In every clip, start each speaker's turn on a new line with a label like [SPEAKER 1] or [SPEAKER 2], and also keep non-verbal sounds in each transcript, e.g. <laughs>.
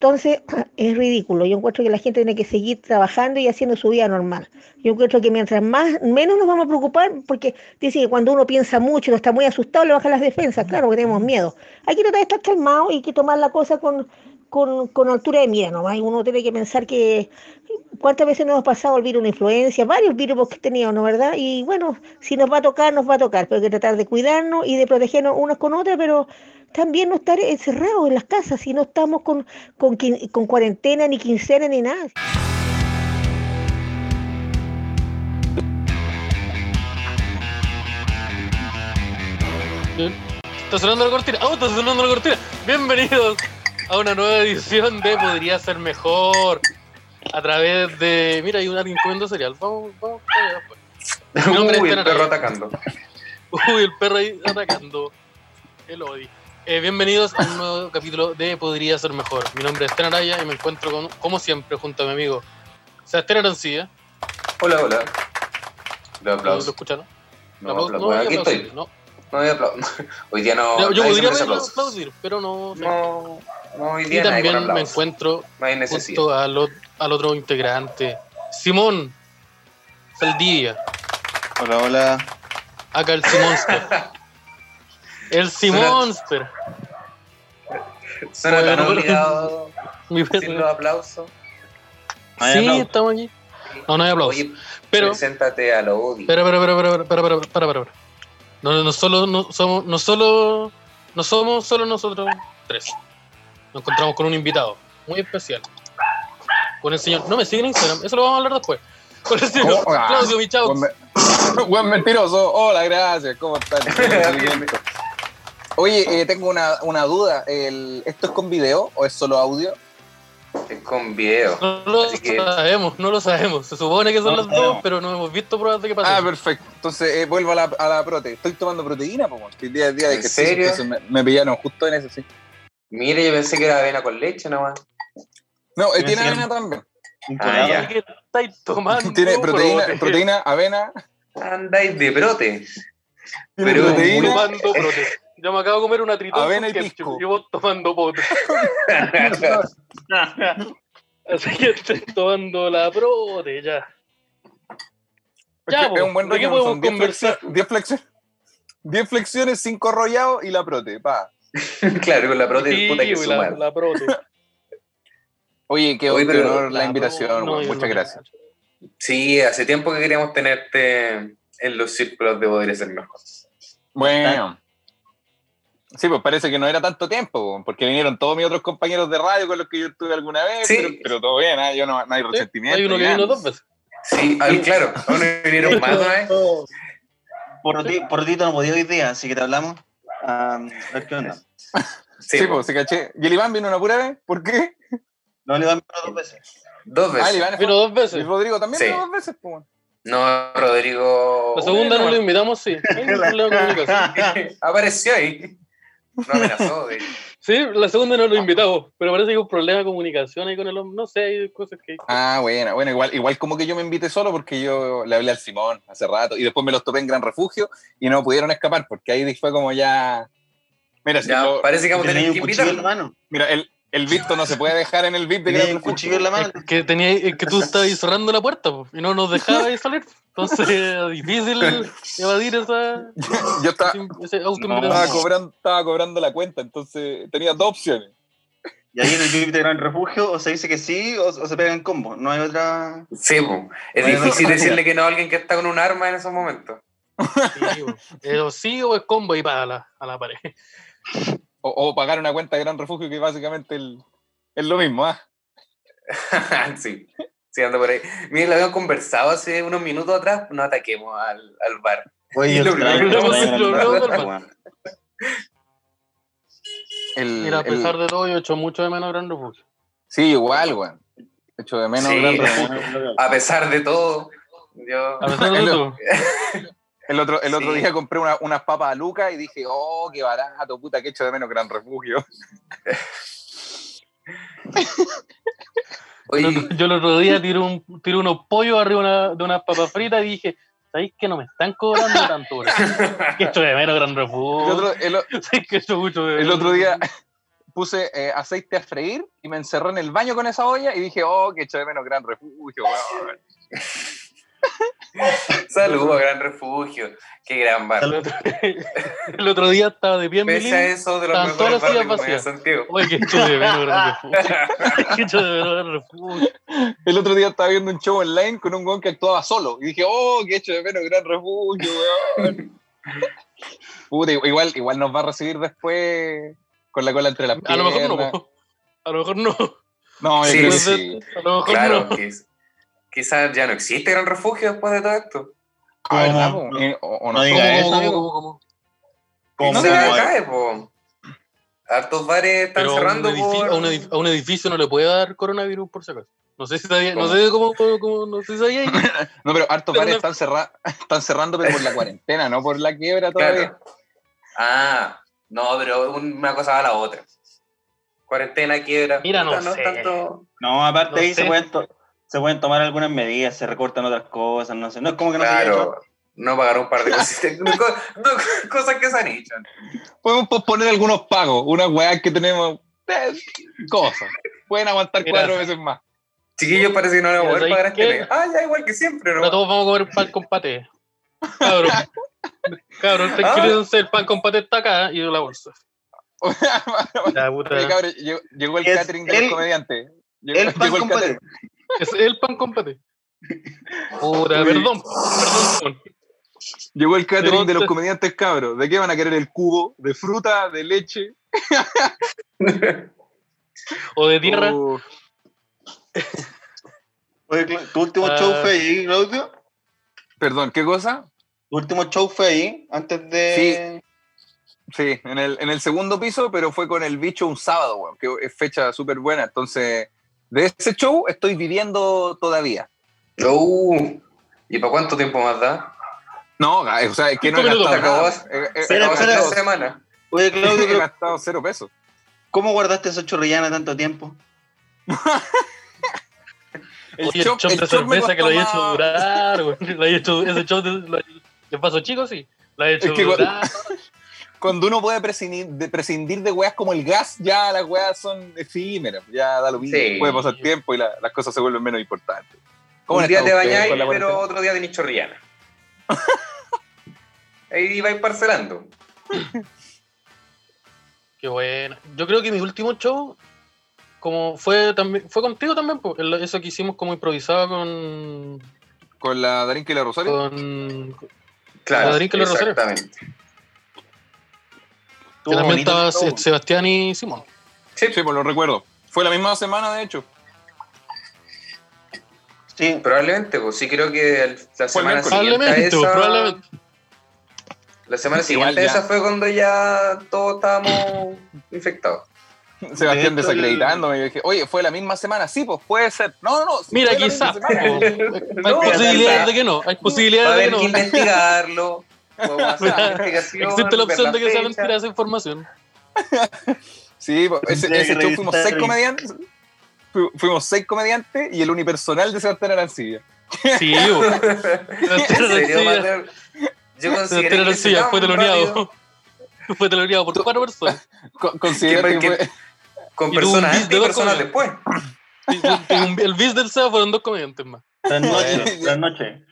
[SPEAKER 1] Entonces, <clears throat> es ridículo. Yo encuentro que la gente tiene que seguir trabajando y haciendo su vida normal. Yo encuentro que mientras más, menos nos vamos a preocupar, porque dice que cuando uno piensa mucho y no está muy asustado, le bajan las defensas, claro, porque tenemos miedo. Hay que tratar de estar calmado y hay que tomar la cosa con, con, con altura de mira nomás. Uno tiene que pensar que cuántas veces nos ha pasado el virus una influencia, varios virus que teníamos, ¿no verdad? Y bueno, si nos va a tocar, nos va a tocar, pero hay que tratar de cuidarnos y de protegernos unas con otras, pero también no estar encerrados en las casas si no estamos con, con, con, cuarentena, ni quincena, ni nada.
[SPEAKER 2] Está sonando la cortina. ¡Oh, está sonando la cortina! Bienvenidos a una nueva edición de Podría Ser Mejor. A través de. Mira, hay un alguien comiendo cereal. Vamos, vamos,
[SPEAKER 3] vamos. Mi nombre Uy, es el perro atacando.
[SPEAKER 2] Uy, el perro ahí atacando. El odio. Eh, bienvenidos a un nuevo capítulo de Podría Ser Mejor. Mi nombre es Ten Araya y me encuentro, con, como siempre, junto a mi amigo Sebastián Arancilla.
[SPEAKER 3] Hola, hola. De aplausos.
[SPEAKER 2] ¿Lo escucharon?
[SPEAKER 3] No, aplauso, aplauso. no, aquí aplauso, estoy. No. no hay aplausos. <laughs> Hoy día no.
[SPEAKER 2] Yo, yo podría aplaudir, pero no.
[SPEAKER 3] No, no hoy día
[SPEAKER 2] y también
[SPEAKER 3] no hay
[SPEAKER 2] me encuentro
[SPEAKER 3] no hay
[SPEAKER 2] junto al, al otro integrante, Simón Saldivia.
[SPEAKER 4] Hola, hola.
[SPEAKER 2] Acá el Simón. El Simonster.
[SPEAKER 3] Suena tan
[SPEAKER 2] <laughs>
[SPEAKER 3] obligado. Mi sin los aplausos.
[SPEAKER 2] No sí, aplauso. estamos aquí. No, no hay aplausos.
[SPEAKER 3] Oye,
[SPEAKER 2] pero,
[SPEAKER 3] preséntate a lo odio. <laughs>
[SPEAKER 2] Pero, pero, pero, pero, pero, pero, pero, pero. No, no, solo, no, somos, no, solo, no somos solo nosotros tres. Nos encontramos con un invitado muy especial. Con el señor. No me siguen en Instagram, eso lo vamos a hablar después. Con el señor
[SPEAKER 4] Hola.
[SPEAKER 2] Claudio Michaux.
[SPEAKER 4] Buen, me- <coughs> Buen mentiroso. Hola, gracias.
[SPEAKER 2] <laughs>
[SPEAKER 4] ¿Cómo están? Oye, eh, tengo una, una duda. El, ¿Esto es con video o es solo audio?
[SPEAKER 3] Es con video.
[SPEAKER 2] No lo
[SPEAKER 3] Así que-
[SPEAKER 2] sabemos, no lo sabemos. Se supone que son las dos, pero no hemos visto pruebas de que pasa.
[SPEAKER 4] Ah, perfecto. Entonces eh, vuelvo a la, a la prote. Estoy tomando proteína, po, porque el día, día de
[SPEAKER 3] ¿En
[SPEAKER 4] que
[SPEAKER 3] serio?
[SPEAKER 4] entonces me, me pillaron justo en eso, sí.
[SPEAKER 3] Mire, yo pensé que era avena con leche nomás.
[SPEAKER 4] No, eh,
[SPEAKER 5] Me
[SPEAKER 4] tiene
[SPEAKER 5] hacían-
[SPEAKER 2] <laughs>
[SPEAKER 4] avena también.
[SPEAKER 3] Ah, ya.
[SPEAKER 2] ¿Qué estáis tomando?
[SPEAKER 4] Tiene
[SPEAKER 2] <laughs>
[SPEAKER 4] proteína,
[SPEAKER 2] brote?
[SPEAKER 4] proteína, avena.
[SPEAKER 3] Andáis de brote.
[SPEAKER 4] Tiene
[SPEAKER 3] Pero-
[SPEAKER 4] proteína. <laughs>
[SPEAKER 2] Tomando brote. Yo me acabo de comer una tritón
[SPEAKER 4] Avena
[SPEAKER 2] con
[SPEAKER 4] y
[SPEAKER 2] ketchup
[SPEAKER 4] pisco.
[SPEAKER 2] y vos tomando
[SPEAKER 4] <laughs>
[SPEAKER 2] pote. Así que estoy tomando la prote ya. Ya,
[SPEAKER 4] es
[SPEAKER 2] po,
[SPEAKER 4] un buen
[SPEAKER 2] ¿de qué
[SPEAKER 4] reunión.
[SPEAKER 2] podemos
[SPEAKER 4] Son 10
[SPEAKER 2] conversar?
[SPEAKER 4] flexiones, 10 flexiones, 10 flexiones, 5 rollados y la prote, pa.
[SPEAKER 3] <laughs> claro, con la brote
[SPEAKER 2] Sí,
[SPEAKER 3] puta hay que
[SPEAKER 2] güey, la,
[SPEAKER 3] sumar.
[SPEAKER 2] la
[SPEAKER 4] <laughs>
[SPEAKER 2] prote.
[SPEAKER 4] Oye, qué,
[SPEAKER 3] Oye,
[SPEAKER 4] qué
[SPEAKER 3] pero
[SPEAKER 4] honor
[SPEAKER 2] La
[SPEAKER 4] la invitación,
[SPEAKER 2] prote, no,
[SPEAKER 4] weón.
[SPEAKER 2] yo
[SPEAKER 4] muchas
[SPEAKER 2] no.
[SPEAKER 4] gracias.
[SPEAKER 3] Sí, hace tiempo que queríamos tenerte en los círculos de Podría Ser Mejor.
[SPEAKER 4] Bueno. Sí, pues parece que no era tanto tiempo, weón, porque vinieron todos mis otros compañeros de radio con los que yo estuve alguna vez,
[SPEAKER 3] Sí.
[SPEAKER 4] pero, pero todo bien, ¿eh? yo no, no hay
[SPEAKER 2] Sí,
[SPEAKER 4] resentimiento.
[SPEAKER 2] Hay uno
[SPEAKER 4] ni
[SPEAKER 2] que
[SPEAKER 4] nada.
[SPEAKER 2] vino dos veces.
[SPEAKER 3] Sí, ahí,
[SPEAKER 5] <laughs>
[SPEAKER 3] claro. Aún no vinieron más, ¿no? eh?
[SPEAKER 5] Por ti, por ti no podía hoy día, así que te hablamos. Am, a ver qué onda.
[SPEAKER 4] Sí,
[SPEAKER 3] Sí,
[SPEAKER 4] pues, se caché. ¿Y el Iván vino una pura vez? ¿Por qué?
[SPEAKER 5] No le van a dos veces.
[SPEAKER 3] dos
[SPEAKER 4] Ah, el
[SPEAKER 3] veces.
[SPEAKER 4] Iván es
[SPEAKER 2] Vino dos
[SPEAKER 4] Y
[SPEAKER 2] veces.
[SPEAKER 4] Rodrigo también
[SPEAKER 3] Sí.
[SPEAKER 4] vino dos veces, pues.
[SPEAKER 3] No, Rodrigo.
[SPEAKER 2] La segunda
[SPEAKER 3] <laughs>
[SPEAKER 2] no lo invitamos, sí. No hay ningún problema con Lucas.
[SPEAKER 5] <laughs>
[SPEAKER 3] Apareció ahí. No amenazó, de hecho.
[SPEAKER 2] Sí, la segunda no lo invitamos, pero parece que hay un problema de comunicación ahí con el hombre. No sé, hay cosas que.
[SPEAKER 4] Ah, bueno, bueno, igual, igual como que yo me invité solo porque yo le hablé al Simón hace rato y después me los topé en Gran Refugio y no pudieron escapar porque ahí fue como ya. Mira, si
[SPEAKER 3] Ya,
[SPEAKER 4] yo-
[SPEAKER 3] parece que vamos a
[SPEAKER 5] Tenía
[SPEAKER 3] tener que
[SPEAKER 5] un cuchillo en la
[SPEAKER 3] invitarlo.
[SPEAKER 5] mano.
[SPEAKER 4] mira, el, el visto no se puede dejar en el VIP de
[SPEAKER 5] Tenía
[SPEAKER 4] Gran
[SPEAKER 5] un
[SPEAKER 4] Refugio.
[SPEAKER 5] cuchillo en la mano.
[SPEAKER 2] Que tenía es que tú estabas ahí cerrando la puerta po, y no nos dejabas salir. Entonces, <laughs> era difícil evadir esa,
[SPEAKER 4] Yo estaba,
[SPEAKER 2] ese
[SPEAKER 4] estaba
[SPEAKER 2] autoinvitación.
[SPEAKER 4] cobrando, estaba cobrando la cuenta, entonces tenía dos opciones.
[SPEAKER 5] Y ahí en el Júpiter Gran Refugio, o se dice que sí, o, o se pega en combo. No hay otra.
[SPEAKER 3] Sí, po. es
[SPEAKER 5] Bueno,
[SPEAKER 3] difícil
[SPEAKER 5] no.
[SPEAKER 3] decirle que no a alguien que está con un arma en esos momentos. <laughs>
[SPEAKER 2] Sí, po. Eh, o sí o es combo y para la, a la pared.
[SPEAKER 4] O, o pagar una cuenta de Gran Refugio que básicamente el- es lo mismo, ¿ah?
[SPEAKER 3] sí, sí, anda por ahí. Miren, lo habíamos conversado hace unos minutos atrás. No ataquemos al, al bar.
[SPEAKER 5] Oye,
[SPEAKER 3] Lo
[SPEAKER 5] extraño,
[SPEAKER 3] hablamos-
[SPEAKER 5] extraño
[SPEAKER 2] lo
[SPEAKER 5] la
[SPEAKER 2] hablamos
[SPEAKER 5] puerta,
[SPEAKER 2] del
[SPEAKER 5] weón.
[SPEAKER 4] El-
[SPEAKER 2] Mira, a
[SPEAKER 4] el-
[SPEAKER 2] pesar de todo, yo he hecho mucho de menos Gran Refugio.
[SPEAKER 4] Sí, igual, weón. Hecho de menos
[SPEAKER 3] Sí.
[SPEAKER 4] Gran Refugio.
[SPEAKER 3] A pesar de todo, yo.
[SPEAKER 2] A pesar de
[SPEAKER 4] Es lo-
[SPEAKER 2] todo.
[SPEAKER 4] El otro, el otro
[SPEAKER 3] Sí.
[SPEAKER 4] día compré una- unas papas a Luca y dije, oh, qué barato, puta, que echo de menos
[SPEAKER 2] <laughs>
[SPEAKER 4] Gran Refugio.
[SPEAKER 3] Oye,
[SPEAKER 2] Yo el otro día tiré, un, tiré unos pollos arriba de una- de unas papas fritas y dije, ¿sabéis que no me están cobrando tanto por eso? Que esto de menos gran refugio.
[SPEAKER 4] El otro, el
[SPEAKER 2] <laughs>
[SPEAKER 4] o-
[SPEAKER 2] ¿Sabéis que esto mucho de
[SPEAKER 4] el
[SPEAKER 2] menos?
[SPEAKER 4] otro día <laughs> puse eh, aceite a freír y me encerré en el baño con esa olla y dije, oh, que echo de menos gran refugio. weón.
[SPEAKER 3] Saludos, Gran Refugio. Qué gran bar.
[SPEAKER 2] El otro, <laughs> el otro día estaba de pie en mi
[SPEAKER 3] Pese a
[SPEAKER 2] living.
[SPEAKER 3] eso, de los
[SPEAKER 2] Estaban
[SPEAKER 3] mejores
[SPEAKER 2] todas las
[SPEAKER 3] barrios
[SPEAKER 2] sillas
[SPEAKER 3] de
[SPEAKER 2] vacías.
[SPEAKER 3] Santiago.
[SPEAKER 2] Oye, que esto de menos gran refugio. <laughs> Que esto de menos gran refugio.
[SPEAKER 4] El otro día estaba viendo un show online con un weón que actuaba solo y dije, oh, que echo de menos gran refugio.
[SPEAKER 2] <laughs>
[SPEAKER 4] weón. Puta, igual, igual nos va a recibir después con la cola entre las
[SPEAKER 2] A
[SPEAKER 4] piernas.
[SPEAKER 2] lo mejor no. po. A lo mejor no.
[SPEAKER 4] No, yo
[SPEAKER 3] Sí.
[SPEAKER 4] creo que
[SPEAKER 2] Puede
[SPEAKER 4] sí.
[SPEAKER 2] ser. A lo mejor
[SPEAKER 3] Claro,
[SPEAKER 2] no.
[SPEAKER 3] quiz- quizás ya no existe Gran Refugio después de todo esto.
[SPEAKER 4] Ah, ¿verdad,
[SPEAKER 5] ¿Cómo?
[SPEAKER 4] po? Eh, o- o
[SPEAKER 5] No diga
[SPEAKER 4] ¿Cómo,
[SPEAKER 2] ¿Cómo,
[SPEAKER 4] cómo,
[SPEAKER 5] eso,
[SPEAKER 2] cómo,
[SPEAKER 4] cómo?
[SPEAKER 2] cómo?
[SPEAKER 5] Como
[SPEAKER 3] No
[SPEAKER 5] no,
[SPEAKER 3] se cae, po. Hartos bares están
[SPEAKER 2] Pero a un,
[SPEAKER 3] cerrando
[SPEAKER 2] edificio,
[SPEAKER 3] por...
[SPEAKER 2] a, un edif- a un edificio no le puede dar coronavirus por si acaso. No sé si sabía, no sé cómo, cómo, cómo- no sé si sabía.
[SPEAKER 4] No, pero hartos
[SPEAKER 2] Pero
[SPEAKER 4] bares
[SPEAKER 2] no-
[SPEAKER 4] están, cerra- están cerrando, pero por
[SPEAKER 5] <laughs>
[SPEAKER 4] la cuarentena, no por la quiebra todavía.
[SPEAKER 3] Claro. Ah, no, pero una cosa va a la otra. Cuarentena, quiebra.
[SPEAKER 2] Mira, no
[SPEAKER 3] Puta,
[SPEAKER 2] sé.
[SPEAKER 3] tanto-
[SPEAKER 5] no, aparte
[SPEAKER 2] No
[SPEAKER 5] ahí se
[SPEAKER 2] sé.
[SPEAKER 5] pueden, to- se pueden tomar algunas medidas, se recortan otras cosas, no sé. No es como que no se haya hecho.
[SPEAKER 3] Claro, no pagaron un par de
[SPEAKER 2] <laughs>
[SPEAKER 3] cositas. no, co- no, cosas que se han hecho.
[SPEAKER 4] Podemos posponer algunos pagos, unas weas que tenemos. eh, cosas. Pueden aguantar
[SPEAKER 2] Mira.
[SPEAKER 4] cuatro veces más.
[SPEAKER 3] Chiquillos, parece que no van a
[SPEAKER 2] Mira,
[SPEAKER 3] poder
[SPEAKER 2] ¿sabes
[SPEAKER 3] pagar
[SPEAKER 2] qué?
[SPEAKER 3] este mes. Ah, ya, igual que siempre,
[SPEAKER 2] Ahora
[SPEAKER 3] ¿no?
[SPEAKER 2] todos vamos a comer pan con paté. Cabrón. Cabrón,
[SPEAKER 3] Ah.
[SPEAKER 2] tranquilícense, el pan con paté está acá y la
[SPEAKER 3] <laughs>
[SPEAKER 2] bolsa. La puta.
[SPEAKER 4] Oye, cabrón, llegó, llegó el
[SPEAKER 5] Es
[SPEAKER 4] catering de
[SPEAKER 5] el-
[SPEAKER 4] los comediantes. Llegó,
[SPEAKER 5] El pan
[SPEAKER 4] llegó
[SPEAKER 5] con
[SPEAKER 4] catering.
[SPEAKER 5] paté.
[SPEAKER 2] Es el pan con paté. Puta, perdón, perdón.
[SPEAKER 4] Llegó el catering
[SPEAKER 2] Llegó-
[SPEAKER 4] de los comediantes cabros. ¿De qué van a querer el cubo? ¿De fruta? ¿De leche?
[SPEAKER 3] <laughs>
[SPEAKER 2] O de tierra.
[SPEAKER 4] Uh,
[SPEAKER 5] Oye, Cla- tu último
[SPEAKER 2] Ah.
[SPEAKER 5] show fue ahí, Claudio.
[SPEAKER 4] perdón, ¿qué cosa?
[SPEAKER 5] Tu último show fue ahí, antes de.
[SPEAKER 4] Sí, en el, en el segundo piso, pero fue con el bicho un sábado, weón, que es fecha súper buena. Entonces, de ese show estoy viviendo todavía.
[SPEAKER 3] Uh, ¿Y para cuánto tiempo más da?
[SPEAKER 4] No, eh, o sea, es que no he
[SPEAKER 2] Cinco minutos.
[SPEAKER 4] gastado nada. Eh,
[SPEAKER 3] Se
[SPEAKER 4] He- he- he
[SPEAKER 5] Espera,
[SPEAKER 3] Pero,
[SPEAKER 5] espera.
[SPEAKER 4] gastado-
[SPEAKER 3] la semana.
[SPEAKER 5] Oye,
[SPEAKER 4] <laughs>
[SPEAKER 5] Claudio,
[SPEAKER 4] he
[SPEAKER 5] pero
[SPEAKER 4] gastado cero pesos.
[SPEAKER 5] ¿cómo guardaste esa chorrillana tanto tiempo?
[SPEAKER 4] El
[SPEAKER 2] Oye, el
[SPEAKER 4] chop-
[SPEAKER 2] chop
[SPEAKER 4] el
[SPEAKER 2] de
[SPEAKER 4] chop me
[SPEAKER 2] cerveza que lo haya
[SPEAKER 4] costó
[SPEAKER 2] hecho
[SPEAKER 4] más-
[SPEAKER 2] durar, güey. <laughs> Lo haya hecho, ese chop de, lo, de paso chico, sí. Lo haya hecho
[SPEAKER 4] Es que igual-
[SPEAKER 2] durar.
[SPEAKER 4] Cuando uno puede prescindir de, prescindir de weas como el gas, ya las weas son efímeras. Ya da lo mismo.
[SPEAKER 3] Sí.
[SPEAKER 4] Puede pasar tiempo y la- las cosas se vuelven menos importantes.
[SPEAKER 3] Un
[SPEAKER 4] han
[SPEAKER 3] día te
[SPEAKER 4] estado ustedes
[SPEAKER 3] bañáis,
[SPEAKER 4] con la
[SPEAKER 3] pero
[SPEAKER 4] cuarentena?
[SPEAKER 3] otro día tenéis chorrillana. Ahí vais parcelando.
[SPEAKER 2] Qué buena. Yo creo que mi último show, como fue también, fue contigo también, po, el- eso que hicimos como improvisado con,
[SPEAKER 4] Con la Darinka y la Rosario.
[SPEAKER 2] con
[SPEAKER 3] Claro,
[SPEAKER 2] Rodríguez Los Rosarios.
[SPEAKER 3] exactamente.
[SPEAKER 2] que
[SPEAKER 5] Estuvo
[SPEAKER 2] también
[SPEAKER 5] bonito el
[SPEAKER 2] estaba
[SPEAKER 5] show.
[SPEAKER 2] Se- Sebastián y Simón.
[SPEAKER 3] Sí,
[SPEAKER 4] Sí, pues lo recuerdo. Fue la misma semana, de hecho. <laughs>
[SPEAKER 5] Sí,
[SPEAKER 3] probablemente, pues sí creo que el- la semana
[SPEAKER 4] miércoles.
[SPEAKER 3] siguiente a
[SPEAKER 2] Probablemente, po,
[SPEAKER 3] esa,
[SPEAKER 2] probablemente.
[SPEAKER 3] La semana
[SPEAKER 4] Igual
[SPEAKER 3] siguiente a
[SPEAKER 4] ya.
[SPEAKER 3] esa fue cuando ya todos estábamos infectados.
[SPEAKER 4] Sebastián
[SPEAKER 5] De hecho, el-
[SPEAKER 4] desacreditándome. Yo dije, oye, fue la misma semana. Sí, pues puede ser. No, no, no. sí,
[SPEAKER 2] Mira,
[SPEAKER 4] fue la misma
[SPEAKER 2] quizás. po,
[SPEAKER 4] semana.
[SPEAKER 5] <laughs>
[SPEAKER 2] Hay
[SPEAKER 3] No,
[SPEAKER 2] posibilidades
[SPEAKER 3] quizá.
[SPEAKER 2] de que no. Hay
[SPEAKER 3] Va a
[SPEAKER 2] posibilidades de
[SPEAKER 3] haber
[SPEAKER 2] que
[SPEAKER 3] que
[SPEAKER 2] no.
[SPEAKER 3] investigarlo. vamos a hacer una investigación,
[SPEAKER 2] Existe la
[SPEAKER 3] ver
[SPEAKER 2] opción de que sea
[SPEAKER 3] fecha.
[SPEAKER 2] mentira esa información.
[SPEAKER 4] Sí, po, ese,
[SPEAKER 5] Tendría
[SPEAKER 4] ese
[SPEAKER 5] que
[SPEAKER 4] show fuimos
[SPEAKER 5] revisar
[SPEAKER 4] seis
[SPEAKER 5] el-
[SPEAKER 4] comediantes. Fu- Fuimos seis comediantes y el unipersonal de Sebastián Arancibia.
[SPEAKER 2] Sí, po. <laughs> Sebastián
[SPEAKER 3] <laughs> ¿En serio,
[SPEAKER 2] Arancilla-
[SPEAKER 3] Mateo? Yo consideré
[SPEAKER 2] Sebastián
[SPEAKER 3] que ese
[SPEAKER 2] Arancilla fue
[SPEAKER 3] tan
[SPEAKER 2] teloneado.
[SPEAKER 3] rápido,
[SPEAKER 2] <laughs> Fue teloneado por cuatro personas.
[SPEAKER 4] Co- Considero
[SPEAKER 3] ¿Qué-
[SPEAKER 4] que
[SPEAKER 3] qué-
[SPEAKER 4] fue-
[SPEAKER 3] Con
[SPEAKER 2] Y tuvo un
[SPEAKER 3] personas
[SPEAKER 2] bis de
[SPEAKER 3] antes y
[SPEAKER 2] dos
[SPEAKER 3] personas después.
[SPEAKER 2] Y- y- y El bis del sábado fueron dos comediantes más.
[SPEAKER 5] tras noche,
[SPEAKER 4] Bueno.
[SPEAKER 5] tras noche.
[SPEAKER 4] <laughs>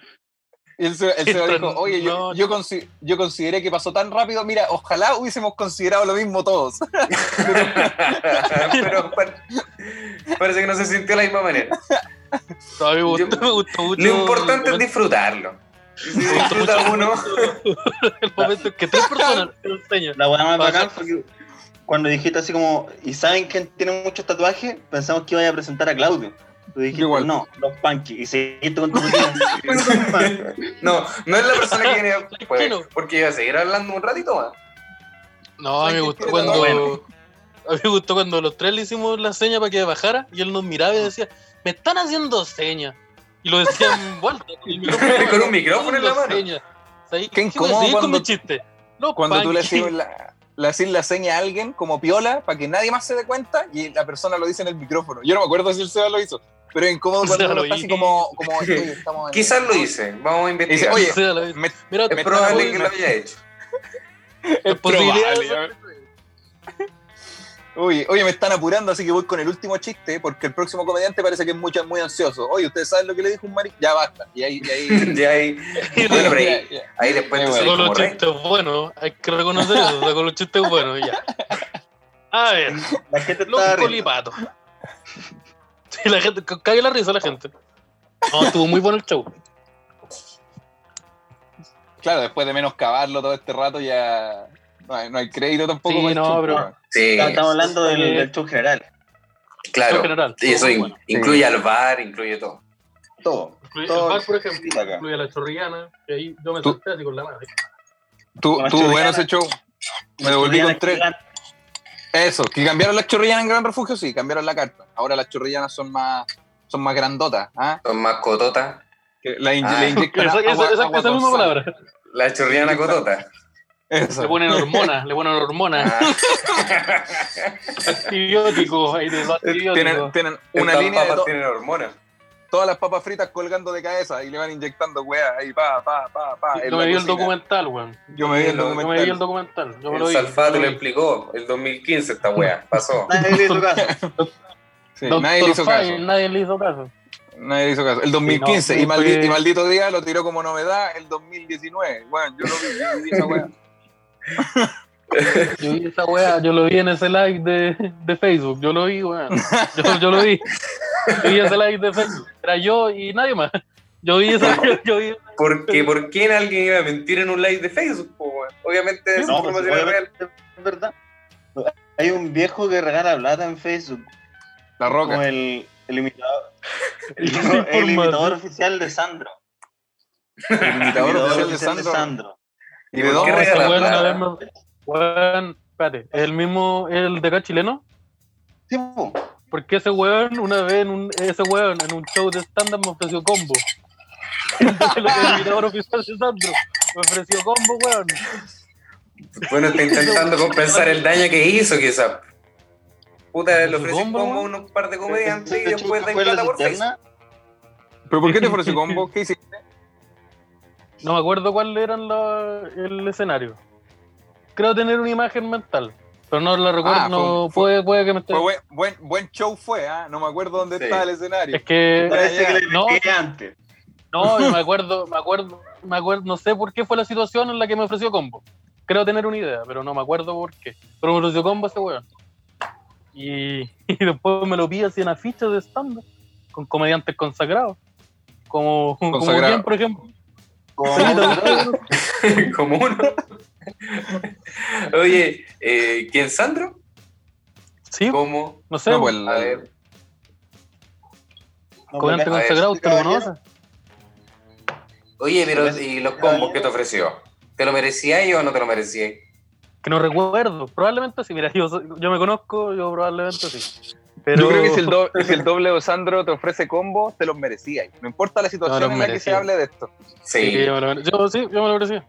[SPEAKER 4] Y él se, él se
[SPEAKER 2] Esto
[SPEAKER 4] dijo,
[SPEAKER 2] no-
[SPEAKER 4] oye, yo,
[SPEAKER 2] no.
[SPEAKER 4] yo, consi- yo consideré que pasó tan rápido, mira, ojalá hubiésemos considerado lo mismo todos.
[SPEAKER 3] <laughs> Pero par- parece que no se sintió de la misma manera.
[SPEAKER 2] No, a mí me
[SPEAKER 3] Yo-
[SPEAKER 2] gustó, me gustó mucho.
[SPEAKER 3] Lo importante es
[SPEAKER 2] el
[SPEAKER 3] disfrutarlo. Y Si disfruta uno,
[SPEAKER 2] momento en que tres personas te lo enseñan.
[SPEAKER 5] La weá más
[SPEAKER 2] Bacán.
[SPEAKER 5] bacán fue que cuando dijiste así como, ¿y saben quién tiene muchos tatuajes? Pensamos que iba a presentar a Claudio. Tú dijiste,
[SPEAKER 4] Yo igual.
[SPEAKER 5] no, los punky. Y seguiste <laughs> con tu rutina.
[SPEAKER 3] no, no es la persona que
[SPEAKER 2] <laughs>
[SPEAKER 3] viene después.
[SPEAKER 2] no.
[SPEAKER 3] Porque iba a seguir hablando un ratito más.
[SPEAKER 2] No, a mí me
[SPEAKER 4] ¿Sabes
[SPEAKER 2] gustó
[SPEAKER 4] qué?
[SPEAKER 2] cuando.
[SPEAKER 5] Bueno.
[SPEAKER 2] A mí me gustó cuando los tres le hicimos la seña para que bajara y él nos miraba y decía, me están haciendo señas. Y lo decían en vuelta. Con, el micrófono.
[SPEAKER 3] Con un micrófono en la
[SPEAKER 2] Haciendo
[SPEAKER 3] mano.
[SPEAKER 2] señas. ¿Sabes
[SPEAKER 4] Qué
[SPEAKER 2] voy a
[SPEAKER 4] incómodo
[SPEAKER 2] seguir con
[SPEAKER 4] cuando-
[SPEAKER 2] mi chiste. No,
[SPEAKER 4] Cuando tú le
[SPEAKER 2] panqui.
[SPEAKER 4] haces la, le haces la seña a alguien como piola para que nadie más se dé cuenta y la persona lo dice en el micrófono. Yo no me acuerdo si el Seba lo hizo, Pero es
[SPEAKER 2] <laughs>
[SPEAKER 4] incómodo cuando
[SPEAKER 2] Quizás
[SPEAKER 4] uno
[SPEAKER 2] lo
[SPEAKER 4] está así
[SPEAKER 2] hice.
[SPEAKER 4] como. como
[SPEAKER 2] <laughs>
[SPEAKER 4] oye, estamos en-
[SPEAKER 3] Quizás lo hice, vamos a
[SPEAKER 4] Dice,
[SPEAKER 3] investigar.
[SPEAKER 4] oye,
[SPEAKER 2] Sí, a la vez.
[SPEAKER 4] me-
[SPEAKER 2] Mira,
[SPEAKER 3] es
[SPEAKER 4] me
[SPEAKER 3] probable
[SPEAKER 4] están-
[SPEAKER 3] que lo haya hecho. <laughs>
[SPEAKER 4] es
[SPEAKER 2] posibilidades
[SPEAKER 4] probable,
[SPEAKER 2] <laughs>
[SPEAKER 4] Oye, oye, me están apurando, así que voy con el último chiste, porque el próximo comediante parece que es muy, muy ansioso. Oye, ¿ustedes saben lo que le dijo un marico? Ya basta. Y ahí,
[SPEAKER 2] <laughs>
[SPEAKER 4] y ahí.
[SPEAKER 3] Ya ahí, bueno, pero ahí,
[SPEAKER 4] Ya, ya.
[SPEAKER 3] ahí después te
[SPEAKER 4] Sí,
[SPEAKER 3] salís
[SPEAKER 2] sacó
[SPEAKER 3] como
[SPEAKER 2] los
[SPEAKER 3] rey.
[SPEAKER 2] chistes buenos, hay que reconocer eso, sacó los chistes buenos, ya. A ver,
[SPEAKER 5] La gente está
[SPEAKER 2] los
[SPEAKER 5] arriba.
[SPEAKER 2] colipatos. Sí, la gente, c- cague la risa la gente. No, estuvo muy bueno el show.
[SPEAKER 4] Claro, después de menos cavarlo todo este rato, ya. No hay, no hay crédito tampoco.
[SPEAKER 2] Sí,
[SPEAKER 4] para el
[SPEAKER 2] no,
[SPEAKER 4] chiste,
[SPEAKER 2] pero-
[SPEAKER 4] weón.
[SPEAKER 3] Sí,
[SPEAKER 5] Estamos hablando del,
[SPEAKER 2] Eh,
[SPEAKER 5] del show general.
[SPEAKER 2] En
[SPEAKER 3] claro.
[SPEAKER 2] general.
[SPEAKER 3] Y eso
[SPEAKER 2] estuvo
[SPEAKER 3] in-
[SPEAKER 2] bueno.
[SPEAKER 3] incluye al bar, incluye todo.
[SPEAKER 5] Todo.
[SPEAKER 2] Incluye
[SPEAKER 5] todo
[SPEAKER 2] el bar,
[SPEAKER 5] el-
[SPEAKER 2] por ejemplo,
[SPEAKER 5] acá.
[SPEAKER 2] incluye a la chorrillana, que ahí yo me
[SPEAKER 4] Tú-
[SPEAKER 2] senté así con la madre.
[SPEAKER 4] Tú,
[SPEAKER 5] Con
[SPEAKER 4] tú,
[SPEAKER 5] chorrillana.
[SPEAKER 4] bueno ese show. Me devolví con tres. Eso, que cambiaron las chorrillanas en Gran Refugio, sí, cambiaron la carta. Ahora las chorrillanas son más, son más grandotas. ¿ah?
[SPEAKER 3] Son más cototas.
[SPEAKER 4] Que la inye-
[SPEAKER 3] Ah.
[SPEAKER 4] le inyectan
[SPEAKER 2] Esa, esa-
[SPEAKER 4] agua-
[SPEAKER 2] esa-
[SPEAKER 4] agua
[SPEAKER 2] esa misma
[SPEAKER 4] con sal.
[SPEAKER 2] palabra.
[SPEAKER 3] La chorriana cotota.
[SPEAKER 4] Eso.
[SPEAKER 2] Le ponen hormonas, le ponen hormonas,
[SPEAKER 3] Ah.
[SPEAKER 2] antibióticos, ahí de los
[SPEAKER 4] Tienen,
[SPEAKER 2] antibióticos.
[SPEAKER 4] tienen <laughs> una
[SPEAKER 3] Estas
[SPEAKER 4] línea de
[SPEAKER 3] papas
[SPEAKER 4] to-
[SPEAKER 3] tienen hormonas.
[SPEAKER 4] todas las papas fritas colgando de cabeza y le van inyectando weas ahí, pa, pa, pa, pa. en
[SPEAKER 2] Yo
[SPEAKER 4] Ah, la
[SPEAKER 2] me vi el
[SPEAKER 4] cocina.
[SPEAKER 2] documental, weón.
[SPEAKER 4] Yo me vi
[SPEAKER 3] Yo
[SPEAKER 4] el
[SPEAKER 2] Yo me vi el
[SPEAKER 4] documental.
[SPEAKER 2] documental, yo me lo
[SPEAKER 3] El
[SPEAKER 2] vi. yo
[SPEAKER 3] Salfato lo
[SPEAKER 2] me lo vi.
[SPEAKER 3] explicó. El 2015 esta wea. Pasó.
[SPEAKER 5] Nadie le hizo <laughs> caso.
[SPEAKER 4] Sí,
[SPEAKER 2] Doctor
[SPEAKER 4] nadie le hizo
[SPEAKER 2] Fine,
[SPEAKER 4] caso.
[SPEAKER 2] nadie le hizo caso.
[SPEAKER 4] Nadie le hizo caso. El 2015
[SPEAKER 2] Sí, no,
[SPEAKER 4] y, maldi-
[SPEAKER 2] fue-
[SPEAKER 4] y maldito día lo tiró como novedad el 2019. Bueno, yo lo vi, yo vi esa wea.
[SPEAKER 2] Yo vi esa weá, yo lo vi en ese live de, de Facebook, yo lo vi, weón. Yo, yo lo vi. Yo vi ese live de Facebook. Era yo y nadie más. Yo vi esa yo vi
[SPEAKER 3] Porque, ¿Por qué alguien iba a mentir en un live de Facebook? po, weón? Obviamente esa
[SPEAKER 5] No, pues,
[SPEAKER 3] información es real.
[SPEAKER 5] obviamente, es verdad. Hay un viejo que regala plata en Facebook,
[SPEAKER 4] La
[SPEAKER 5] como
[SPEAKER 4] roca.
[SPEAKER 5] el,
[SPEAKER 2] <laughs>
[SPEAKER 5] el imitador. El,
[SPEAKER 2] Esa
[SPEAKER 5] el
[SPEAKER 2] información.
[SPEAKER 5] imitador oficial de Sandro.
[SPEAKER 4] El imitador oficial de
[SPEAKER 5] oficial
[SPEAKER 4] Sandro. ¿Y de
[SPEAKER 3] ¿Por
[SPEAKER 4] dónde
[SPEAKER 3] qué
[SPEAKER 4] es
[SPEAKER 3] regala
[SPEAKER 4] esa
[SPEAKER 2] weón
[SPEAKER 3] plata?
[SPEAKER 4] weá?
[SPEAKER 2] una vez me- weón, espérate, el mismo, el de acá chileno,
[SPEAKER 5] Sí, po.
[SPEAKER 2] porque ese weón una vez en un, ese weón en un show de stand-up me ofreció combo. <laughs> El eliminador oficial de Sandro me ofreció combo, weón.
[SPEAKER 3] Bueno, está intentando compensar el daño que hizo, quizás. Puta, le ofreció
[SPEAKER 2] Bomba,
[SPEAKER 3] como
[SPEAKER 2] weón.
[SPEAKER 3] unos par de comediantes y
[SPEAKER 4] Este
[SPEAKER 5] Ese
[SPEAKER 3] después da
[SPEAKER 5] chico Este fue la
[SPEAKER 3] plata por Facebook.
[SPEAKER 5] cisterna.
[SPEAKER 4] ¿Pero por qué te ofreció combo? ¿Qué hiciste?
[SPEAKER 2] No me acuerdo cuál era el escenario. Creo tener una imagen mental, pero no la recuerdo.
[SPEAKER 4] Ah,
[SPEAKER 2] no,
[SPEAKER 4] fue- fue-
[SPEAKER 2] puede, puede que me esté.
[SPEAKER 4] Fue buen, buen, buen show fue, ¿ah? No me acuerdo dónde
[SPEAKER 3] Sí.
[SPEAKER 4] estaba el escenario.
[SPEAKER 2] Es que
[SPEAKER 5] Parece
[SPEAKER 4] Ya,
[SPEAKER 5] este que
[SPEAKER 4] ya.
[SPEAKER 5] le
[SPEAKER 2] No.
[SPEAKER 5] pegué antes.
[SPEAKER 2] no, y me acuerdo, me acuerdo, me acuerdo, no sé por qué fue la situación en la que me ofreció combo. Creo tener una idea, pero no me acuerdo por qué. Pero me ofreció combo ese weón. Y, <laughs> y después me lo pide así en afiches de stand con comediantes consagrados. Como, como
[SPEAKER 4] Consagrado.
[SPEAKER 2] bien, por ejemplo.
[SPEAKER 5] Como
[SPEAKER 3] <laughs> como uno. Oye, eh, ¿quién Sandro?
[SPEAKER 2] Sí,
[SPEAKER 3] ¿Cómo?
[SPEAKER 2] no sé.
[SPEAKER 4] No, pues,
[SPEAKER 3] A ver,
[SPEAKER 2] comediante
[SPEAKER 4] pues,
[SPEAKER 3] a ver,
[SPEAKER 2] consagrado, ¿usted lo
[SPEAKER 5] caballero.
[SPEAKER 2] conoce?
[SPEAKER 3] oye, pero ¿y los combos que te ofreció? ¿Te lo merecías o no te lo merecías?
[SPEAKER 2] Que no recuerdo, probablemente sí. Mira, yo, soy- yo me conozco, yo probablemente sí. Pero
[SPEAKER 4] Yo creo que si el, doble, si el doble de Sandro te ofrece combo, te los merecías. No importa la situación
[SPEAKER 2] No, los
[SPEAKER 4] en la que
[SPEAKER 2] merecía.
[SPEAKER 4] se hable de esto.
[SPEAKER 2] Sí,
[SPEAKER 3] Sí,
[SPEAKER 2] yo me lo, yo, sí, yo me lo merecía.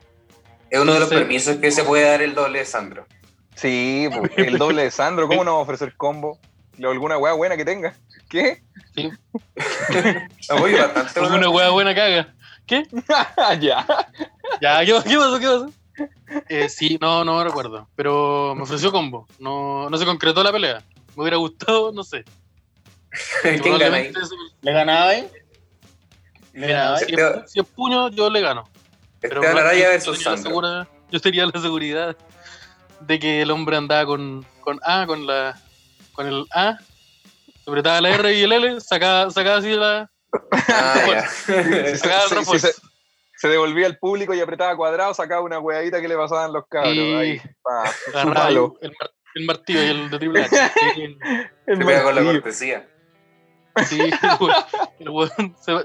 [SPEAKER 3] es uno de los
[SPEAKER 2] Sí.
[SPEAKER 3] permisos que se puede dar el doble de Sandro.
[SPEAKER 4] Sí, <laughs> po, el doble de Sandro, ¿cómo no va a ofrecer combo? ¿Le- ¿Alguna weá buena que tenga? ¿Qué? <laughs>
[SPEAKER 2] <laughs>
[SPEAKER 3] Oye, bastante.
[SPEAKER 2] Tengo
[SPEAKER 3] <laughs>
[SPEAKER 2] una hueá buena caga. ¿Qué?
[SPEAKER 4] Ah, ya.
[SPEAKER 2] Ya, ¿qué, qué pasó? ¿Qué pasó? Eh, sí, no, no me recuerdo. Pero me ofreció combo. No, no se concretó la pelea. Me hubiera gustado, no sé.
[SPEAKER 3] ¿Quién gana ahí?
[SPEAKER 2] Probablemente sí.
[SPEAKER 5] ¿Le ganaba ahí? ¿Le
[SPEAKER 2] Mira,
[SPEAKER 5] ganaba ahí?
[SPEAKER 2] si, es, si es puño, yo le gano. Pero
[SPEAKER 3] Esteban
[SPEAKER 2] más que
[SPEAKER 3] Araya
[SPEAKER 2] yo
[SPEAKER 3] versus
[SPEAKER 2] tenía la
[SPEAKER 3] Sandro.
[SPEAKER 2] segura- yo tenía la seguridad de que el hombre andaba con, con A, con la con el A, apretaba la R y el L, sacaba, sacaba así la. <laughs>
[SPEAKER 3] Ah, ya.
[SPEAKER 4] Si se,
[SPEAKER 2] Sacaba el
[SPEAKER 4] si- si
[SPEAKER 2] refuerzo.
[SPEAKER 4] se- se devolvía al público y apretaba cuadrado, sacaba una weadita que le pasaban los cabros.
[SPEAKER 2] Y-
[SPEAKER 4] Ahí, <laughs> pa, su
[SPEAKER 2] agarraba el,
[SPEAKER 4] palo.
[SPEAKER 2] mar- el martillo y el de triple H. Sí,
[SPEAKER 4] El
[SPEAKER 3] Te pega con la
[SPEAKER 4] martillo.
[SPEAKER 3] cortesía. <laughs>
[SPEAKER 2] sí, el weón- el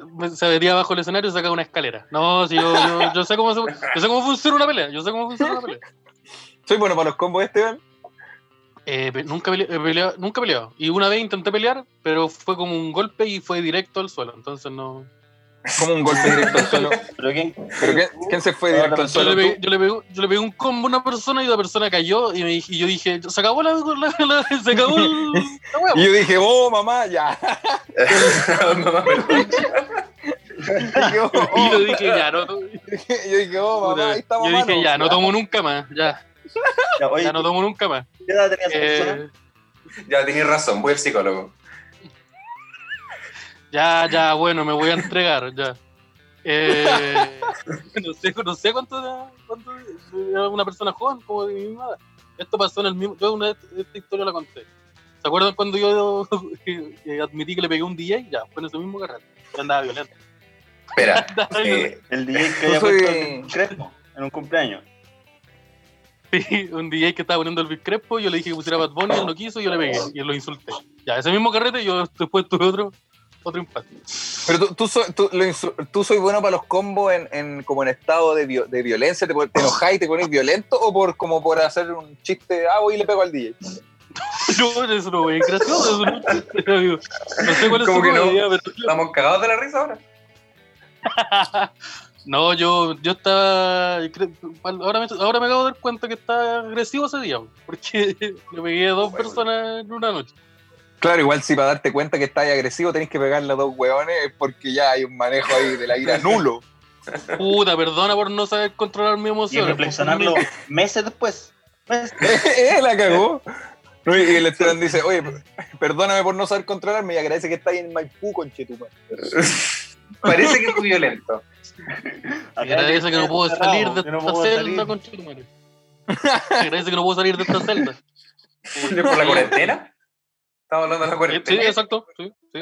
[SPEAKER 2] weón se, se metía abajo del escenario y sacaba una escalera. No, si yo, yo, yo sé cómo se- yo sé cómo funciona una pelea. Yo sé cómo funciona una pelea.
[SPEAKER 4] Soy bueno para los combos, Esteban.
[SPEAKER 2] Eh, pe- nunca, pele- he peleado, nunca he peleado. Y una vez intenté pelear, pero fue como un golpe y fue directo al suelo. Entonces no,
[SPEAKER 4] Como un golpe directo al <laughs> suelo.
[SPEAKER 5] Pero ¿quién? Uh,
[SPEAKER 4] ¿Pero qué- quién se fue directo al
[SPEAKER 2] Yo le,
[SPEAKER 4] suelo?
[SPEAKER 2] pegué,
[SPEAKER 4] ¿Tú?
[SPEAKER 2] yo, le pegué, yo le pegué un combo a una persona y la persona cayó y, me dije- y yo dije, se acabó la, la- la- se acabó el- la hueá".
[SPEAKER 4] Y yo dije, oh, mamá, ya. <laughs>
[SPEAKER 3] Mamá, perdón.
[SPEAKER 4] Dije, oh,
[SPEAKER 2] <laughs> Y
[SPEAKER 4] <laughs>
[SPEAKER 2] yo
[SPEAKER 4] oh.
[SPEAKER 2] dije, ya, no,
[SPEAKER 4] Yo dije, oh, mamá, ahí estamos
[SPEAKER 2] yo dije,
[SPEAKER 4] manos.
[SPEAKER 2] ya, no tomo nunca más, ya,
[SPEAKER 5] Ya, oye,
[SPEAKER 2] ya no tomo nunca más.
[SPEAKER 5] ¿qué edad tenía esa persona?
[SPEAKER 2] Eh,
[SPEAKER 3] ya tenías razón, voy al psicólogo.
[SPEAKER 2] ya, ya, bueno, me voy a entregar, ya. Eh, <laughs> no sé, no sé cuánto, era- cuánto era una persona joven, como de mi misma edad. Esto pasó en el mismo, yo una vez esta historia la conté. ¿Se acuerdan cuando yo <laughs> eh, admití que le pegué a un DJ? Ya, fue en ese mismo carrete. Yo andaba violento. <laughs>
[SPEAKER 3] Espera.
[SPEAKER 2] Andaba violento.
[SPEAKER 3] eh,
[SPEAKER 5] El DJ que
[SPEAKER 4] Yo
[SPEAKER 5] había
[SPEAKER 4] soy-
[SPEAKER 5] puesto el Crespo en un cumpleaños.
[SPEAKER 2] Sí, <laughs> un DJ que estaba poniendo el Big Crespo, yo le dije que pusiera Bad Bunny, él no quiso, yo le pegué y él lo insulté. Ya, ese mismo carrete, yo después tuve otro, otro impacto. <laughs>
[SPEAKER 4] Pero tú, tú, soy, tú, lo insu- tú soy bueno para los combos en, en- como en estado de, vio- de violencia, te, pon- te enojas y te pones violento o por como por hacer un chiste, ah, voy y le pego al DJ.
[SPEAKER 2] No, eso no es gracioso, eso no es chiste, amigo. No sé cuál es
[SPEAKER 3] ¿Cómo
[SPEAKER 2] su
[SPEAKER 3] que no?
[SPEAKER 2] comedia, pero-
[SPEAKER 3] Estamos cagados de la risa ahora.
[SPEAKER 2] <laughs> No, yo, yo estaba. cre- Ahora me, ahora me acabo de dar cuenta que estaba agresivo ese día, porque <laughs> le pegué a dos
[SPEAKER 3] Bueno.
[SPEAKER 2] personas en una noche.
[SPEAKER 4] Claro, igual si para darte cuenta que estás agresivo tenés que pegarle a dos hueones es porque ya hay un manejo ahí de
[SPEAKER 2] <laughs>
[SPEAKER 4] la ira nulo.
[SPEAKER 2] Puta, perdona por no saber controlar mi
[SPEAKER 5] Y
[SPEAKER 2] emoción.
[SPEAKER 5] reflexionarlo meses después. Meses.
[SPEAKER 4] <laughs> Eh, la cagó. No, y
[SPEAKER 2] <laughs>
[SPEAKER 4] el Esteban dice, oye, perdóname por no saber controlarme y agradece que estás en Maipú, conchetumar.
[SPEAKER 3] Parece que fui violento.
[SPEAKER 2] Me agradece que no puedo salir de
[SPEAKER 5] que no
[SPEAKER 2] esta
[SPEAKER 5] puedo
[SPEAKER 2] celda,
[SPEAKER 5] salir.
[SPEAKER 2] conchetumare. Me agradece que no puedo salir de esta celda.
[SPEAKER 3] ¿Por la cuarentena? Estamos hablando de la
[SPEAKER 2] Sí,
[SPEAKER 3] cuarentena.
[SPEAKER 2] exacto. Sí, sí.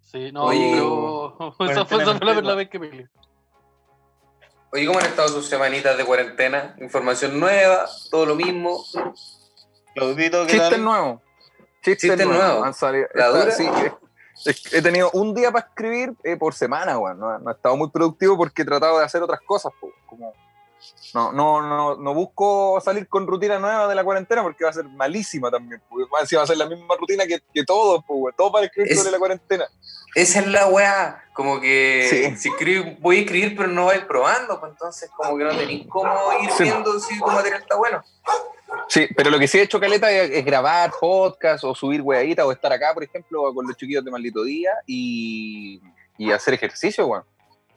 [SPEAKER 2] Sí, no,
[SPEAKER 3] Oye,
[SPEAKER 2] pero esa fue, esa fue la, la vez que peleé.
[SPEAKER 3] Oye, ¿cómo han estado sus semanitas de cuarentena? Información nueva, todo lo mismo.
[SPEAKER 5] Claudito, ¿qué
[SPEAKER 4] Chiste
[SPEAKER 5] tal?
[SPEAKER 4] nuevo. Chiste,
[SPEAKER 3] Chiste
[SPEAKER 4] nuevo.
[SPEAKER 3] nuevo.
[SPEAKER 4] Han salido-
[SPEAKER 3] La
[SPEAKER 4] está-
[SPEAKER 3] dura.
[SPEAKER 4] sí, es- es- he tenido un día para escribir eh, por semana, weón. No, no he estado muy productivo porque he tratado de hacer otras cosas, po, como- no, no, no, no busco salir con rutina nueva de la cuarentena porque va a ser malísima también. Porque va a ser- va a ser la misma rutina que, que todos, po, weón. Todos van a escribir
[SPEAKER 3] Es-
[SPEAKER 4] sobre la cuarentena.
[SPEAKER 3] Esa es la weá. Como que
[SPEAKER 4] Sí.
[SPEAKER 3] si escribí- voy a escribir, pero no vais probando. pues entonces, como que no tenéis cómo ir
[SPEAKER 4] Sí.
[SPEAKER 3] viendo si tu material está bueno.
[SPEAKER 4] Sí, pero lo que sí he hecho, Caleta, es, es grabar podcast o subir weaditas o estar acá, por ejemplo, con los chiquillos de Maldito Día y, y hacer ejercicio, weón.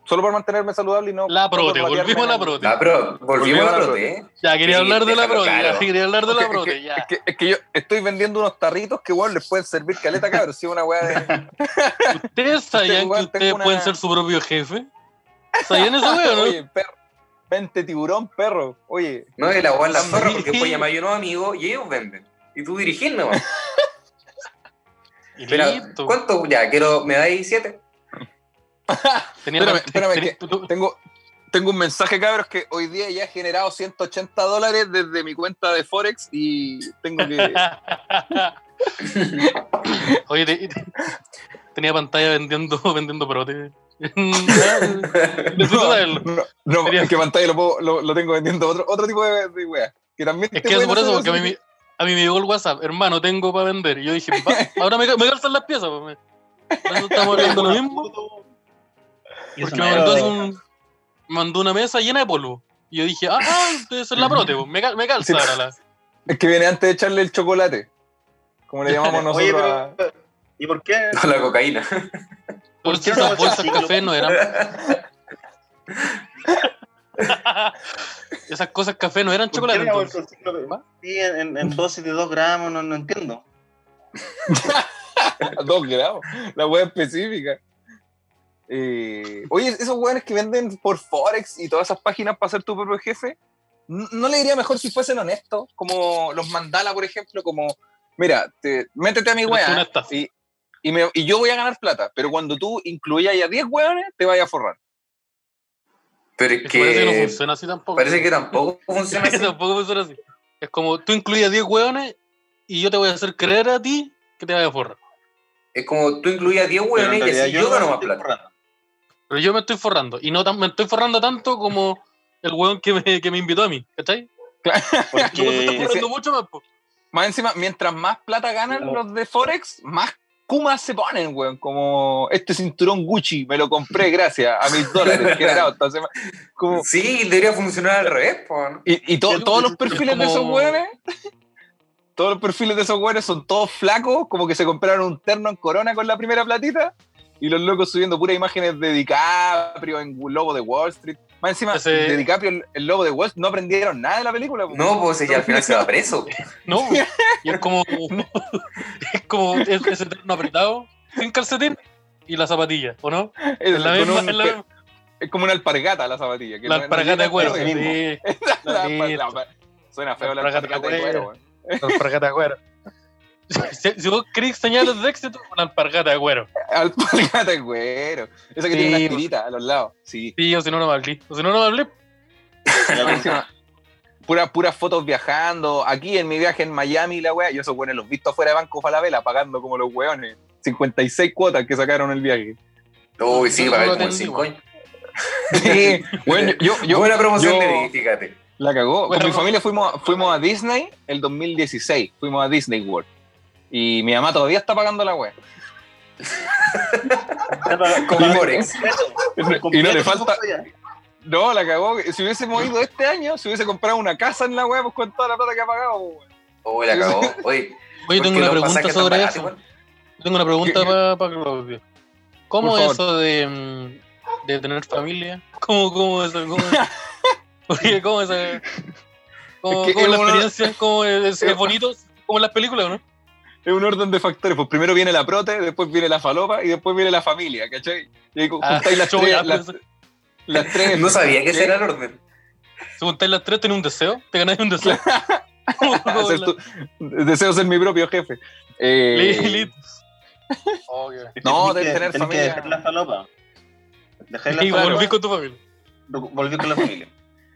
[SPEAKER 4] Solo por mantenerme saludable y no...
[SPEAKER 2] La
[SPEAKER 4] no por
[SPEAKER 2] prote,
[SPEAKER 4] matearme
[SPEAKER 2] volvimos a la
[SPEAKER 4] en-
[SPEAKER 2] prote.
[SPEAKER 3] Ah, pero volvimos a la prote, ¿eh?
[SPEAKER 2] Ya quería
[SPEAKER 3] Sí,
[SPEAKER 2] hablar de la
[SPEAKER 3] déjalo,
[SPEAKER 2] prote, ya
[SPEAKER 3] claro.
[SPEAKER 2] quería hablar de
[SPEAKER 4] Es
[SPEAKER 2] la
[SPEAKER 4] que-
[SPEAKER 2] prote, ya.
[SPEAKER 4] Es que, es que yo estoy vendiendo unos tarritos que, weón, les pueden servir Caleta, cabrón. Sí, una weá
[SPEAKER 2] <laughs>
[SPEAKER 4] de...
[SPEAKER 2] ¿Ustedes sabían
[SPEAKER 4] weón,
[SPEAKER 2] que ustedes
[SPEAKER 4] tengo
[SPEAKER 2] pueden
[SPEAKER 4] una-
[SPEAKER 2] ser su propio jefe? ¿Sabían eso, weón? no?
[SPEAKER 4] Oye, perro. Vente, tiburón, perro. Oye,
[SPEAKER 3] No, y la weá es la
[SPEAKER 4] Sí.
[SPEAKER 3] zorra, porque después llamáis a unos amigos y ellos venden. Y tú dirigís nomás.
[SPEAKER 2] Y
[SPEAKER 3] Mira,
[SPEAKER 2] listo.
[SPEAKER 3] ¿cuánto? Ya, quiero, me dais siete.
[SPEAKER 2] Tenía
[SPEAKER 4] Espérame,
[SPEAKER 2] parte-
[SPEAKER 4] espérame,
[SPEAKER 2] tenía- tú-
[SPEAKER 4] tengo... Tengo un mensaje, cabros, que hoy día ya he generado 180 dólares desde mi cuenta de Forex y tengo
[SPEAKER 2] <laughs>
[SPEAKER 4] que...
[SPEAKER 2] Oye, te- te- tenía pantalla vendiendo, <laughs> vendiendo
[SPEAKER 4] <laughs>
[SPEAKER 2] prote. Necesito saberlo.
[SPEAKER 4] No, no,
[SPEAKER 2] Sería-
[SPEAKER 4] es que pantalla lo, puedo- lo, lo tengo vendiendo otro, otro tipo de, de wea. Que también
[SPEAKER 2] Es
[SPEAKER 4] te
[SPEAKER 2] que es
[SPEAKER 4] pueden
[SPEAKER 2] por eso, porque
[SPEAKER 4] hacer
[SPEAKER 2] a mí, me- a mí me llegó el WhatsApp, hermano, tengo para vender. Y yo dije, "Va, ahora me, ca- me calzan las piezas. pues, me- Por eso estamos hablando lo mismo.
[SPEAKER 5] Y eso
[SPEAKER 2] Porque
[SPEAKER 5] no
[SPEAKER 2] me
[SPEAKER 5] era
[SPEAKER 2] mandó,
[SPEAKER 5] de-
[SPEAKER 2] un- me mandó una mesa llena de polvo. Y yo dije, ah, ah debe ser la prote, pues, me, cal- me calza
[SPEAKER 4] Sí.
[SPEAKER 2] ahora la.
[SPEAKER 4] Es que viene antes de echarle el chocolate. Como le llamamos
[SPEAKER 5] Oye,
[SPEAKER 4] nosotros a-
[SPEAKER 5] pero, ¿y por qué?
[SPEAKER 3] No, la cocaína.
[SPEAKER 2] Por
[SPEAKER 5] ¿Por qué
[SPEAKER 2] cierto, las
[SPEAKER 5] no
[SPEAKER 2] bolsas de
[SPEAKER 5] hacen
[SPEAKER 2] café no eran. <laughs> Esas cosas café no eran
[SPEAKER 5] ¿Por qué
[SPEAKER 2] chocolate.
[SPEAKER 5] era
[SPEAKER 2] entonces.
[SPEAKER 5] el ciclo de- Sí, en, en, en dosis de 2 gramos, no, no entiendo.
[SPEAKER 4] a dos grados. La wea específica. Eh, oye, esos weones que venden por Forex y todas esas páginas para ser tu propio jefe, n- ¿no le diría mejor si fuesen honestos? Como los mandala, por ejemplo, como, mira, te- métete a mi
[SPEAKER 2] Pero es una
[SPEAKER 4] wea
[SPEAKER 2] estafa.
[SPEAKER 4] y, y, me- y yo voy a ganar plata, pero cuando tú incluyas a 10 weones, te vayas a forrar.
[SPEAKER 3] Pero
[SPEAKER 2] Es
[SPEAKER 3] es
[SPEAKER 2] que parece que no
[SPEAKER 3] que
[SPEAKER 2] funciona así tampoco. <laughs>
[SPEAKER 3] parece que tampoco funciona así.
[SPEAKER 2] tampoco funciona así. Es como tú incluyes 10 hueones y yo te voy a hacer creer a ti que te vayas a forrar.
[SPEAKER 3] Es como tú incluías 10
[SPEAKER 5] Pero en
[SPEAKER 3] hueones y
[SPEAKER 5] realidad
[SPEAKER 3] así yo
[SPEAKER 5] no
[SPEAKER 3] gano
[SPEAKER 5] me
[SPEAKER 3] más
[SPEAKER 5] estoy
[SPEAKER 3] plata.
[SPEAKER 5] forrando.
[SPEAKER 2] Pero yo me estoy forrando. Y no tan- me estoy forrando tanto como el hueón que me, que me invitó a mí. ¿Cachai? Tú te estás
[SPEAKER 5] Porque
[SPEAKER 2] forrando mucho más. po.
[SPEAKER 4] Más encima, mientras más plata ganan
[SPEAKER 5] No.
[SPEAKER 4] los de Forex, más Kumas se ponen, weón, como este cinturón Gucci, me lo compré gracias a mis dólares generados esta semana. Como,
[SPEAKER 3] Sí, debería funcionar al revés, po, ¿no?
[SPEAKER 4] y y to- todos los perfiles de esos
[SPEAKER 2] como-
[SPEAKER 4] weones, todos los perfiles de esos weones son todos flacos, como que se compraron un terno en corona con la primera platita, y los locos subiendo puras imágenes de DiCaprio en un logo de Wall Street. Más encima,
[SPEAKER 2] Ese-
[SPEAKER 4] de DiCaprio, el, el logo de Wall Street, no aprendieron nada de la película. weón.
[SPEAKER 3] No, pues ella al final se va preso.
[SPEAKER 2] No, y es como, <laughs> es como es- ese terno apretado, sin calcetín y la zapatilla, ¿o no?
[SPEAKER 4] Es,
[SPEAKER 2] Es la
[SPEAKER 4] con
[SPEAKER 2] misma,
[SPEAKER 4] un-
[SPEAKER 2] es la, misma-
[SPEAKER 4] es como una alpargata la zapatilla. que
[SPEAKER 2] la
[SPEAKER 4] no- no
[SPEAKER 2] alpargata
[SPEAKER 4] llega
[SPEAKER 2] de cuero.
[SPEAKER 4] hasta
[SPEAKER 5] es
[SPEAKER 4] arriba.
[SPEAKER 2] Sí,
[SPEAKER 4] <laughs> La
[SPEAKER 2] Listo.
[SPEAKER 4] alpa- la- Suena feo la
[SPEAKER 2] Alpargata
[SPEAKER 4] alpargata de
[SPEAKER 2] de
[SPEAKER 4] cuero,
[SPEAKER 2] cuero.
[SPEAKER 4] weón.
[SPEAKER 2] la alpargata de cuero. <laughs> Si, si vos querés señales de éxito, una alpargata de cuero.
[SPEAKER 4] <laughs> Alpargata de cuero. Esa que
[SPEAKER 2] Sí,
[SPEAKER 4] tiene una
[SPEAKER 2] pues.
[SPEAKER 4] tirita a los lados. Sí.
[SPEAKER 2] Sí, o si no, no me hablé. O si no, no me hablé.
[SPEAKER 4] Encima, Pura, puras fotos viajando. Aquí en mi viaje en Miami, la wea, yo esos weones los visto fuera de Banco Falabella pagando como los weones. 56 cuotas que sacaron el viaje.
[SPEAKER 3] Uy, sí,
[SPEAKER 2] Yo
[SPEAKER 3] va a
[SPEAKER 2] no lo
[SPEAKER 3] haber como
[SPEAKER 2] atendí,
[SPEAKER 3] cinco
[SPEAKER 2] weón.
[SPEAKER 3] años.
[SPEAKER 4] Sí, <laughs> bueno, yo, yo-
[SPEAKER 3] Buena promoción
[SPEAKER 4] yo-
[SPEAKER 3] de ti, fíjate.
[SPEAKER 4] La cagó.
[SPEAKER 2] Bueno,
[SPEAKER 4] Con mi
[SPEAKER 2] no.
[SPEAKER 4] familia fuimos, fuimos a Disney el 2016. Fuimos a Disney World. Y mi mamá todavía está pagando la wea.
[SPEAKER 3] Con
[SPEAKER 5] <laughs>
[SPEAKER 3] Morex.
[SPEAKER 4] Y no le falta. No, la cagó. Si hubiésemos ido este año, si hubiese comprado una casa en la wea, pues con toda la plata que ha pagado, pues, weón.
[SPEAKER 3] Uy, Oh, la cagó. Oye,
[SPEAKER 2] Oye, tengo
[SPEAKER 3] ¿por qué
[SPEAKER 2] una
[SPEAKER 3] los
[SPEAKER 2] pregunta
[SPEAKER 3] pasajes tan
[SPEAKER 2] sobre
[SPEAKER 3] baratos,
[SPEAKER 2] eso.
[SPEAKER 3] weón?
[SPEAKER 2] Tengo una pregunta
[SPEAKER 4] ¿Qué- qué?
[SPEAKER 2] para Claudio. ¿Cómo
[SPEAKER 4] Por favor.
[SPEAKER 2] eso de, mm, de tener familia? ¿Cómo, cómo eso? ¿Cómo,
[SPEAKER 4] <laughs>
[SPEAKER 2] Oye, ¿cómo eso? ¿Cómo,
[SPEAKER 4] Es que
[SPEAKER 2] cómo
[SPEAKER 4] es
[SPEAKER 2] la
[SPEAKER 4] uno-
[SPEAKER 2] experiencia? ¿Cómo es,
[SPEAKER 4] es-
[SPEAKER 2] es bonito? ¿Como en las películas, no?
[SPEAKER 4] Es un orden de factores. Pues primero viene la prote, después viene la falopa y después viene la familia, ¿cachai? Y ahí
[SPEAKER 2] Ah,
[SPEAKER 4] juntáis las,
[SPEAKER 2] yo voy a-
[SPEAKER 4] tres, las, las
[SPEAKER 3] <laughs>
[SPEAKER 4] tres.
[SPEAKER 3] No sabía que
[SPEAKER 4] ¿sí?
[SPEAKER 3] ese era el orden.
[SPEAKER 2] Si juntáis las tres, tenés un deseo, te ganáis un deseo. <laughs> ¿Cómo- cómo
[SPEAKER 4] <laughs> <laughs> Hacer
[SPEAKER 2] la-
[SPEAKER 4] tu- deseo ser mi propio jefe. Eh,
[SPEAKER 2] Li- li- Oh, qué-
[SPEAKER 4] No, de tener
[SPEAKER 5] que
[SPEAKER 4] familia.
[SPEAKER 5] dejar la falopa.
[SPEAKER 2] <laughs>
[SPEAKER 5] Dejar la
[SPEAKER 2] Y
[SPEAKER 5] falopa.
[SPEAKER 2] volví con tu familia.
[SPEAKER 5] Vol- volví con la familia.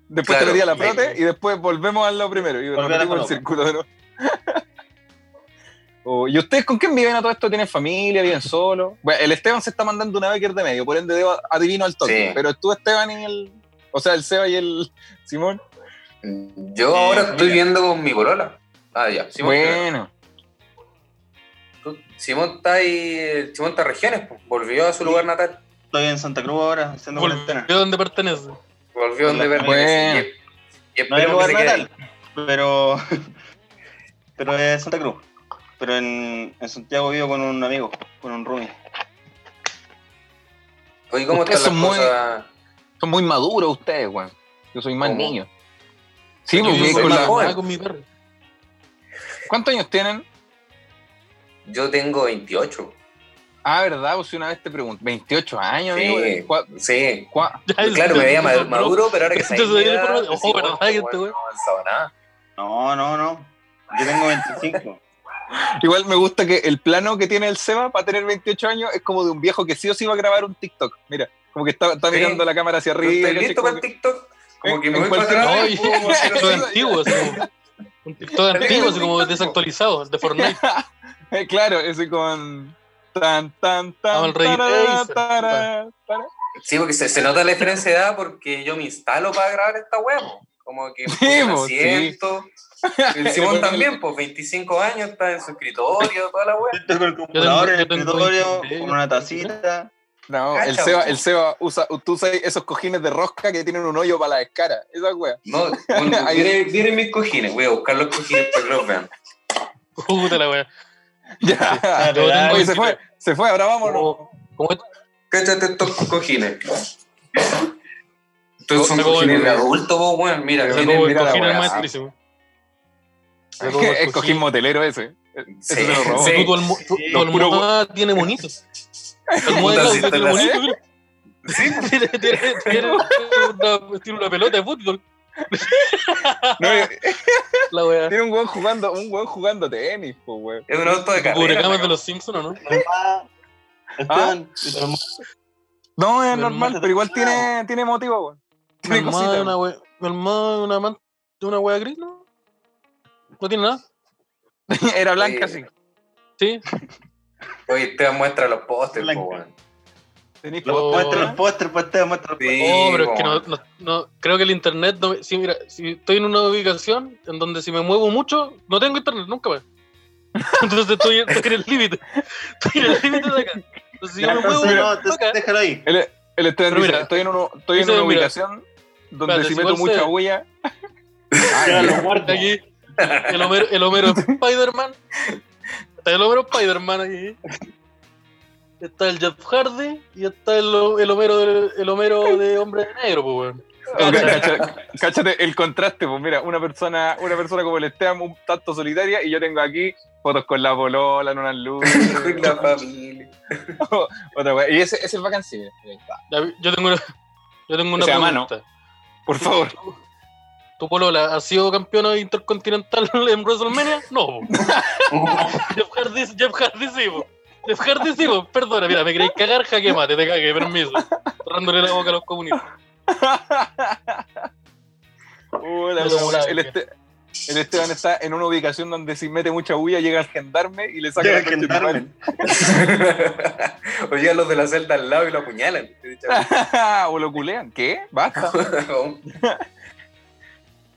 [SPEAKER 4] Después
[SPEAKER 3] Claro,
[SPEAKER 4] te metí a la
[SPEAKER 3] me-
[SPEAKER 4] prote y después volvemos a lo primero. Y
[SPEAKER 5] Volver a
[SPEAKER 4] repetimos
[SPEAKER 5] la
[SPEAKER 4] el
[SPEAKER 5] falopa.
[SPEAKER 4] círculo de nuevo. <laughs> Oh, ¿Y ustedes con quién viven a todo esto? ¿Tienen familia? ¿Viven solo? Bueno, el Esteban se está mandando una becker de medio, por ende debo adivino al toque.
[SPEAKER 3] Sí.
[SPEAKER 4] Pero tú, Esteban, y el. O sea, el Seba y el Simón.
[SPEAKER 3] Yo
[SPEAKER 5] Eh,
[SPEAKER 3] ahora estoy
[SPEAKER 5] mira.
[SPEAKER 3] viendo con mi corola. Ah, ya. Simón,
[SPEAKER 4] bueno,
[SPEAKER 3] tú- Simón está ahí. eh, Simón está en regiones, po. volvió a su lugar natal.
[SPEAKER 5] Estoy en Santa Cruz ahora, haciendo cuarentena.
[SPEAKER 2] Volvió donde pertenece.
[SPEAKER 3] Volvió donde
[SPEAKER 5] Bueno.
[SPEAKER 3] pertenece. Y, y
[SPEAKER 5] No es
[SPEAKER 3] esperemos
[SPEAKER 5] lugar
[SPEAKER 3] que se quede
[SPEAKER 5] natal, pero. <laughs> Pero es Santa Cruz. Pero en, en Santiago vivo con un amigo, con un roomie.
[SPEAKER 3] ahí. Oye, ¿cómo
[SPEAKER 4] Ustedes
[SPEAKER 3] están las
[SPEAKER 4] son muy-
[SPEAKER 3] cosas?
[SPEAKER 4] son muy maduros ustedes, weón. Yo soy más
[SPEAKER 3] ¿Cómo?
[SPEAKER 4] niño. Sí,
[SPEAKER 2] Yo
[SPEAKER 4] porque
[SPEAKER 2] vivo con
[SPEAKER 4] con
[SPEAKER 2] mi
[SPEAKER 4] la-
[SPEAKER 3] joven.
[SPEAKER 2] mamá, con mi perro. <laughs>
[SPEAKER 4] ¿Cuántos años tienen?
[SPEAKER 3] Yo tengo 28.
[SPEAKER 4] Ah, ¿verdad? Vos si una vez te pregunté. 28 años,
[SPEAKER 3] Sí.
[SPEAKER 4] amigo. ¿Cuá-
[SPEAKER 3] Sí.
[SPEAKER 4] cuá-
[SPEAKER 2] Ya,
[SPEAKER 3] Yo, claro,
[SPEAKER 2] eso-
[SPEAKER 3] me veía ma-
[SPEAKER 2] eso- <laughs>
[SPEAKER 3] maduro, pero
[SPEAKER 5] <laughs>
[SPEAKER 3] ahora que se
[SPEAKER 2] Yo soy el
[SPEAKER 3] ahí,
[SPEAKER 2] profe.
[SPEAKER 3] ya,
[SPEAKER 2] Ojo,
[SPEAKER 5] Oh,
[SPEAKER 3] sí,
[SPEAKER 2] ¿verdad
[SPEAKER 3] bueno,
[SPEAKER 2] que este
[SPEAKER 3] bueno,
[SPEAKER 2] güey?
[SPEAKER 3] No avanzaba nada.
[SPEAKER 5] No, no, no. Yo tengo 25.
[SPEAKER 4] Igual me gusta que el plano que tiene el Seba para tener 28 años es como de un viejo que sí o sí va a grabar un TikTok. Mira, como que está, está
[SPEAKER 3] Sí.
[SPEAKER 4] mirando la cámara hacia
[SPEAKER 3] ¿No ¿Estás
[SPEAKER 4] arriba. ¿cachai?
[SPEAKER 3] listo para
[SPEAKER 4] Como
[SPEAKER 3] el
[SPEAKER 4] que-
[SPEAKER 3] TikTok? Como que
[SPEAKER 4] en
[SPEAKER 3] me voy para
[SPEAKER 4] cualquier-
[SPEAKER 3] atrás.
[SPEAKER 2] No, <laughs>
[SPEAKER 3] puedo hacer
[SPEAKER 2] Todo
[SPEAKER 3] así.
[SPEAKER 2] antiguo, así como. Un TikTok antiguo, así como desactualizado, el de
[SPEAKER 4] <laughs>
[SPEAKER 2] Fortnite.
[SPEAKER 4] Eh, claro, ese con. Tan, tan, tan.
[SPEAKER 2] Vamos al rey
[SPEAKER 4] tará,
[SPEAKER 2] Acer.
[SPEAKER 4] tará, tará.
[SPEAKER 3] Sí, porque se, se nota la diferencia de edad porque yo me instalo para grabar esta web. Como que
[SPEAKER 4] Sí, po, sí.
[SPEAKER 3] siento. El Simón <laughs>
[SPEAKER 4] Bueno,
[SPEAKER 3] también, pues 25 años, está en su escritorio, toda la web.
[SPEAKER 5] Estoy con el computador, en el
[SPEAKER 2] yo tengo
[SPEAKER 5] escritorio,
[SPEAKER 2] 23,
[SPEAKER 5] con una tacita.
[SPEAKER 4] No, el
[SPEAKER 3] Cacha,
[SPEAKER 4] Seba,
[SPEAKER 3] weón.
[SPEAKER 4] el Seba usa, tú usas esos cojines de rosca que tienen un hoyo para la escara. Esa wea.
[SPEAKER 3] No, bueno, miren, miren mis cojines, voy a buscar los cojines para que los vean.
[SPEAKER 2] Puta la wea.
[SPEAKER 4] <laughs> Ya.
[SPEAKER 2] Yo tengo
[SPEAKER 4] Oye, se fue, se fue, ahora vámonos.
[SPEAKER 2] como, como este, esto-
[SPEAKER 3] Cáchate estos cojines. Estos son
[SPEAKER 2] Sacó el-
[SPEAKER 3] cojines de adulto, vos, weón. Mira,
[SPEAKER 4] Sacó
[SPEAKER 3] tienen-
[SPEAKER 2] como el
[SPEAKER 4] mira la
[SPEAKER 2] cojín
[SPEAKER 4] wea.
[SPEAKER 2] al maestrísimo. Como el
[SPEAKER 4] <laughs> Es cojín
[SPEAKER 2] cojín.
[SPEAKER 4] motelero ese.
[SPEAKER 3] Sí,
[SPEAKER 4] Ese se lo robó.
[SPEAKER 3] sí.
[SPEAKER 2] Tú, tu almo- tu- tu
[SPEAKER 5] No,
[SPEAKER 4] puro
[SPEAKER 2] almohada "Ah, tiene
[SPEAKER 3] <laughs>
[SPEAKER 2] monitos. Tu
[SPEAKER 3] Puta,
[SPEAKER 2] almohada
[SPEAKER 3] si
[SPEAKER 2] tiene
[SPEAKER 3] te la- pues.
[SPEAKER 2] monitos. mira. <laughs> Tiene tiene-
[SPEAKER 3] <laughs>
[SPEAKER 2] tiene una- tiene una pelota de fútbol.
[SPEAKER 4] No, y-
[SPEAKER 2] La wea.
[SPEAKER 4] Tiene un weón jugando, un weón jugando tenis, po, weón.
[SPEAKER 3] Es un auto de
[SPEAKER 2] Cubre
[SPEAKER 3] carrera.
[SPEAKER 2] camas de
[SPEAKER 3] weón.
[SPEAKER 2] los Simpsons, ¿o ¿no?
[SPEAKER 5] ¿Ah? Esteban,
[SPEAKER 4] No, es
[SPEAKER 2] Mi
[SPEAKER 4] normal,
[SPEAKER 5] hermano-
[SPEAKER 4] pero igual tiene, tiene motivo, weón.
[SPEAKER 2] Mi
[SPEAKER 4] Tiene
[SPEAKER 2] almohada de
[SPEAKER 4] cositas.
[SPEAKER 2] una wea. Mi almohada de una man- de una wea gris, ¿no? No tiene nada. pues,
[SPEAKER 4] Era
[SPEAKER 2] eh,
[SPEAKER 4] blanca,
[SPEAKER 3] Sí.
[SPEAKER 4] sí.
[SPEAKER 2] Sí.
[SPEAKER 3] Oye, te muestra los pósters, po,
[SPEAKER 5] Blanco.
[SPEAKER 3] weón.
[SPEAKER 4] Tenis
[SPEAKER 5] los
[SPEAKER 2] Oh.
[SPEAKER 5] póster, los póster, pues Esteban, muestra los
[SPEAKER 3] Sí,
[SPEAKER 2] Oh, pero es que no,
[SPEAKER 3] weón.
[SPEAKER 2] no- no- creo que el internet no
[SPEAKER 3] <laughs>
[SPEAKER 2] me- sí, mira, si estoy en una ubicación en donde si me muevo mucho, no tengo internet nunca más. Entonces estoy, estoy en el límite. Estoy en el límite de acá. Entonces si yo me muevo.
[SPEAKER 5] Entonces, no,
[SPEAKER 2] acá,
[SPEAKER 5] entonces déjalo ahí.
[SPEAKER 4] El, el Esteban
[SPEAKER 2] Pero
[SPEAKER 4] dice,
[SPEAKER 2] mira,
[SPEAKER 4] estoy en, uno- estoy en
[SPEAKER 2] dice,
[SPEAKER 4] una
[SPEAKER 2] mira,
[SPEAKER 4] ubicación donde
[SPEAKER 2] espérate,
[SPEAKER 4] si
[SPEAKER 2] si
[SPEAKER 4] meto
[SPEAKER 2] igual
[SPEAKER 4] mucha
[SPEAKER 2] se- <laughs>
[SPEAKER 4] huella...
[SPEAKER 5] Quedan los muertos.
[SPEAKER 2] Aquí, el Homero, el Homero Spider-Man. Está el Homero Spider-Man aquí. Está el Jeff Hardy y está el, el Homero de, el Homero de Hombre de Negro, pues, weón.
[SPEAKER 4] Ok, cáchate, cáchate el contraste, pues mira, una persona, una persona como el Esteban, un tanto solitaria, y yo tengo aquí fotos con la polola, en
[SPEAKER 2] <laughs>
[SPEAKER 4] unas luces,
[SPEAKER 3] Con <laughs> la familia.
[SPEAKER 4] otra wea. Y ese, ese es el vacancillo.
[SPEAKER 2] Ya, Yo tengo una, yo tengo una
[SPEAKER 4] O sea,
[SPEAKER 2] pregunta.
[SPEAKER 4] Por favor.
[SPEAKER 2] ¿Tu polola ha sido campeona intercontinental <laughs> en WrestleMania? No, po. Jeff Hardy, Jeff Hardy sí, po. Jeff Hardy sí, po. Perdona, mira, me queréis cagar, jaque mate, te cagué, permiso. Cerrándole la boca a los comunistas. Eso
[SPEAKER 4] Puta,
[SPEAKER 2] es
[SPEAKER 4] wea.
[SPEAKER 2] una
[SPEAKER 4] el,
[SPEAKER 2] bestia.
[SPEAKER 4] Este- el Esteban está en una ubicación donde si mete mucha bulla llega el gendarme y le saca
[SPEAKER 5] Llega
[SPEAKER 4] la
[SPEAKER 5] el
[SPEAKER 4] concha de tu
[SPEAKER 5] gendarme.
[SPEAKER 4] madre.
[SPEAKER 3] <laughs> o llegan los de la celda al lado y lo apuñalan.
[SPEAKER 2] <laughs>
[SPEAKER 4] <laughs> o lo culean. ¿Qué? Basta.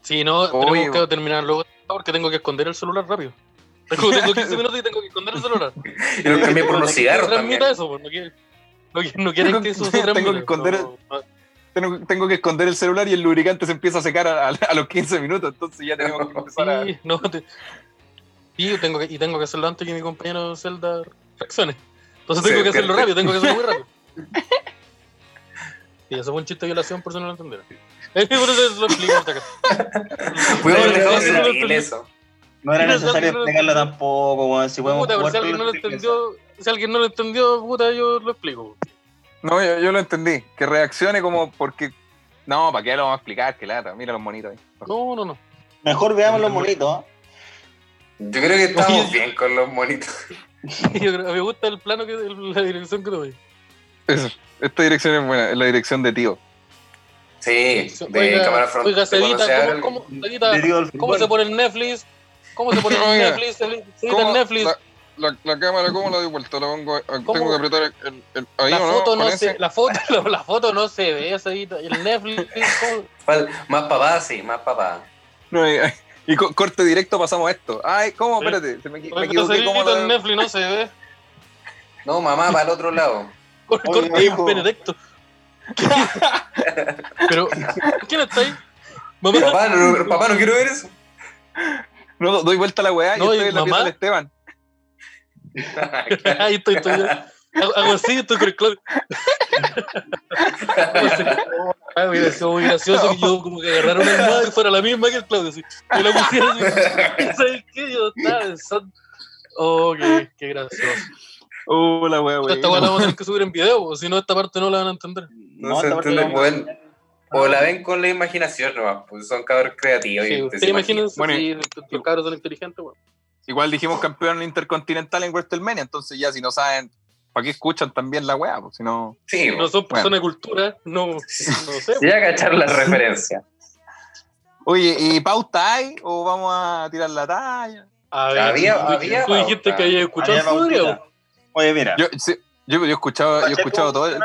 [SPEAKER 2] Sí, no,
[SPEAKER 4] Oye,
[SPEAKER 2] tenemos que terminar luego porque tengo que esconder el celular rápido. Tengo, tengo 15 minutos y tengo que esconder el celular.
[SPEAKER 3] y lo cambié por unos cigarros también.
[SPEAKER 2] transmita eso, po, no quieren, no, quieren- no quieren que eso se
[SPEAKER 4] Tengo que
[SPEAKER 2] transmita.
[SPEAKER 4] esconder el-
[SPEAKER 2] No, no.
[SPEAKER 4] Tengo, tengo que esconder el celular y el lubricante se empieza a secar a, a- a los 15 minutos. Entonces ya tenemos que empezar
[SPEAKER 2] <laughs>
[SPEAKER 4] a.
[SPEAKER 2] Sí, no, te- sí, yo tengo que, y tengo que hacerlo antes que mi compañero Zelda reaccione. Entonces tengo
[SPEAKER 3] Sí,
[SPEAKER 2] que hacerlo
[SPEAKER 3] perfecto.
[SPEAKER 2] rápido, tengo que hacerlo muy rápido. Y eso fue un chiste de violación, por si no lo entendieron. Es que por eso es lo que digo hasta acá.
[SPEAKER 3] Pudimos
[SPEAKER 5] Pero
[SPEAKER 3] dejar
[SPEAKER 5] eso
[SPEAKER 3] de
[SPEAKER 5] no lo
[SPEAKER 3] sutil eso.
[SPEAKER 5] No era
[SPEAKER 2] Pero
[SPEAKER 5] necesario
[SPEAKER 2] eso-
[SPEAKER 5] explicarlo tampoco, weón. Si podemos
[SPEAKER 2] Puta, pero
[SPEAKER 5] jugar
[SPEAKER 2] si alguien
[SPEAKER 5] con
[SPEAKER 2] no lo
[SPEAKER 5] las riquezas.
[SPEAKER 2] entendió, si alguien no lo entendió, puta, yo lo explico.
[SPEAKER 4] No, yo, yo lo entendí. Que reaccione como porque. No, ¿para qué lo vamos a explicar? Que lata. Mira los monitos ahí.
[SPEAKER 2] No, no, <laughs> no.
[SPEAKER 5] Mejor veamos los monitos. ¿eh?
[SPEAKER 3] Yo creo que estamos
[SPEAKER 2] Oye,
[SPEAKER 3] bien con los monitos.
[SPEAKER 2] Yo creo- me gusta el plano, que, el- la dirección que te doy.
[SPEAKER 4] Eso. Esta dirección es buena. Es la dirección de tío.
[SPEAKER 3] Sí, de
[SPEAKER 2] Oiga,
[SPEAKER 3] cámara front.
[SPEAKER 2] Oiga,
[SPEAKER 3] de cuando
[SPEAKER 2] Cedita,
[SPEAKER 3] se
[SPEAKER 2] ¿cómo-
[SPEAKER 3] abre el-
[SPEAKER 2] cómo- Cedita,
[SPEAKER 5] Le digo al
[SPEAKER 2] ¿Cómo
[SPEAKER 5] fútbol.
[SPEAKER 2] se pone el Netflix? ¿Cómo se pone el
[SPEAKER 4] Oiga,
[SPEAKER 2] Netflix? El, se edita
[SPEAKER 4] ¿Cómo
[SPEAKER 2] el Netflix. La,
[SPEAKER 4] La, la- la cámara, ¿cómo la doy vuelta? La pongo, ah,
[SPEAKER 2] ¿Cómo?
[SPEAKER 4] Tengo que apretar el. el- el- ahí ¿o
[SPEAKER 2] foto no
[SPEAKER 4] Con
[SPEAKER 2] se,
[SPEAKER 4] ese.
[SPEAKER 2] la, foto, <laughs> la, la foto no se ve, se edita. El Netflix. ¿cómo?
[SPEAKER 3] Fal- Más papá, sí, más papá.
[SPEAKER 4] No, y, y co- corte directo pasamos a esto. Ay, ¿cómo?
[SPEAKER 2] Sí.
[SPEAKER 4] Espérate. Se me, equi- me
[SPEAKER 2] Oiga,
[SPEAKER 4] equivoqué.
[SPEAKER 2] se
[SPEAKER 4] ¿Cómo
[SPEAKER 2] edita
[SPEAKER 4] la-
[SPEAKER 2] el Netflix, no se ve.
[SPEAKER 3] No, mamá, para el otro lado.
[SPEAKER 2] Cor-
[SPEAKER 5] Oiga,
[SPEAKER 2] Corta ahí un
[SPEAKER 5] hijo.
[SPEAKER 2] Benedicto. <laughs> Pero, ¿quién está ahí? Mamá,
[SPEAKER 3] Papá, no, papá, no quiero ver eso.
[SPEAKER 4] No, do- doy vuelta a la weá
[SPEAKER 2] No,
[SPEAKER 4] y
[SPEAKER 2] y
[SPEAKER 4] estoy en la pieza
[SPEAKER 2] mamá.
[SPEAKER 4] del Esteban.
[SPEAKER 2] <laughs> ahí estoy, estoy. yo. Hago, hago así, estoy con el <laughs> clave. Ah, hubiera sido muy gracioso que yo como que agarrara una almohada que fuera la misma que el Claudio. Así. Y la pusiera así. <laughs> ¿Sabes qué? Yo estaba pensando. Oh, qué, qué gracioso.
[SPEAKER 4] Uh, la weá,
[SPEAKER 2] Esta weá la vamos a tener que subir en video, o si no, esta parte no la van a entender.
[SPEAKER 5] No,
[SPEAKER 3] No se
[SPEAKER 5] esta parte
[SPEAKER 3] entiende,
[SPEAKER 5] no.
[SPEAKER 3] weón. O la ven con la imaginación nomás, pues son cabros creativos.
[SPEAKER 2] Sí,
[SPEAKER 3] y
[SPEAKER 2] ustedes imagínense
[SPEAKER 4] Bueno,
[SPEAKER 2] si los cabros son inteligentes, weón.
[SPEAKER 4] Igual dijimos campeón intercontinental en WrestleMania, entonces ya si no saben, ¿para qué escuchan también la weá? Pues, si no...
[SPEAKER 3] Sí, pues.
[SPEAKER 2] Si no son
[SPEAKER 4] bueno.
[SPEAKER 2] personas de cultura, no, no sé.
[SPEAKER 3] sí, a cachar la referencia.
[SPEAKER 4] Oye, ¿y pauta hay o vamos a tirar la talla?
[SPEAKER 2] A ver,
[SPEAKER 3] Había-
[SPEAKER 2] tú,
[SPEAKER 3] había
[SPEAKER 2] tú dijiste
[SPEAKER 3] pauta.
[SPEAKER 2] que había
[SPEAKER 5] Había
[SPEAKER 2] escuchado Fudria,
[SPEAKER 5] pautita. Oye, mira.
[SPEAKER 4] Yo, sí, yo, yo he escuchado, yo he escuchado todo. el-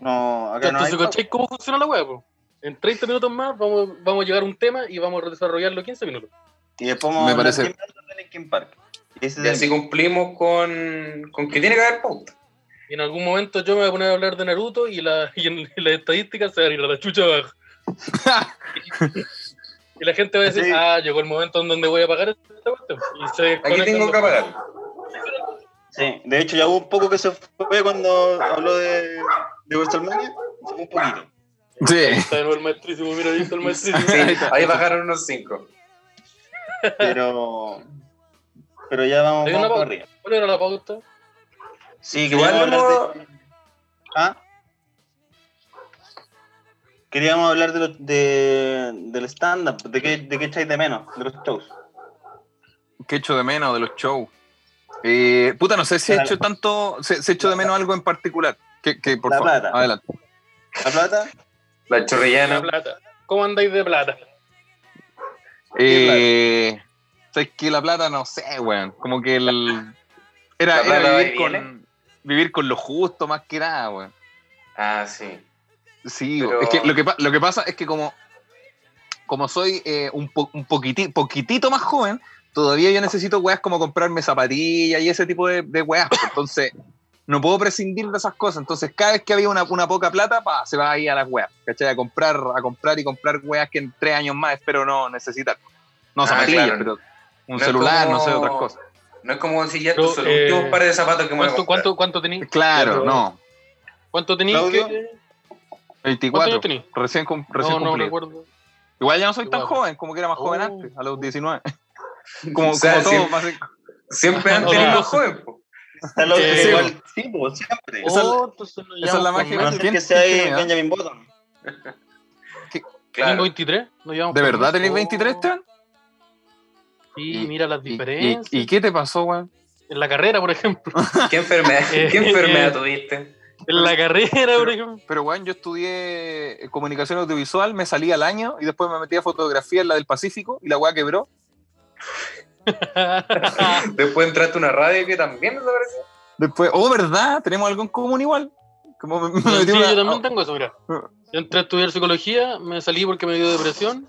[SPEAKER 5] No, acá no hay.
[SPEAKER 2] Entonces, ¿cachai cómo funciona la weá, po? En 30 minutos más vamos, vamos a llegar a un tema y vamos a desarrollarlo en 15 minutos.
[SPEAKER 5] Y después vamos
[SPEAKER 4] Me
[SPEAKER 5] a hablar
[SPEAKER 4] parece-
[SPEAKER 5] de Linkin Park. Y
[SPEAKER 2] Mm.
[SPEAKER 5] ese
[SPEAKER 3] Y
[SPEAKER 5] es
[SPEAKER 3] así
[SPEAKER 5] el-
[SPEAKER 3] cumplimos con, con que tiene que haber pauta.
[SPEAKER 2] Y en algún momento yo me voy a poner a hablar de Naruto y, la, <laughs> y en, y las estadísticas se van a ir a la chucha abajo. y la gente va a decir,
[SPEAKER 5] Sí.
[SPEAKER 2] ah, llegó el momento en donde voy a pagar esta cuestión. Y se
[SPEAKER 3] Aquí
[SPEAKER 2] conectan
[SPEAKER 3] tengo
[SPEAKER 2] los-
[SPEAKER 3] que pagar.
[SPEAKER 5] Sí, de hecho ya hubo un poco que se fue cuando habló de, de WrestleMania. Se fue un poquito.
[SPEAKER 4] Sí.
[SPEAKER 2] Está de nuevo el maestrísimo, mira, ahí está el
[SPEAKER 3] <laughs>
[SPEAKER 2] maestrísimo.
[SPEAKER 3] Sí, ahí bajaron unos cinco.
[SPEAKER 5] Pero. Pero ya vamos,
[SPEAKER 2] Hay una
[SPEAKER 5] vamos para
[SPEAKER 2] pausa.
[SPEAKER 5] arriba.
[SPEAKER 2] ¿Cuál era la pauta?
[SPEAKER 5] Sí,
[SPEAKER 3] Igual
[SPEAKER 5] queríamos hablar
[SPEAKER 3] hemos-
[SPEAKER 5] de. ¿Ah? Queríamos hablar de los- de- del stand-up, de qué, de qué echáis de menos, de los shows.
[SPEAKER 4] ¿Qué echo de menos de los shows? Eh, puta, no sé si he
[SPEAKER 5] La-
[SPEAKER 4] hecho tanto, se, se echo de menos algo en particular. Que, que, por
[SPEAKER 5] La
[SPEAKER 4] favor,
[SPEAKER 5] plata.
[SPEAKER 4] adelante.
[SPEAKER 5] La plata,
[SPEAKER 3] La
[SPEAKER 2] La
[SPEAKER 3] chorrillana.
[SPEAKER 2] plata. ¿Cómo andáis de plata?
[SPEAKER 4] Eh, ¿Sabes que La plata, no sé, weón. Como que el,
[SPEAKER 3] La
[SPEAKER 4] era, era
[SPEAKER 3] plata
[SPEAKER 4] vivir,
[SPEAKER 3] ahí
[SPEAKER 4] con, vivir con lo justo más que nada, weón.
[SPEAKER 3] Ah, sí.
[SPEAKER 4] Sí,
[SPEAKER 3] Pero-
[SPEAKER 4] es que lo, que pa- lo que pasa es que como, como soy eh, un, po- un poquiti- poquitito más joven, todavía yo necesito weas como comprarme zapatillas y ese tipo de, de weas. pues, Entonces, no puedo prescindir de esas cosas. Entonces, cada vez que había una, una poca plata, pa, se va ahí a las weas. ¿Cachai? A comprar, a comprar y comprar weas que en tres años más espero no necesitar. No
[SPEAKER 3] Ah,
[SPEAKER 4] zapatillas,
[SPEAKER 3] claro.
[SPEAKER 4] pero
[SPEAKER 3] No
[SPEAKER 4] un
[SPEAKER 3] es
[SPEAKER 4] celular, no sé,
[SPEAKER 3] como-
[SPEAKER 4] otras cosas.
[SPEAKER 3] No es como si ya
[SPEAKER 2] Pero,
[SPEAKER 3] tus
[SPEAKER 2] eh,
[SPEAKER 3] últimos pares de zapatos que me voy a
[SPEAKER 2] ¿Cuánto,
[SPEAKER 3] comprar.
[SPEAKER 2] cuánto, cuánto tenéis?
[SPEAKER 4] Claro, no.
[SPEAKER 2] ¿Cuánto tenéis?
[SPEAKER 5] Claudio,
[SPEAKER 2] que- ¿Cuántos
[SPEAKER 4] 24.
[SPEAKER 2] años tenéis?
[SPEAKER 4] Recién, cum- recién
[SPEAKER 2] No, no
[SPEAKER 4] cumplido.
[SPEAKER 2] recuerdo.
[SPEAKER 4] Igual ya no soy tan
[SPEAKER 2] Igual.
[SPEAKER 4] joven como que era más joven
[SPEAKER 2] Oh.
[SPEAKER 4] antes, a los
[SPEAKER 2] <laughs>
[SPEAKER 4] 19. Como,
[SPEAKER 3] O sea,
[SPEAKER 4] como todo,
[SPEAKER 3] siempre-
[SPEAKER 4] básicamente.
[SPEAKER 3] Siempre han tenido
[SPEAKER 2] Hola.
[SPEAKER 3] más joven. po.
[SPEAKER 5] Está loco,
[SPEAKER 2] Sí.
[SPEAKER 5] igual, sí, pues, siempre.
[SPEAKER 4] Esa es la-
[SPEAKER 2] Oh, entonces pues, nos
[SPEAKER 4] esa es
[SPEAKER 2] llevamos
[SPEAKER 4] la
[SPEAKER 2] con
[SPEAKER 4] magia
[SPEAKER 5] A no
[SPEAKER 2] más.
[SPEAKER 5] ser
[SPEAKER 4] ¿quién-
[SPEAKER 5] que
[SPEAKER 4] quién
[SPEAKER 5] sea
[SPEAKER 4] tiene, ¿ah?
[SPEAKER 5] Benjamin Button.
[SPEAKER 2] ¿Tengo
[SPEAKER 3] Claro.
[SPEAKER 2] 23? Nos llevamos
[SPEAKER 4] ¿De
[SPEAKER 2] con
[SPEAKER 4] verdad
[SPEAKER 2] más.
[SPEAKER 4] tenéis
[SPEAKER 2] Oh,
[SPEAKER 4] 23, Esteban?
[SPEAKER 2] Sí,
[SPEAKER 4] ¿Y-
[SPEAKER 2] mira las
[SPEAKER 4] ¿Y- y-
[SPEAKER 2] diferencias.
[SPEAKER 4] ¿Y, qué te pasó, weón?
[SPEAKER 2] En la carrera, por ejemplo.
[SPEAKER 3] ¿Qué enfermedad,
[SPEAKER 2] <laughs> Eh,
[SPEAKER 3] ¿qué
[SPEAKER 2] eh,
[SPEAKER 3] enfermedad
[SPEAKER 2] eh.
[SPEAKER 3] tuviste?
[SPEAKER 2] En la carrera, por ejemplo.
[SPEAKER 4] Pero, weón, yo estudié eh, comunicación audiovisual, me salí al año y después me metí a fotografía en la del Pacífico y la weá quebró.
[SPEAKER 2] ah.
[SPEAKER 3] Después entraste a una radio que también desapareció.
[SPEAKER 4] Después, oh, ¿verdad? Tenemos algo en común igual. Como me, me
[SPEAKER 2] <laughs> Sí,
[SPEAKER 4] metí
[SPEAKER 2] yo
[SPEAKER 4] una-
[SPEAKER 2] también tengo eso, mira.
[SPEAKER 4] Ah.
[SPEAKER 2] Yo entré a estudiar psicología, me salí porque me dio depresión.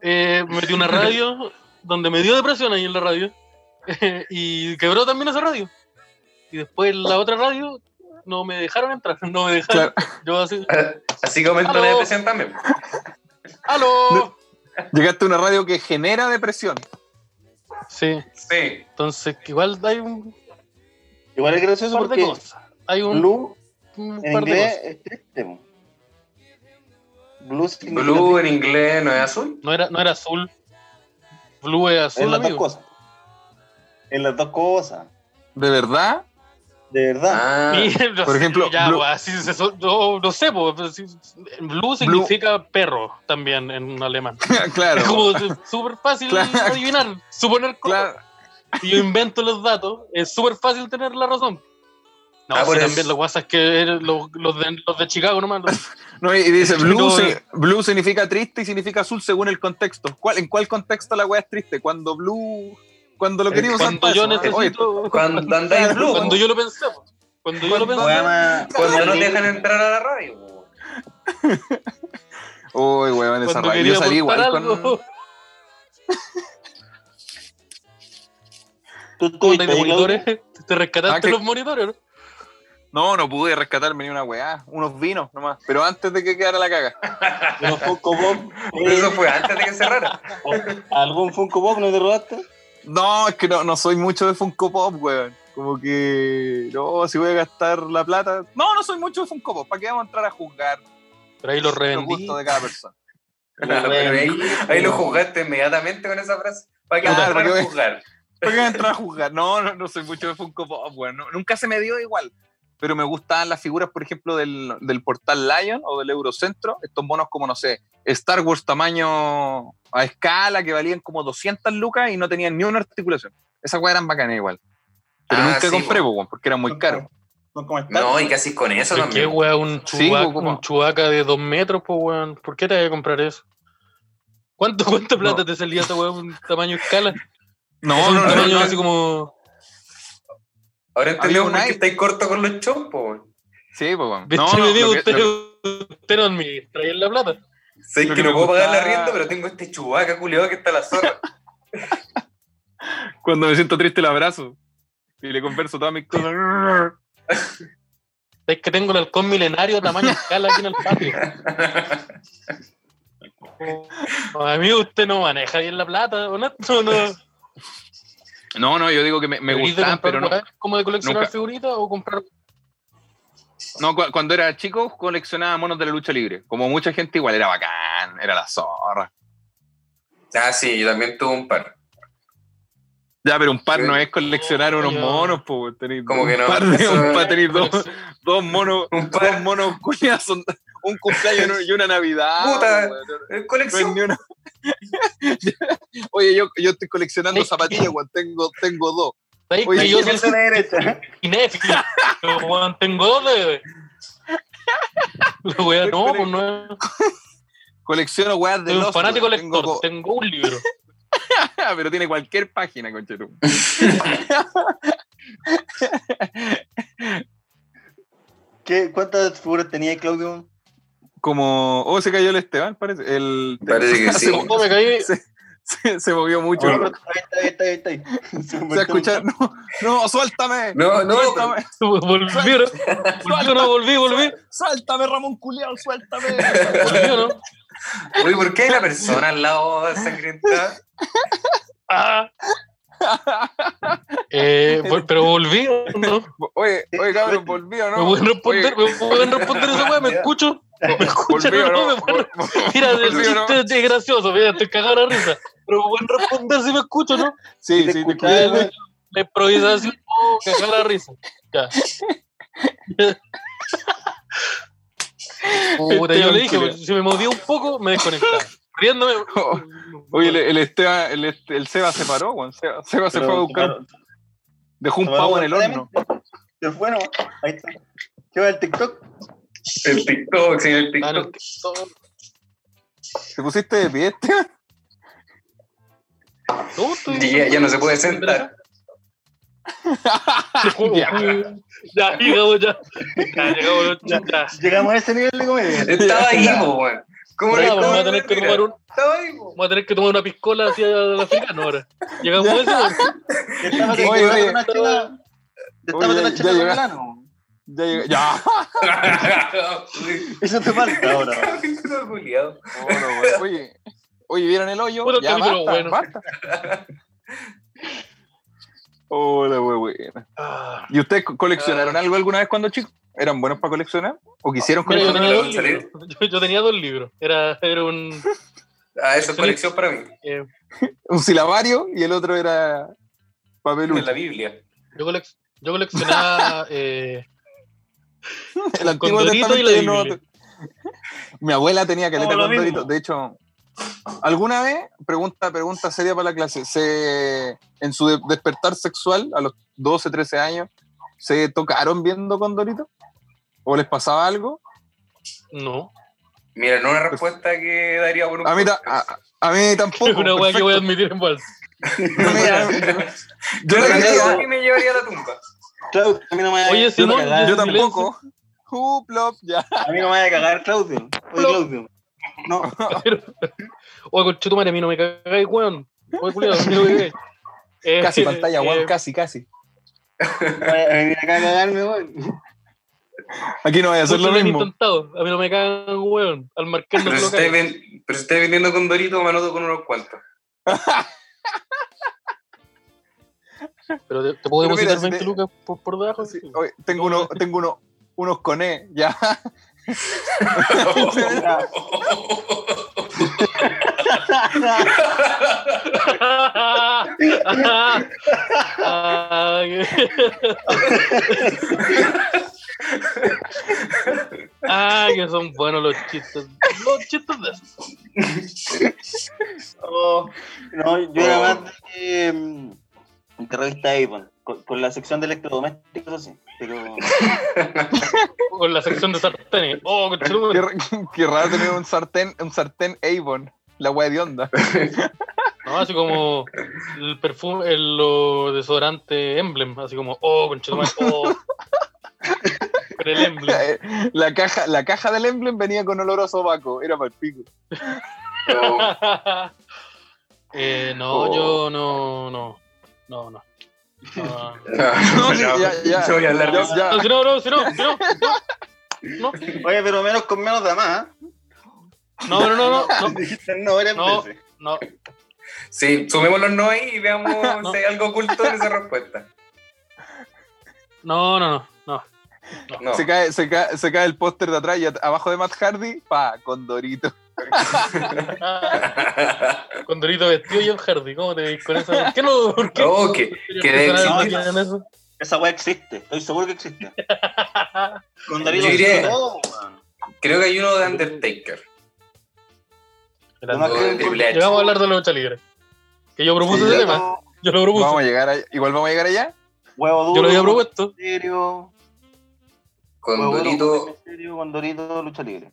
[SPEAKER 2] Eh, me metí una radio donde me dio depresión ahí en la radio. <laughs> y quebró también esa radio. Y después la otra radio no me dejaron entrar, <laughs> no me dejaron. Yo así, <laughs>
[SPEAKER 3] Así que aumentó la
[SPEAKER 2] Aló.
[SPEAKER 3] depresión también.
[SPEAKER 2] ¡aló!
[SPEAKER 4] <laughs> Llegaste a una radio que genera depresión.
[SPEAKER 2] Sí,
[SPEAKER 3] Sí.
[SPEAKER 2] entonces que igual hay un
[SPEAKER 5] Igual es gracioso
[SPEAKER 2] par de
[SPEAKER 5] porque
[SPEAKER 2] cosas. Hay un,
[SPEAKER 5] Blue
[SPEAKER 2] un
[SPEAKER 5] en
[SPEAKER 2] par de
[SPEAKER 5] inglés
[SPEAKER 2] cosas.
[SPEAKER 5] es triste. po. Blue, significa
[SPEAKER 3] Blue en
[SPEAKER 5] triste.
[SPEAKER 3] inglés no es azul.
[SPEAKER 2] No era, no era azul. Blue es
[SPEAKER 5] En
[SPEAKER 2] azul,
[SPEAKER 5] las dos
[SPEAKER 2] amigo.
[SPEAKER 5] cosas. En las dos cosas.
[SPEAKER 4] ¿De verdad? <laughs>
[SPEAKER 5] De verdad.
[SPEAKER 3] Ah,
[SPEAKER 2] <laughs> Mira, no
[SPEAKER 4] Por
[SPEAKER 2] sé,
[SPEAKER 4] ejemplo,
[SPEAKER 2] ya,
[SPEAKER 4] Blue-
[SPEAKER 2] weá, sí, se sol- no, no sé, po, pero sí, blue significa perro también en alemán.
[SPEAKER 4] claro.
[SPEAKER 2] Es <laughs> como súper fácil
[SPEAKER 4] <laughs> Claro.
[SPEAKER 2] adivinar, suponer cosas.
[SPEAKER 4] Claro.
[SPEAKER 2] Si yo invento los datos, es súper fácil tener la razón. No,
[SPEAKER 3] Ah,
[SPEAKER 2] sí,
[SPEAKER 3] por eso.
[SPEAKER 2] también lo que pasa es que eres los, los de, los de Chicago nomás. los-
[SPEAKER 4] No, y- y dice,
[SPEAKER 2] Pero-
[SPEAKER 4] blue, si- blue significa triste y significa azul según el contexto. ¿Cuál, ¿En cuál contexto la weá es triste? Cuando blue... Cuando lo
[SPEAKER 3] Eh,
[SPEAKER 4] queríamos
[SPEAKER 2] cuando yo necesito. <laughs>
[SPEAKER 3] Cuando andáis blue.
[SPEAKER 2] cuando yo lo pensé. po. Cuando yo lo
[SPEAKER 3] Cuando-
[SPEAKER 2] pensé.
[SPEAKER 5] Weá,
[SPEAKER 3] Cuando no te dejan entrar a la radio. po.
[SPEAKER 4] Uy, weón, esa
[SPEAKER 2] Cuando
[SPEAKER 4] radio.
[SPEAKER 2] quería
[SPEAKER 4] Yo salí igual
[SPEAKER 2] aportar
[SPEAKER 4] con...
[SPEAKER 2] algo.
[SPEAKER 5] Tú
[SPEAKER 2] ¿Cómo
[SPEAKER 5] estuviste
[SPEAKER 2] andáis de
[SPEAKER 5] ahí, Claudio?
[SPEAKER 2] monitores? eh, ¿Te rescataste
[SPEAKER 4] Ah, que-
[SPEAKER 2] los monitores? no?
[SPEAKER 4] No, no pude rescatarme ni una weá. Unos vinos nomás. Pero antes de que quedara la caga.
[SPEAKER 5] Pero Funko Pop,
[SPEAKER 2] <laughs>
[SPEAKER 5] oye,
[SPEAKER 3] Eso fue antes de que cerrara.
[SPEAKER 5] ¿Algún Funko Pop no te robaste?
[SPEAKER 4] <laughs> No, es que no, no soy mucho de Funko Pop, weón. Como que... No, si voy a gastar la plata... No, no soy mucho de Funko Pop. ¿Para qué vamos a entrar a juzgar
[SPEAKER 2] Pero ahí los
[SPEAKER 4] los
[SPEAKER 2] revendí.
[SPEAKER 4] gustos de cada persona?
[SPEAKER 3] Pero ahí, ahí lo juzgaste inmediatamente con esa frase. ¿Para qué
[SPEAKER 4] Claro,
[SPEAKER 3] entrar a
[SPEAKER 4] porque-
[SPEAKER 3] juzgar?
[SPEAKER 4] ¿Por qué voy a entrar a juzgar? No, no, no soy mucho de Funko Pop, weón. No, nunca se me dio igual. Pero me gustaban las figuras, por ejemplo, del, del portal Lion o del Eurocentro. Estos monos como, no sé, Star Wars tamaño a escala, que valían como 200 lucas y no tenían ni una articulación. Esas weas eran bacanas igual. Pero
[SPEAKER 3] Ah,
[SPEAKER 4] nunca
[SPEAKER 3] sí,
[SPEAKER 4] compré,
[SPEAKER 3] po.
[SPEAKER 4] po, weón, porque eran muy caros.
[SPEAKER 5] Son como están.
[SPEAKER 3] No, y casi con eso
[SPEAKER 2] ¿Pero qué,
[SPEAKER 3] también.
[SPEAKER 2] weón? Un,
[SPEAKER 4] Sí, pues,
[SPEAKER 2] chubaca,
[SPEAKER 4] po, ¿cómo?
[SPEAKER 2] un chubaca de dos metros, pues, weón. ¿Por qué te vas a comprar eso? ¿Cuánto, <laughs> cuánto plata
[SPEAKER 4] No.
[SPEAKER 2] te salía esa weón? Un tamaño escala.
[SPEAKER 4] No,
[SPEAKER 2] un
[SPEAKER 4] <laughs> no, no.
[SPEAKER 2] tamaño
[SPEAKER 4] no.
[SPEAKER 2] así como.
[SPEAKER 3] Ahora entendemos
[SPEAKER 4] Había un
[SPEAKER 3] por qué
[SPEAKER 4] aire.
[SPEAKER 3] estáis corto con los chompos.
[SPEAKER 4] Sí, po,
[SPEAKER 2] <laughs>
[SPEAKER 4] weón.
[SPEAKER 2] No,
[SPEAKER 4] No, no, lo
[SPEAKER 2] digo,
[SPEAKER 4] que-
[SPEAKER 2] usted,
[SPEAKER 4] lo que-
[SPEAKER 2] usted no administra bien la plata.
[SPEAKER 3] Sé
[SPEAKER 4] Lo
[SPEAKER 3] que, no
[SPEAKER 4] que me
[SPEAKER 3] puedo pagar la
[SPEAKER 4] gustaba-
[SPEAKER 3] rienda, pero tengo este chubaca culiado que está a la zorra.
[SPEAKER 4] cuando me siento triste, la abrazo. Y le converso todas mis cosas.
[SPEAKER 2] Es que tengo el halcón milenario tamaño escala aquí en el patio.
[SPEAKER 4] <laughs>
[SPEAKER 2] Oh, amigo, usted no maneja bien la plata, ¿o ¿no? No, no.
[SPEAKER 4] No, no, yo digo que me, me
[SPEAKER 2] Deberías de
[SPEAKER 4] gustaban,
[SPEAKER 2] comprar
[SPEAKER 4] pero no.
[SPEAKER 2] weas como de coleccionar
[SPEAKER 4] nunca.
[SPEAKER 2] figuritas o comprar.
[SPEAKER 4] No, cu- cuando era chico coleccionaba monos de la lucha libre. Como mucha gente igual era bacán, era la zorra.
[SPEAKER 3] <laughs> ah, sí, yo también tuve un par.
[SPEAKER 4] Ya, pero un par
[SPEAKER 3] Sí.
[SPEAKER 4] no es coleccionar unos
[SPEAKER 2] Yo-
[SPEAKER 4] monos, pues tener
[SPEAKER 3] Como que no,
[SPEAKER 4] Un par de
[SPEAKER 3] eso
[SPEAKER 4] un
[SPEAKER 3] es-
[SPEAKER 4] par, tener dos, dos monos,
[SPEAKER 3] <laughs> Un
[SPEAKER 4] dos
[SPEAKER 3] par.
[SPEAKER 4] monos culiados, son- un cumpleaños y una Navidad.
[SPEAKER 3] Puta.
[SPEAKER 4] weón.
[SPEAKER 3] eh,
[SPEAKER 4] No es
[SPEAKER 3] Colección.
[SPEAKER 4] ni una. <laughs> Oye, yo, yo estoy coleccionando
[SPEAKER 2] Sí.
[SPEAKER 4] zapatillas, weón. Tengo, tengo dos.
[SPEAKER 2] ¿Sabes
[SPEAKER 4] Oye,
[SPEAKER 2] que yo soy
[SPEAKER 5] Piensa en la derecha.
[SPEAKER 2] Inéfilo, weón, tengo dos
[SPEAKER 4] <laughs>
[SPEAKER 2] de. La wea, no, pues no es-
[SPEAKER 4] Colecciono weas de
[SPEAKER 2] soy un
[SPEAKER 4] Lost,
[SPEAKER 2] fanático
[SPEAKER 4] weón. Tengo
[SPEAKER 2] lector,
[SPEAKER 4] co-
[SPEAKER 2] tengo un libro.
[SPEAKER 4] <laughs> pero tiene cualquier página, conchetum.
[SPEAKER 5] ¿Qué, ¿Cuántas figuras tenía Claudio?
[SPEAKER 4] Como. Oh, se cayó el <laughs> Esteban, parece. El,
[SPEAKER 2] <laughs>
[SPEAKER 3] Parece que sí.
[SPEAKER 2] Oh, me caí,
[SPEAKER 4] Se, se, se movió mucho.
[SPEAKER 5] Ahí está, ahí está, ahí está. <laughs> Se
[SPEAKER 4] Se
[SPEAKER 5] convirtió
[SPEAKER 4] escucha,
[SPEAKER 5] en-
[SPEAKER 4] no, no, suéltame.
[SPEAKER 3] No, no,
[SPEAKER 4] suéltame,
[SPEAKER 2] Volví, volví, o no, volví, volví.
[SPEAKER 4] suéltame, Ramón Culeado, suéltame.
[SPEAKER 2] Volví, o no.
[SPEAKER 3] Uy, ¿por qué hay una persona al lado sangrientada?
[SPEAKER 2] Ah. Eh, vol- pero volví, o no.
[SPEAKER 4] Oye, oye, cabrón, volví o
[SPEAKER 2] Me
[SPEAKER 4] no.
[SPEAKER 2] pueden responder, me pueden responder esa weá, me escucho. Me
[SPEAKER 4] Oye,
[SPEAKER 2] escuchan,
[SPEAKER 4] volví o
[SPEAKER 2] no, me
[SPEAKER 4] no.
[SPEAKER 2] pueden- <laughs> Mira, el
[SPEAKER 4] Volví o no.
[SPEAKER 2] chiste es gracioso, mira, estoy cagado de la risa. Pero me pueden responder si me escucho, ¿no?
[SPEAKER 4] Sí, sí,
[SPEAKER 5] te
[SPEAKER 4] te
[SPEAKER 5] escuché,
[SPEAKER 4] escuché.
[SPEAKER 5] güey.
[SPEAKER 2] La improvisación, oh, cagada la risa. Ya. Puta, yo le dije, pues, si me movía un poco, me desconectaba. Riéndome.
[SPEAKER 4] <laughs> Oye, el, el Esteban, el, este- el Seba se paró, weón. Seba, Seba se
[SPEAKER 5] Pero
[SPEAKER 4] fue a buscar,
[SPEAKER 5] tomaron-
[SPEAKER 4] dejó un
[SPEAKER 5] tomaron
[SPEAKER 4] pavo en el horno.
[SPEAKER 5] Se fue, no. Ahí está. ¿Qué va el TikTok?
[SPEAKER 3] El TikTok, sí, el
[SPEAKER 2] Ah, no,
[SPEAKER 3] TikTok.
[SPEAKER 2] que todo-
[SPEAKER 4] ¿Te pusiste de pie, Esteban? <laughs>
[SPEAKER 2] No, estoy-
[SPEAKER 3] Ya, ya no se puede sentar.
[SPEAKER 4] Ya.
[SPEAKER 2] Ya, llegamos ya. Ya, llegamos los chistes.
[SPEAKER 5] Llegamos a ese nivel de comedia.
[SPEAKER 3] Estaba ahí, po, weón. ¿Cómo
[SPEAKER 2] Ya,
[SPEAKER 3] no
[SPEAKER 2] vamos pues, a
[SPEAKER 3] estaba
[SPEAKER 2] tener que
[SPEAKER 3] mira?
[SPEAKER 2] tomar un,
[SPEAKER 3] Estaba ahí, <laughs> po.
[SPEAKER 2] vamos a tener que tomar una piscola hacia el africano ahora. Llegamos a eso.
[SPEAKER 5] Estamos
[SPEAKER 4] Oye,
[SPEAKER 5] teniendo
[SPEAKER 4] oye.
[SPEAKER 5] una chela. Estamos
[SPEAKER 4] Oye,
[SPEAKER 5] teniendo una
[SPEAKER 4] ya
[SPEAKER 5] chela de
[SPEAKER 4] llega-
[SPEAKER 5] verano.
[SPEAKER 4] Ya, llega- ya.
[SPEAKER 3] Uy,
[SPEAKER 5] Eso te falta ahora.
[SPEAKER 3] capítulo culiao.
[SPEAKER 4] <laughs> Bueno, weón. Oye, oye, ¿vieron el hoyo?
[SPEAKER 2] Puta,
[SPEAKER 4] ya, basta,
[SPEAKER 2] capítulo bueno.
[SPEAKER 4] basta. Hola, weón, buena. ¿Y ustedes co- coleccionaron algo alguna vez cuando chicos? ¿Eran buenos para coleccionar? ¿O quisieron
[SPEAKER 2] Mira, yo, tenía
[SPEAKER 3] no,
[SPEAKER 4] coleccionar?
[SPEAKER 2] dos
[SPEAKER 3] no,
[SPEAKER 2] libros. <laughs> Yo, yo tenía dos libros. Era, era un.
[SPEAKER 3] Ah, esa es colección para mí.
[SPEAKER 2] eh,
[SPEAKER 4] un silabario y el otro era papel
[SPEAKER 3] En la Biblia.
[SPEAKER 2] yo, colec- yo
[SPEAKER 4] <laughs>
[SPEAKER 2] coleccionaba. Eh,
[SPEAKER 4] El antiguo
[SPEAKER 2] Condorito
[SPEAKER 4] Testamento
[SPEAKER 2] y la
[SPEAKER 4] y el Nuevo
[SPEAKER 2] Biblia.
[SPEAKER 4] Te- <laughs> Mi abuela tenía que leer
[SPEAKER 5] Como lo
[SPEAKER 4] condorito.
[SPEAKER 5] mismo.
[SPEAKER 4] De hecho, alguna vez, pregunta, pregunta seria para la clase, se, en su de- despertar sexual a los 12, 13 años, ¿se tocaron viendo condorito? ¿O les pasaba algo?
[SPEAKER 2] no.
[SPEAKER 3] Mira, no una respuesta que daría por un
[SPEAKER 4] Pues, A mí, ta- a, a mí tampoco.
[SPEAKER 2] Es <laughs> una weá que
[SPEAKER 4] perfecto.
[SPEAKER 2] voy a admitir en bolsa. <laughs>
[SPEAKER 4] Yo me- yo
[SPEAKER 3] Yo
[SPEAKER 4] la
[SPEAKER 3] la
[SPEAKER 4] creía,
[SPEAKER 3] que me llevaría a la tumba.
[SPEAKER 5] Claudio, a mí no me vaya
[SPEAKER 2] Oye,
[SPEAKER 5] yo no
[SPEAKER 2] Simón,
[SPEAKER 5] me cagaba.
[SPEAKER 4] yo tampoco. Huplop,
[SPEAKER 2] <laughs>
[SPEAKER 4] ya.
[SPEAKER 5] A mí no me vaya a cagar, Claudio. Oye, Claudio. No,
[SPEAKER 2] Oye, con tu madre, a mí no me cagáis, weón. Oye, culiado, a mí no me cagáis. Eh,
[SPEAKER 4] <laughs> Casi pantalla,
[SPEAKER 2] eh,
[SPEAKER 4] weón, casi, casi.
[SPEAKER 5] vaya a venir acá a cagarme, weón.
[SPEAKER 4] Aquí no voy a hacer
[SPEAKER 2] muchos
[SPEAKER 4] lo
[SPEAKER 2] lo han
[SPEAKER 4] mismo.
[SPEAKER 2] intentado. A mí no me cagan, weón. Al marqués no
[SPEAKER 3] Pero
[SPEAKER 2] me
[SPEAKER 3] si
[SPEAKER 2] lo
[SPEAKER 3] estáis
[SPEAKER 2] cagan.
[SPEAKER 3] ven- pero si estáis vendiendo con Dorito, manoto con unos
[SPEAKER 4] <laughs>
[SPEAKER 3] cuantos.
[SPEAKER 2] Pero te, te puedo
[SPEAKER 4] Pero mira,
[SPEAKER 2] depositar
[SPEAKER 4] si te-
[SPEAKER 2] 20 lucas por, por debajo.
[SPEAKER 4] Sí,
[SPEAKER 2] <laughs>
[SPEAKER 4] oye, tengo uno, tengo uno, unos coné, ya.
[SPEAKER 5] Ya.
[SPEAKER 2] Ah, que- <laughs> Ah, que son buenos los chistes. Los chistes de esos.
[SPEAKER 5] Oh, no, yo era más de que, mm, de revista Avon, con, con la sección de electrodomésticos, sí. Pero
[SPEAKER 2] Con la sección de sartenes. Oh,
[SPEAKER 4] Qué,
[SPEAKER 2] conchetumare.
[SPEAKER 4] ra- qué raro tener un sartén, un sartén Avon, la wea de onda.
[SPEAKER 2] No, así como el perfume, el lo desodorante emblem. Así como, oh, conchetumare. Oh. Con el
[SPEAKER 4] <laughs>
[SPEAKER 2] emblem.
[SPEAKER 4] Eh, La caja, la caja del emblem venía con olor a sobaco, era para el pico.
[SPEAKER 3] No,
[SPEAKER 2] <laughs> Eh, no,
[SPEAKER 4] Oh.
[SPEAKER 2] yo no, no, no, no. No,
[SPEAKER 3] no,
[SPEAKER 4] sí, ya, ya.
[SPEAKER 3] Yo voy a hablar de
[SPEAKER 4] Ya,
[SPEAKER 3] eso.
[SPEAKER 4] ya.
[SPEAKER 2] no, si no, no, si no, si no, no, no,
[SPEAKER 5] Oye, pero menos con menos de más. ¿eh?
[SPEAKER 2] no, no, no, no, no,
[SPEAKER 5] Dijiste no varias
[SPEAKER 2] No.
[SPEAKER 5] veces.
[SPEAKER 2] no.
[SPEAKER 3] Sí, sumemos los no ahí y veamos
[SPEAKER 2] <laughs> No.
[SPEAKER 3] si hay algo oculto en esa respuesta.
[SPEAKER 2] No, no, no, no.
[SPEAKER 3] No.
[SPEAKER 4] Se cae, se cae, se cae el póster de atrás y at- abajo de Matt Hardy, pa, con Dorito.
[SPEAKER 2] Ah, Con Dorito vestido y en Hardy, ¿cómo te veis con eso? ¿Por qué no? ¿Por qué?
[SPEAKER 3] Oh, que, que debe
[SPEAKER 2] ¿Por qué no
[SPEAKER 3] existir.
[SPEAKER 2] hacían eso?
[SPEAKER 5] Esa weá existe, estoy seguro que existe. Con Darío
[SPEAKER 3] Yo diría-
[SPEAKER 5] hizo todo, weón.
[SPEAKER 3] <laughs> Creo que hay uno de Undertaker.
[SPEAKER 5] No,
[SPEAKER 3] O de Triple H.
[SPEAKER 2] Llegamos a hablar de la lucha libre. Que yo propuse
[SPEAKER 4] Sí,
[SPEAKER 2] ese
[SPEAKER 4] ya
[SPEAKER 2] tema, yo lo
[SPEAKER 4] Vamos a
[SPEAKER 2] propuse,
[SPEAKER 4] llegar allá- igual vamos a llegar allá.
[SPEAKER 5] Huevo duro.
[SPEAKER 2] yo lo había propuesto. <laughs>
[SPEAKER 5] Misterio,
[SPEAKER 3] Con
[SPEAKER 5] huevo duro,
[SPEAKER 3] Dorito.
[SPEAKER 5] misterio, con Dorito, lucha libre.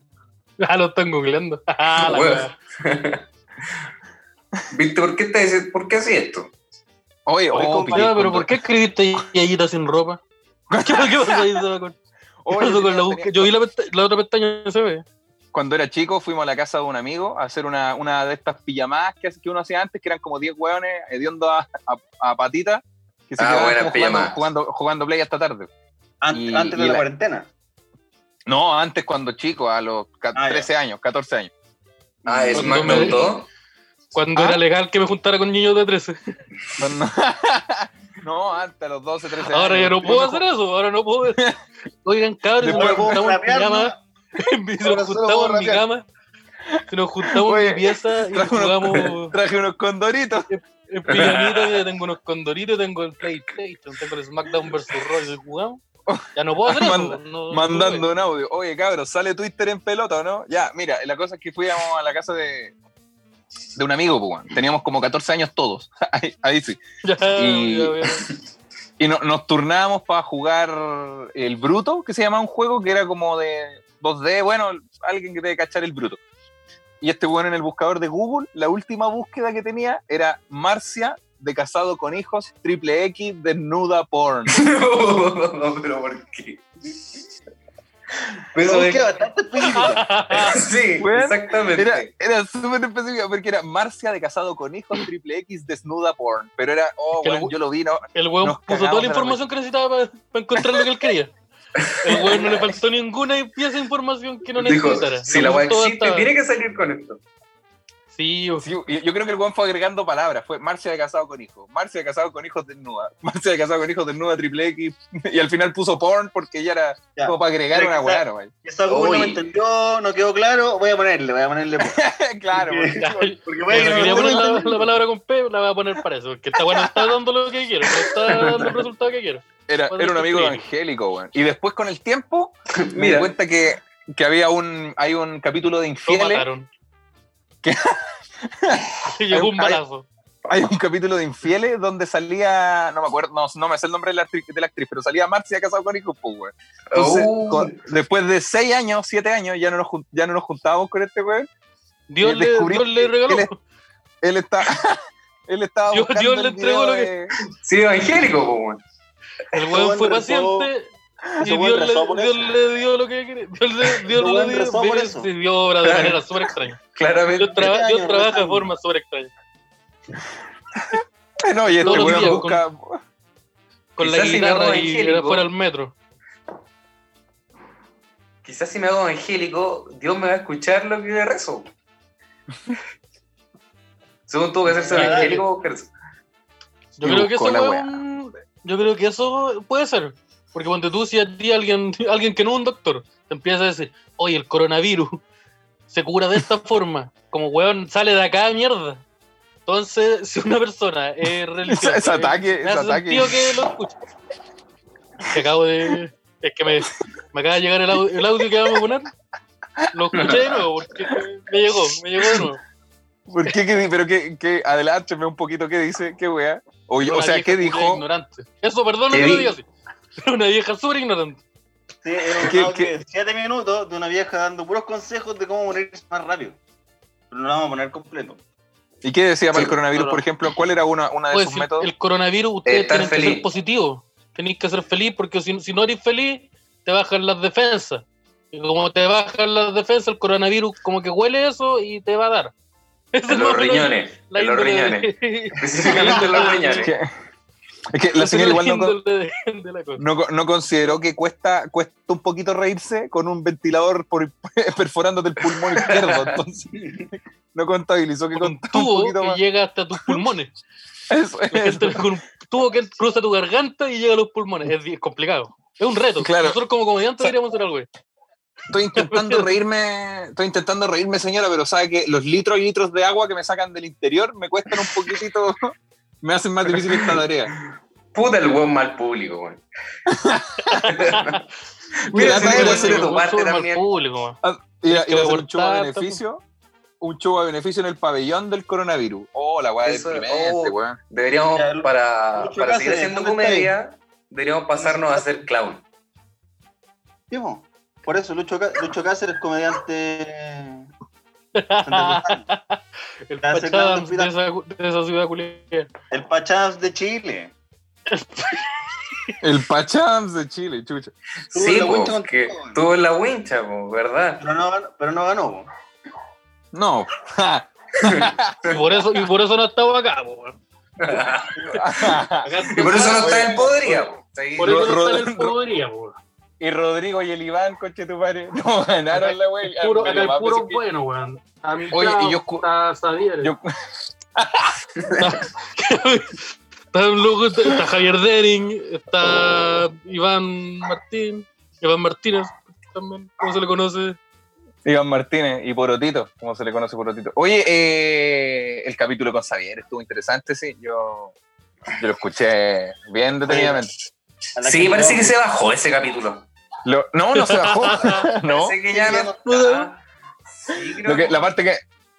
[SPEAKER 2] Ah, lo están googleando. <laughs> Ah, la
[SPEAKER 3] Huevo.
[SPEAKER 2] wea.
[SPEAKER 3] ¿Viste por qué, te dice, por qué así esto?
[SPEAKER 4] Oye,
[SPEAKER 5] Oye,
[SPEAKER 4] oh,
[SPEAKER 5] compadre,
[SPEAKER 4] pillé
[SPEAKER 2] Ya, pero
[SPEAKER 4] con
[SPEAKER 2] ¿por qué escribiste Yayita sin
[SPEAKER 4] <laughs>
[SPEAKER 2] ropa? ¿Qué, qué pasó ahí? Seba, con- ¿Qué pasó
[SPEAKER 4] Dorito. <laughs> Oye,
[SPEAKER 2] con la
[SPEAKER 4] tenía-
[SPEAKER 2] búsqueda? Yo vi la, pesta- la otra pestaña se ve.
[SPEAKER 4] cuando era chico, fuimos a la casa de un amigo a hacer una, una de estas pijamadas que, que uno hacía antes, que eran como 10 hueones hediondo a, a, a patita, que se
[SPEAKER 3] Ah, buenas
[SPEAKER 4] quedaban como jugando,
[SPEAKER 3] pijamadas.
[SPEAKER 4] jugando, jugando play hasta tarde.
[SPEAKER 5] Ant-
[SPEAKER 4] Y-
[SPEAKER 5] antes de
[SPEAKER 4] y
[SPEAKER 5] la,
[SPEAKER 4] la-
[SPEAKER 5] cuarentena.
[SPEAKER 4] No, antes cuando chico, a los ca-
[SPEAKER 5] Ah, ya.
[SPEAKER 4] 13 años, 14 años.
[SPEAKER 3] Ah, es
[SPEAKER 2] Cuando
[SPEAKER 3] más
[SPEAKER 2] Mm, me-
[SPEAKER 3] gustó.
[SPEAKER 2] Cuando
[SPEAKER 4] ¿Ah?
[SPEAKER 2] era legal que me juntara con niños de 13.
[SPEAKER 4] No, no. <laughs> No, antes, a los 12, 13 años.
[SPEAKER 2] Ahora ya no puedo hacer eso, ahora no
[SPEAKER 4] <laughs>
[SPEAKER 2] puedo. Oigan, cabros,
[SPEAKER 4] Después
[SPEAKER 2] nos
[SPEAKER 5] puedo
[SPEAKER 2] juntamos en mi <laughs>
[SPEAKER 5] rapear,
[SPEAKER 2] cama. Si
[SPEAKER 4] Ahora
[SPEAKER 2] nos
[SPEAKER 4] solo puedo
[SPEAKER 2] juntamos en mi
[SPEAKER 4] rapear.
[SPEAKER 2] cama. Si nos juntamos en
[SPEAKER 4] Oye,
[SPEAKER 2] mi pieza y
[SPEAKER 4] traje unos- <laughs>
[SPEAKER 2] jugamos
[SPEAKER 4] Traje unos condoritos.
[SPEAKER 2] en pijamita, ya tengo unos condoritos, tengo el PlayStation, tengo el SmackDown vs. Raw y jugamos. Ya no puedo hacer eso.
[SPEAKER 4] Mand-
[SPEAKER 2] no- no
[SPEAKER 4] mandando un audio. Oye, cabros, ¿sale Twitter en pelota o no? Ya, mira, la cosa es que fuimos a la casa de, de un amigo, pues, weón. Teníamos como 14 años todos. <laughs> ahí, ahí sí.
[SPEAKER 2] puedo. <laughs> Ya,
[SPEAKER 4] Y-
[SPEAKER 2] ya, ya.
[SPEAKER 4] Y no- nos turnábamos para jugar el Bruto, que se llamaba un juego que era como de 2D, bueno, alguien que debe cachar el Bruto. Y este bueno en el buscador de Google, la última búsqueda que tenía era Marcia de casado con hijos, triple X,
[SPEAKER 2] <laughs>
[SPEAKER 4] desnuda porn.
[SPEAKER 3] <laughs> Pero ¿por qué? Pero
[SPEAKER 5] Porque bastante <laughs> específica.
[SPEAKER 3] <laughs> Sí,
[SPEAKER 4] Weón,
[SPEAKER 3] exactamente.
[SPEAKER 4] Era, era súper específico porque era Marcia de casado con hijos, triple X, desnuda porn. Pero era, oh,
[SPEAKER 2] Es que el
[SPEAKER 4] weón,
[SPEAKER 2] we-
[SPEAKER 4] yo lo vi, ¿no?
[SPEAKER 2] El weón
[SPEAKER 4] Nos
[SPEAKER 2] puso toda
[SPEAKER 4] cagamos de
[SPEAKER 2] la
[SPEAKER 4] la
[SPEAKER 2] información que necesitaba para encontrar lo que él quería. El weón no le faltó ninguna pieza de información que no
[SPEAKER 3] Dijo,
[SPEAKER 2] necesitara.
[SPEAKER 3] si
[SPEAKER 2] Lo
[SPEAKER 3] la
[SPEAKER 2] puso
[SPEAKER 3] weá
[SPEAKER 2] toda
[SPEAKER 3] existe,
[SPEAKER 2] hasta-
[SPEAKER 3] tiene que salir con esto.
[SPEAKER 2] Sí, o-
[SPEAKER 4] Sí, yo- yo creo que el Juan fue agregando palabras. Fue Marcia de casado con hijos, Marcia de casado con hijos desnuda, <laughs> Marcia de casado con hijos desnuda, triple X. <laughs> Y al final puso porn porque ya era
[SPEAKER 5] Ya.
[SPEAKER 4] como para agregar
[SPEAKER 5] Pero
[SPEAKER 4] una
[SPEAKER 5] que
[SPEAKER 4] weá,
[SPEAKER 5] sea-
[SPEAKER 4] wey.
[SPEAKER 5] Esa como no
[SPEAKER 3] Oye.
[SPEAKER 5] me entendió, no quedó claro, voy a ponerle, voy
[SPEAKER 3] <laughs>
[SPEAKER 5] a ponerle.
[SPEAKER 4] claro, porque-
[SPEAKER 2] Ya, yo
[SPEAKER 5] Porque
[SPEAKER 2] no
[SPEAKER 5] puede que no
[SPEAKER 2] quería
[SPEAKER 5] lo
[SPEAKER 2] poner la,
[SPEAKER 5] entendió.
[SPEAKER 2] la palabra con P, la voy a poner para eso. Que esta weá no está dando lo que quiero, no está dando el resultado que quiero.
[SPEAKER 4] era,
[SPEAKER 2] Bueno,
[SPEAKER 4] era un
[SPEAKER 2] sí.
[SPEAKER 4] amigo evangélico, weón. Y después con el tiempo <laughs> me di
[SPEAKER 3] Mira.
[SPEAKER 4] cuenta que, que había un, hay un capítulo de
[SPEAKER 2] Lo
[SPEAKER 4] Infieles
[SPEAKER 2] mataron.
[SPEAKER 4] ¿Qué?
[SPEAKER 2] Y <laughs> Llegó un
[SPEAKER 4] Ay, ay.
[SPEAKER 2] balazo.
[SPEAKER 4] Hay un capítulo de Infieles donde salía, no me acuerdo, no, no me sé el nombre de la actriz, de la actriz, pero salía Marcia casado con hijos, pues, weón. Entonces,
[SPEAKER 3] Oh.
[SPEAKER 4] con- después de seis años, siete años, ya no nos, jun- ya no nos juntábamos con este weón.
[SPEAKER 2] Dios le,
[SPEAKER 4] descubrí
[SPEAKER 2] Dios le
[SPEAKER 4] que
[SPEAKER 2] regaló.
[SPEAKER 4] él es- Él está. <laughs> él estaba.
[SPEAKER 2] Dios-
[SPEAKER 4] buscando
[SPEAKER 2] Dios le
[SPEAKER 4] el
[SPEAKER 2] entregó
[SPEAKER 4] video
[SPEAKER 2] lo que-
[SPEAKER 4] de-
[SPEAKER 3] Sí, evangélico, po, weón.
[SPEAKER 2] El
[SPEAKER 5] Ese
[SPEAKER 2] weón fue
[SPEAKER 5] weón rezó-
[SPEAKER 2] paciente. Y
[SPEAKER 5] ese
[SPEAKER 2] Dios
[SPEAKER 5] weón
[SPEAKER 2] le,
[SPEAKER 5] rezó por
[SPEAKER 2] Dios
[SPEAKER 5] eso.
[SPEAKER 2] le dio lo que quería. Dios le, Dios
[SPEAKER 5] weón
[SPEAKER 2] le dio,
[SPEAKER 5] rezó por
[SPEAKER 2] Dios
[SPEAKER 5] eso.
[SPEAKER 2] le dio obra de manera súper extraña.
[SPEAKER 3] Claramente.
[SPEAKER 2] Dios, traba-
[SPEAKER 5] Siete
[SPEAKER 2] Dios
[SPEAKER 5] años,
[SPEAKER 2] trabaja de
[SPEAKER 5] Rosando.
[SPEAKER 2] forma súper extraña.
[SPEAKER 4] No, y este
[SPEAKER 2] Todos los
[SPEAKER 4] weón
[SPEAKER 2] días,
[SPEAKER 4] busca.
[SPEAKER 2] Con la
[SPEAKER 3] Quizás si no
[SPEAKER 2] guitarra
[SPEAKER 3] era
[SPEAKER 2] y
[SPEAKER 3] evangélico.
[SPEAKER 2] era fuera al metro.
[SPEAKER 3] Quizás si me hago evangélico, Dios me va a escuchar lo
[SPEAKER 2] <laughs>
[SPEAKER 3] que rezo. Según tuvo que hacerse
[SPEAKER 5] Ah,
[SPEAKER 3] evangélico, buscar eso.
[SPEAKER 2] Yo
[SPEAKER 4] Y
[SPEAKER 2] creo que
[SPEAKER 4] buscó
[SPEAKER 2] eso
[SPEAKER 4] la
[SPEAKER 2] fue
[SPEAKER 4] weá.
[SPEAKER 2] un- Yo creo que eso puede ser. Porque cuando tú si a ti alguien, <laughs> alguien que no es un doctor te empieza a decir, oye, el coronavirus se cura de esta forma, como weón sale de acá mierda. Entonces, si una persona es religiosa,
[SPEAKER 4] <laughs> Ese ataque,
[SPEAKER 2] me
[SPEAKER 4] ese
[SPEAKER 2] hace
[SPEAKER 4] ataque.
[SPEAKER 2] sentido que lo escuche.
[SPEAKER 4] <laughs>
[SPEAKER 2] Que acabo de. Es que me, me acaba de llegar el, au- el audio que vamos a poner. Lo escuché de nuevo, porque me llegó, me llegó de
[SPEAKER 3] <laughs>
[SPEAKER 2] nuevo.
[SPEAKER 4] ¿Por qué? que- pero que, que adelánteme un poquito qué dice, qué wea. O, o
[SPEAKER 2] Una vieja
[SPEAKER 4] sea, ¿qué
[SPEAKER 2] culiá
[SPEAKER 4] dijo?
[SPEAKER 2] Ignorante. Eso, perdón, no lo
[SPEAKER 3] ¿Qué di-
[SPEAKER 2] diga así. <laughs> Pero una vieja súper ignorante.
[SPEAKER 5] Sí, es
[SPEAKER 4] ¿Qué-
[SPEAKER 5] un audio
[SPEAKER 4] qué?
[SPEAKER 5] de 7 minutos de una vieja dando puros consejos de cómo morirse más rápido. Pero no lo vamos a poner completo.
[SPEAKER 4] ¿Y qué decía para el
[SPEAKER 3] Sí,
[SPEAKER 4] coronavirus,
[SPEAKER 2] claro.
[SPEAKER 4] por ejemplo? ¿Cuál era una,
[SPEAKER 3] Ah,
[SPEAKER 4] una de
[SPEAKER 2] Pues,
[SPEAKER 4] sus
[SPEAKER 2] si
[SPEAKER 4] métodos?
[SPEAKER 2] el coronavirus, ustedes
[SPEAKER 3] Eh, Estar
[SPEAKER 2] tienen que
[SPEAKER 3] feliz.
[SPEAKER 2] ser positivos. Tenéis que ser feliz porque si, si no eres feliz, te bajan las defensas. Y como te bajan las defensas, el coronavirus como que huele eso y te va a dar. <laughs> Esa
[SPEAKER 3] En
[SPEAKER 2] es más o
[SPEAKER 3] los
[SPEAKER 2] menos
[SPEAKER 3] riñones.
[SPEAKER 2] la
[SPEAKER 3] En los
[SPEAKER 2] índole de-
[SPEAKER 3] riñones.
[SPEAKER 2] <laughs>
[SPEAKER 3] Específicamente en los riñones.
[SPEAKER 4] Que- <laughs> es que la
[SPEAKER 2] esa es
[SPEAKER 4] señora igual no, con-
[SPEAKER 2] índole de- <laughs> de la cosa.
[SPEAKER 4] no, con- no consideró que cuesta, cuesta un poquito reírse con un ventilador por, <laughs> perforándote el pulmón
[SPEAKER 2] <laughs>
[SPEAKER 4] izquierdo. Entonces, <laughs> no contabilizó que
[SPEAKER 2] Con un
[SPEAKER 4] contaba un
[SPEAKER 2] tubo
[SPEAKER 4] poquito
[SPEAKER 2] que
[SPEAKER 4] más.
[SPEAKER 2] llega hasta tus pulmones.
[SPEAKER 4] <laughs> Eso,
[SPEAKER 2] La
[SPEAKER 4] eso.
[SPEAKER 2] gente con un tubo que cruza tu garganta y llega a los pulmones. Es, di- complicado. Es un reto.
[SPEAKER 4] Claro.
[SPEAKER 2] Nosotros como comediantes
[SPEAKER 4] O sea,
[SPEAKER 2] deberíamos hacer algo. <laughs>
[SPEAKER 4] Estoy intentando reírme, estoy intentando reírme, señora, pero sabe que los litros y litros de agua que me sacan del interior me cuestan un poquitito, <laughs> me hacen más difícil esta tarea.
[SPEAKER 3] Puta el buen mal
[SPEAKER 2] <laughs>
[SPEAKER 3] público, weón. Mira, pues,
[SPEAKER 4] Mira,
[SPEAKER 3] si
[SPEAKER 4] no
[SPEAKER 3] tú
[SPEAKER 4] voy a
[SPEAKER 3] eres
[SPEAKER 4] hacer
[SPEAKER 3] de tu
[SPEAKER 4] esto.
[SPEAKER 3] parte
[SPEAKER 2] Forma al
[SPEAKER 3] también.
[SPEAKER 2] público, man.
[SPEAKER 4] Ah, Y, y
[SPEAKER 2] Tienes que
[SPEAKER 4] va a ser un show a
[SPEAKER 2] abortar,
[SPEAKER 4] beneficio, un show a beneficio en el pabellón del coronavirus. Oh, la weá del
[SPEAKER 3] Eso,
[SPEAKER 4] deprimente,
[SPEAKER 3] oh.
[SPEAKER 4] weón.
[SPEAKER 3] Deberíamos,
[SPEAKER 5] Ya, el-
[SPEAKER 3] para,
[SPEAKER 5] Lucho
[SPEAKER 3] para seguir
[SPEAKER 5] Cáceres,
[SPEAKER 3] haciendo
[SPEAKER 5] ¿dónde está
[SPEAKER 3] comedia, deberíamos pasarnos a hacer clown.
[SPEAKER 5] ¿Sí, po? Por eso, Lucho, Cá- Lucho Cáceres, comediante. santafesano.
[SPEAKER 2] El
[SPEAKER 5] Está
[SPEAKER 2] fachada
[SPEAKER 5] sacando
[SPEAKER 2] de esa, de esa ciudad culiada.
[SPEAKER 5] El Pachas de Chile.
[SPEAKER 4] El Pachams de Chile, chucha.
[SPEAKER 5] Tuvo
[SPEAKER 3] Sí,
[SPEAKER 5] la
[SPEAKER 3] po,
[SPEAKER 5] wincha con
[SPEAKER 3] que
[SPEAKER 5] todo.
[SPEAKER 3] tuvo la wincha, po, ¿verdad?
[SPEAKER 5] Pero no, ganó- pero no ganó. po.
[SPEAKER 4] No. <laughs>
[SPEAKER 2] Y por eso, y por eso no estaba acá, po, weón. Acá
[SPEAKER 3] y por eso no
[SPEAKER 4] Oye,
[SPEAKER 3] está en podría, po. Sí.
[SPEAKER 2] Por eso no
[SPEAKER 4] Ro-
[SPEAKER 2] está en el
[SPEAKER 4] Ro-
[SPEAKER 2] podría, po.
[SPEAKER 4] y Rodrigo y el Iván, coche tu padre, <laughs> no ganaron la wey.
[SPEAKER 2] Puro, acá
[SPEAKER 4] Pero
[SPEAKER 2] el
[SPEAKER 4] más
[SPEAKER 2] puro
[SPEAKER 4] veces que-
[SPEAKER 2] bueno, weón. A mí
[SPEAKER 4] Oye,
[SPEAKER 2] ya
[SPEAKER 4] y yo escu-
[SPEAKER 2] está Xavier.
[SPEAKER 4] yo-
[SPEAKER 2] Está un loco, está, está Javier Dering, está Iván Martín, Iván Martínez también, ¿cómo se le conoce?
[SPEAKER 4] Iván Martínez y Porotito, como se le conoce Porotito. Oye, eh, el capítulo con Xavier estuvo interesante, sí. Yo, yo lo escuché bien detenidamente.
[SPEAKER 5] A la
[SPEAKER 3] Sí, parece que
[SPEAKER 5] no-
[SPEAKER 3] se bajó ese capítulo.
[SPEAKER 4] Lo- no, no se
[SPEAKER 5] <laughs>
[SPEAKER 4] bajó. no.
[SPEAKER 3] Parece que ya
[SPEAKER 5] Sí,
[SPEAKER 3] no
[SPEAKER 5] ya no
[SPEAKER 3] está. Sí, creo
[SPEAKER 4] Lo que-
[SPEAKER 3] que-
[SPEAKER 4] la, parte que,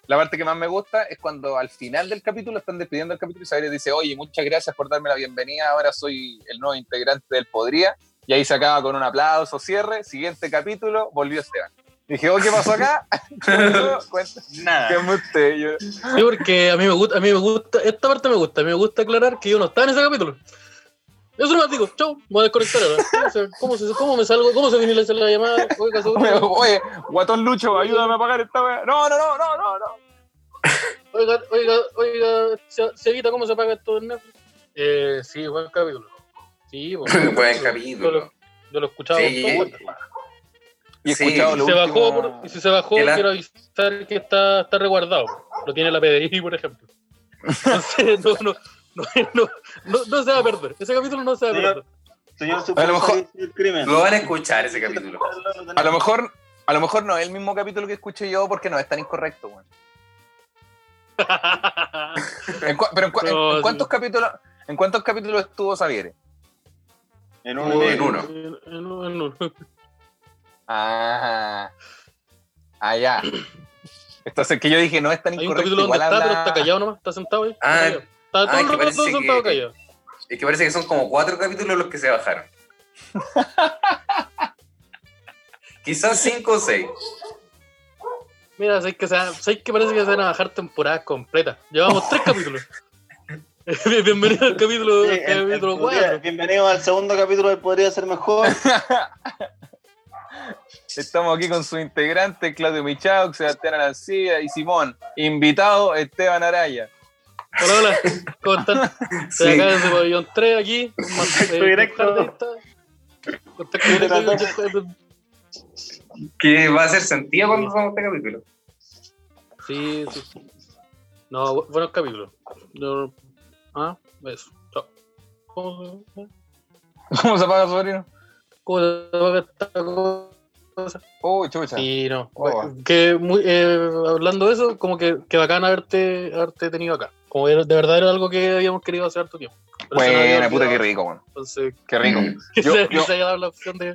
[SPEAKER 4] la parte que más me gusta es cuando al final del capítulo están despidiendo el capítulo y Xavier dice, oye, muchas gracias por darme la bienvenida, ahora soy el nuevo integrante del Podría. Y ahí se acaba con un aplauso, cierre, siguiente capítulo, volvió Esteban. Dije, oh, ¿qué pasó
[SPEAKER 5] <laughs>
[SPEAKER 4] acá? <laughs> ¿Qué pasó? Cuenta- ¿Qué
[SPEAKER 5] Nada.
[SPEAKER 4] me usted? Yo-
[SPEAKER 2] Sí, porque a mí me gusta, a mí me gusta, esta parte me gusta, a mí me gusta aclarar que yo no estaba en ese capítulo. Eso no digo, chau, me voy a desconectar ahora. O sea, ¿Cómo, se, ¿Cómo me salgo? ¿Cómo se viene a hacer la llamada? Oye, ¿qué pasó?
[SPEAKER 4] Oye, Oye, guatón Lucho, ayúdame a pagar esta wea. No, no, no, no, no, no.
[SPEAKER 2] Oiga, oiga, oiga, se- Cevita, ¿cómo se paga esto en Netflix? Eh, sí, buen capítulo. Sí, bueno,
[SPEAKER 3] <laughs> Buen
[SPEAKER 2] sí, Yo lo,
[SPEAKER 3] capítulo.
[SPEAKER 2] yo lo escuchaba.
[SPEAKER 3] Sí.
[SPEAKER 2] todo, bueno.
[SPEAKER 4] Y he
[SPEAKER 3] Sí.
[SPEAKER 4] escuchado
[SPEAKER 2] Y
[SPEAKER 4] lo
[SPEAKER 2] se bajó,
[SPEAKER 4] último-
[SPEAKER 2] por- y si se bajó,
[SPEAKER 3] que la-
[SPEAKER 2] quiero avisar que está, está resguardado. Lo tiene la PDI, por ejemplo. Entonces, no, no, no, no, no- no se va a perder. Ese capítulo no se va a perder.
[SPEAKER 5] Señor
[SPEAKER 4] A lo mejor-
[SPEAKER 5] supervisor del crimen.
[SPEAKER 3] Lo van a escuchar ese capítulo.
[SPEAKER 4] este A lo mejor, a lo mejor no es el mismo capítulo que escuché yo porque no es tan incorrecto, <laughs> weón. ¿En cua- pero en, cua- en-
[SPEAKER 2] No,
[SPEAKER 4] en
[SPEAKER 2] sí.
[SPEAKER 4] cuántos capítulos, ¿en cuántos capítulos estuvo Xavier?
[SPEAKER 5] En
[SPEAKER 3] Uy,
[SPEAKER 5] uno.
[SPEAKER 3] en uno.
[SPEAKER 2] En- en uno, en uno.
[SPEAKER 4] Ah, allá. Entonces que yo dije, no es tan
[SPEAKER 2] Hay un
[SPEAKER 4] incorrecto.
[SPEAKER 2] capítulo donde
[SPEAKER 4] igual
[SPEAKER 2] está, pero
[SPEAKER 4] habla-
[SPEAKER 2] está callado nomás, está sentado ahí.
[SPEAKER 3] Ah,
[SPEAKER 2] está, callado. Está todo
[SPEAKER 3] ah,
[SPEAKER 2] el
[SPEAKER 3] que
[SPEAKER 2] rato
[SPEAKER 3] parece que-
[SPEAKER 2] sentado callado.
[SPEAKER 3] Es que parece que son como cuatro capítulos los que se
[SPEAKER 5] <laughs>
[SPEAKER 3] bajaron. Quizás cinco o seis.
[SPEAKER 2] Mira, sé que, se van- sé que parece que se van a bajar temporadas completas. Llevamos tres capítulos. <laughs> Bienvenido al capítulo,
[SPEAKER 5] Sí, el- el
[SPEAKER 2] capítulo
[SPEAKER 5] podría-
[SPEAKER 2] 4.
[SPEAKER 5] Bienvenido al segundo capítulo del Podría Ser Mejor.
[SPEAKER 4] Estamos aquí con su integrante, Claudio Michaux, Sebastián Arancía y Simón. Invitado, Esteban Araya.
[SPEAKER 2] Hola, hola. ¿Cómo están? Estoy
[SPEAKER 3] Sí.
[SPEAKER 2] acá desde Pabellón 3 aquí. eh, Contacto
[SPEAKER 5] directo.
[SPEAKER 2] Contacto directo. con-
[SPEAKER 3] Que va a hacer sentido cuando hagamos este capítulo.
[SPEAKER 2] Sí, sí. No, bu- buenos capítulos. Yo- ah, eso. Chao. ¿Cómo se-
[SPEAKER 4] <laughs> ¿Cómo se apaga, sobrino?
[SPEAKER 2] cómo se va a esta cosa?
[SPEAKER 4] Oh, chucha.
[SPEAKER 2] Sí, no.
[SPEAKER 4] Oh.
[SPEAKER 2] Que muy, eh, hablando de eso, como que, que bacán haberte, haberte tenido acá. Como era- de verdad era algo que habíamos querido hace harto tiempo. Pero se nos había
[SPEAKER 4] Buena, puta, qué
[SPEAKER 2] olvidado.
[SPEAKER 4] rico, weón.
[SPEAKER 2] Entonces,
[SPEAKER 4] Qué rico.
[SPEAKER 5] Mm.
[SPEAKER 2] que
[SPEAKER 5] <laughs>
[SPEAKER 4] Yo-
[SPEAKER 2] <laughs> se, que
[SPEAKER 4] yo-
[SPEAKER 2] se haya dado la opción de.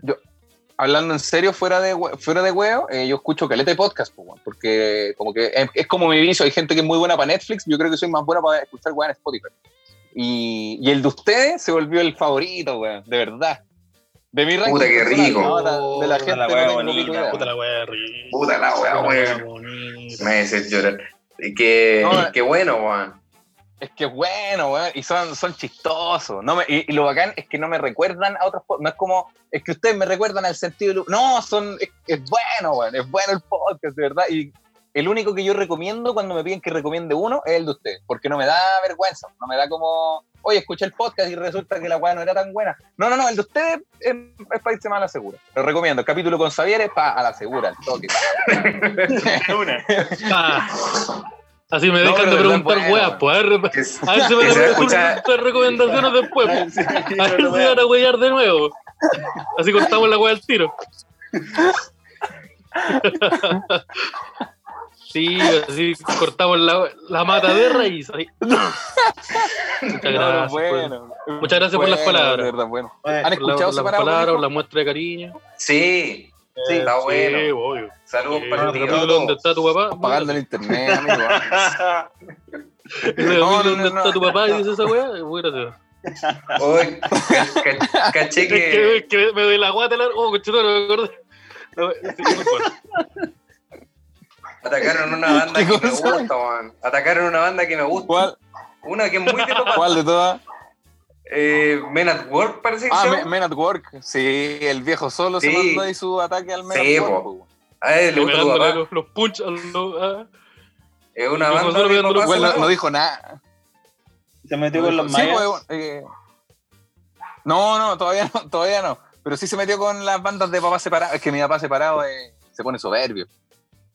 [SPEAKER 4] hablando en serio, fuera de, hue- fuera de huevo, eh, yo escucho caleta de podcast, po, weón, porque como que es, es como mi vicio. Hay gente que es muy buena para Netflix, yo creo que soy más buena para escuchar weón en Spotify. Y, y el de ustedes se volvió el favorito, weón, de verdad. De mi ranking.
[SPEAKER 3] Puta, qué
[SPEAKER 4] personal,
[SPEAKER 3] rico.
[SPEAKER 4] no, la- de la gente
[SPEAKER 5] Puta la
[SPEAKER 4] no
[SPEAKER 5] wea
[SPEAKER 4] tengo
[SPEAKER 5] bonita,
[SPEAKER 4] ni idea.
[SPEAKER 2] Puta la wea rica.
[SPEAKER 3] Puta la wea buena.
[SPEAKER 2] bonita.
[SPEAKER 3] Me hace llorar. Y que,
[SPEAKER 4] No,
[SPEAKER 3] y que bueno, weón.
[SPEAKER 4] Es que bueno, weón, y son, son chistosos. No me, y, y lo bacán es que no me recuerdan a otros podcasts. No es como, es que ustedes me recuerdan al sentido. del hu- No, son, es, es bueno, weón, es bueno el podcast, de verdad. Y el único que yo recomiendo cuando me piden que recomiende uno es el de ustedes, porque no me da vergüenza, no me da como, oye, escuché el podcast y resulta que la weá no era tan buena. No, no, no, el de ustedes es, es para irse más a la segura. Lo recomiendo. El capítulo con Xavier es para a la segura, al toque.
[SPEAKER 2] Ah, Así me
[SPEAKER 4] No,
[SPEAKER 2] dejan
[SPEAKER 4] pero
[SPEAKER 2] de
[SPEAKER 4] de verdad
[SPEAKER 2] preguntar
[SPEAKER 4] bueno.
[SPEAKER 2] weas, pues. A ver,
[SPEAKER 3] Que, se-
[SPEAKER 2] a ver si me
[SPEAKER 3] que <laughs> se va a
[SPEAKER 2] dan
[SPEAKER 3] escuchar.
[SPEAKER 2] sus recomendaciones después. pues. A ver si me van a huellar de nuevo. Así cortamos la wea al
[SPEAKER 3] <laughs>
[SPEAKER 2] tiro. Sí, así cortamos la, la mata de raíz.
[SPEAKER 3] <laughs>
[SPEAKER 2] ahí. Muchas gracias. pues. Muchas gracias por las palabras.
[SPEAKER 4] de verdad, bueno.
[SPEAKER 5] Oye,
[SPEAKER 4] ¿Han
[SPEAKER 2] Por la-
[SPEAKER 4] escuchado
[SPEAKER 2] por las
[SPEAKER 4] separado?
[SPEAKER 2] palabras,
[SPEAKER 4] dijo?
[SPEAKER 2] por la muestra de cariño.
[SPEAKER 3] Sí,
[SPEAKER 5] Sí.
[SPEAKER 3] está
[SPEAKER 2] Sí,
[SPEAKER 3] bueno.
[SPEAKER 2] obvio.
[SPEAKER 3] Saludos
[SPEAKER 2] Eh,
[SPEAKER 3] para
[SPEAKER 2] el
[SPEAKER 3] el
[SPEAKER 4] pero
[SPEAKER 3] tío.
[SPEAKER 2] capítulo donde está tu papá.
[SPEAKER 4] Apagando el
[SPEAKER 3] <laughs>
[SPEAKER 4] internet, amigo.
[SPEAKER 2] El capítulo
[SPEAKER 4] No, no,
[SPEAKER 2] donde
[SPEAKER 4] no,
[SPEAKER 2] está
[SPEAKER 4] no.
[SPEAKER 2] tu papá y dice esa weá. Es muy gracioso.
[SPEAKER 3] Hoy, ca- ca- caché
[SPEAKER 2] Es que,
[SPEAKER 3] que.
[SPEAKER 2] es que me doy la guata larga. Oh, cochito, no me acuerdo. No, sí,
[SPEAKER 3] <laughs>
[SPEAKER 2] disculpa. <laughs>
[SPEAKER 3] Atacaron una banda
[SPEAKER 4] ¿Qué
[SPEAKER 3] que me
[SPEAKER 4] cosa?
[SPEAKER 3] gusta, weón. Atacaron una banda que me gusta.
[SPEAKER 4] ¿Cuál,
[SPEAKER 2] <laughs>
[SPEAKER 3] Una que es muy de papá.
[SPEAKER 4] ¿Cuál de todas?
[SPEAKER 3] Eh, Men at Work parece que
[SPEAKER 4] Ah,
[SPEAKER 3] se
[SPEAKER 4] Me-
[SPEAKER 3] llama.
[SPEAKER 4] Men at Work. Sí, el viejo solo se
[SPEAKER 3] Sí.
[SPEAKER 4] mandó ahí su ataque al Men
[SPEAKER 3] Sí,
[SPEAKER 4] at Work.
[SPEAKER 3] po.
[SPEAKER 4] po.
[SPEAKER 3] Ah, le gusta tu
[SPEAKER 2] Pegándole
[SPEAKER 3] papá.
[SPEAKER 2] los, los ah, punch a los- a-
[SPEAKER 3] Es una
[SPEAKER 2] Yo
[SPEAKER 3] banda
[SPEAKER 2] solo
[SPEAKER 3] de
[SPEAKER 2] viendo los
[SPEAKER 3] papás,
[SPEAKER 4] Igual no,
[SPEAKER 3] ¿no?
[SPEAKER 4] no dijo nada.
[SPEAKER 5] Se metió con los
[SPEAKER 4] Sí,
[SPEAKER 5] mayas.
[SPEAKER 4] pues, eh, no, no, todavía no, todavía no. Pero sí se metió con las bandas de papá separado. Es que mi papá separado eh, se pone soberbio.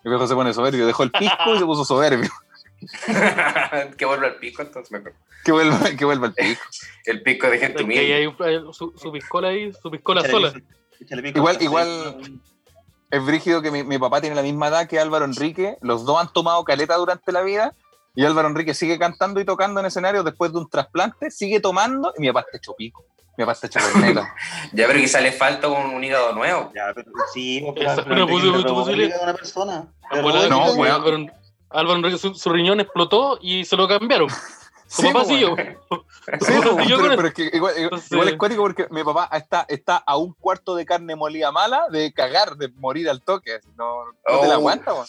[SPEAKER 4] El viejo se pone soberbio. Dejó el pisco y se puso soberbio. <laughs>
[SPEAKER 3] <laughs> que vuelva al pico, entonces mejor.
[SPEAKER 4] Que vuelva, que vuelva el pisco.
[SPEAKER 3] El pico de gente
[SPEAKER 2] es que ahí
[SPEAKER 3] humilde.
[SPEAKER 2] hay, hay su, su piscola ahí, su piscola
[SPEAKER 5] Échale
[SPEAKER 2] sola.
[SPEAKER 5] pico, échale pico.
[SPEAKER 4] Igual,
[SPEAKER 5] Sí. pues,
[SPEAKER 4] igual. Es brígido que mi, mi papá tiene la misma edad que Álvaro Enrique. Los dos han tomado caleta durante la vida. Y Álvaro Enrique sigue cantando y tocando en escenario después de un trasplante. Sigue tomando. Y mi papá está hecho pico. Mi papá
[SPEAKER 2] <laughs>
[SPEAKER 4] está hecho corneta.
[SPEAKER 3] Ya, pero quizá le falta un, un hígado nuevo.
[SPEAKER 5] Ya, pero sí, pues, pero,
[SPEAKER 2] Esa es
[SPEAKER 5] pero
[SPEAKER 2] una
[SPEAKER 5] te-
[SPEAKER 2] posible-
[SPEAKER 5] te robó
[SPEAKER 2] posible-
[SPEAKER 5] la vida de una persona. Te robó
[SPEAKER 2] Abuela,
[SPEAKER 5] la vida
[SPEAKER 4] No,
[SPEAKER 5] de-
[SPEAKER 4] weón.
[SPEAKER 2] Álvaro, Álvaro Enrique, su, su riñón explotó y se lo cambiaron.
[SPEAKER 3] <laughs>
[SPEAKER 2] Su papá
[SPEAKER 4] pues,
[SPEAKER 2] sí yo.
[SPEAKER 4] Sí,
[SPEAKER 2] Yo con
[SPEAKER 4] po, pero,
[SPEAKER 2] el-
[SPEAKER 4] pero es que igual, igual-
[SPEAKER 2] Entonces-
[SPEAKER 4] igual es cuático porque mi papá está, está a un cuarto de carne molida mala de cagar, de morir al toque. así, No, no te
[SPEAKER 3] Oh.
[SPEAKER 4] la aguanta, po.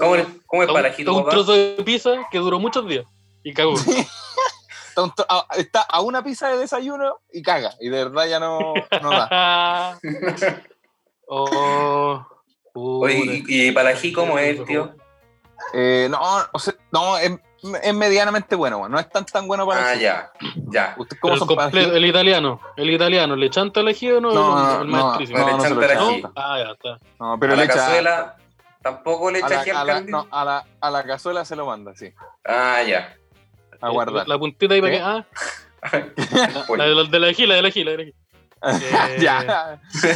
[SPEAKER 3] ¿Cómo, le- cómo es
[SPEAKER 2] Está un-
[SPEAKER 3] para
[SPEAKER 2] está
[SPEAKER 3] tu
[SPEAKER 2] un
[SPEAKER 3] papá?
[SPEAKER 2] trozo de pizza que duró muchos días y
[SPEAKER 3] <laughs>
[SPEAKER 2] cagó.
[SPEAKER 4] Está, un tro- a, está a una pizza de desayuno y caga. Y de verdad ya no, no da.
[SPEAKER 3] Ah.
[SPEAKER 2] <laughs> oh,
[SPEAKER 3] Oye, ¿y, y para Ji cómo es, tío?
[SPEAKER 4] Eh, no, o sea, no es, es medianamente bueno, weón, no es tan tan bueno para
[SPEAKER 3] Ah,
[SPEAKER 4] el-
[SPEAKER 3] ya, ya.
[SPEAKER 4] ¿Usted
[SPEAKER 2] Pero
[SPEAKER 4] cómo
[SPEAKER 2] el,
[SPEAKER 4] son para
[SPEAKER 2] completo,
[SPEAKER 4] el-
[SPEAKER 2] el italiano, el italiano, ¿le chanta el ají o no?
[SPEAKER 4] No, no,
[SPEAKER 2] el
[SPEAKER 4] no,
[SPEAKER 2] maestrísimo.
[SPEAKER 4] no,
[SPEAKER 3] Le
[SPEAKER 4] no se lo
[SPEAKER 3] echan
[SPEAKER 2] ¿No?
[SPEAKER 3] ají.
[SPEAKER 4] echa.
[SPEAKER 2] Ah, ya está.
[SPEAKER 4] No, pero
[SPEAKER 3] a
[SPEAKER 4] le
[SPEAKER 3] la
[SPEAKER 4] echa.
[SPEAKER 3] cazuela tampoco le
[SPEAKER 4] a
[SPEAKER 3] echa
[SPEAKER 4] la-
[SPEAKER 3] ají
[SPEAKER 4] a
[SPEAKER 3] al
[SPEAKER 4] la-
[SPEAKER 3] caldero.
[SPEAKER 4] no, a la- a la cazuela se lo manda, sí.
[SPEAKER 3] Ah, ya.
[SPEAKER 4] A guardar.
[SPEAKER 2] La puntita ahí para
[SPEAKER 4] ¿Qué?
[SPEAKER 2] que. Ah,
[SPEAKER 3] Pues,
[SPEAKER 2] la de la, de la ají, la de la ají, la de la
[SPEAKER 4] <laughs>
[SPEAKER 2] ají. Eh,
[SPEAKER 4] ya. <laughs>
[SPEAKER 3] <laughs>
[SPEAKER 2] Eh,
[SPEAKER 3] ¿Me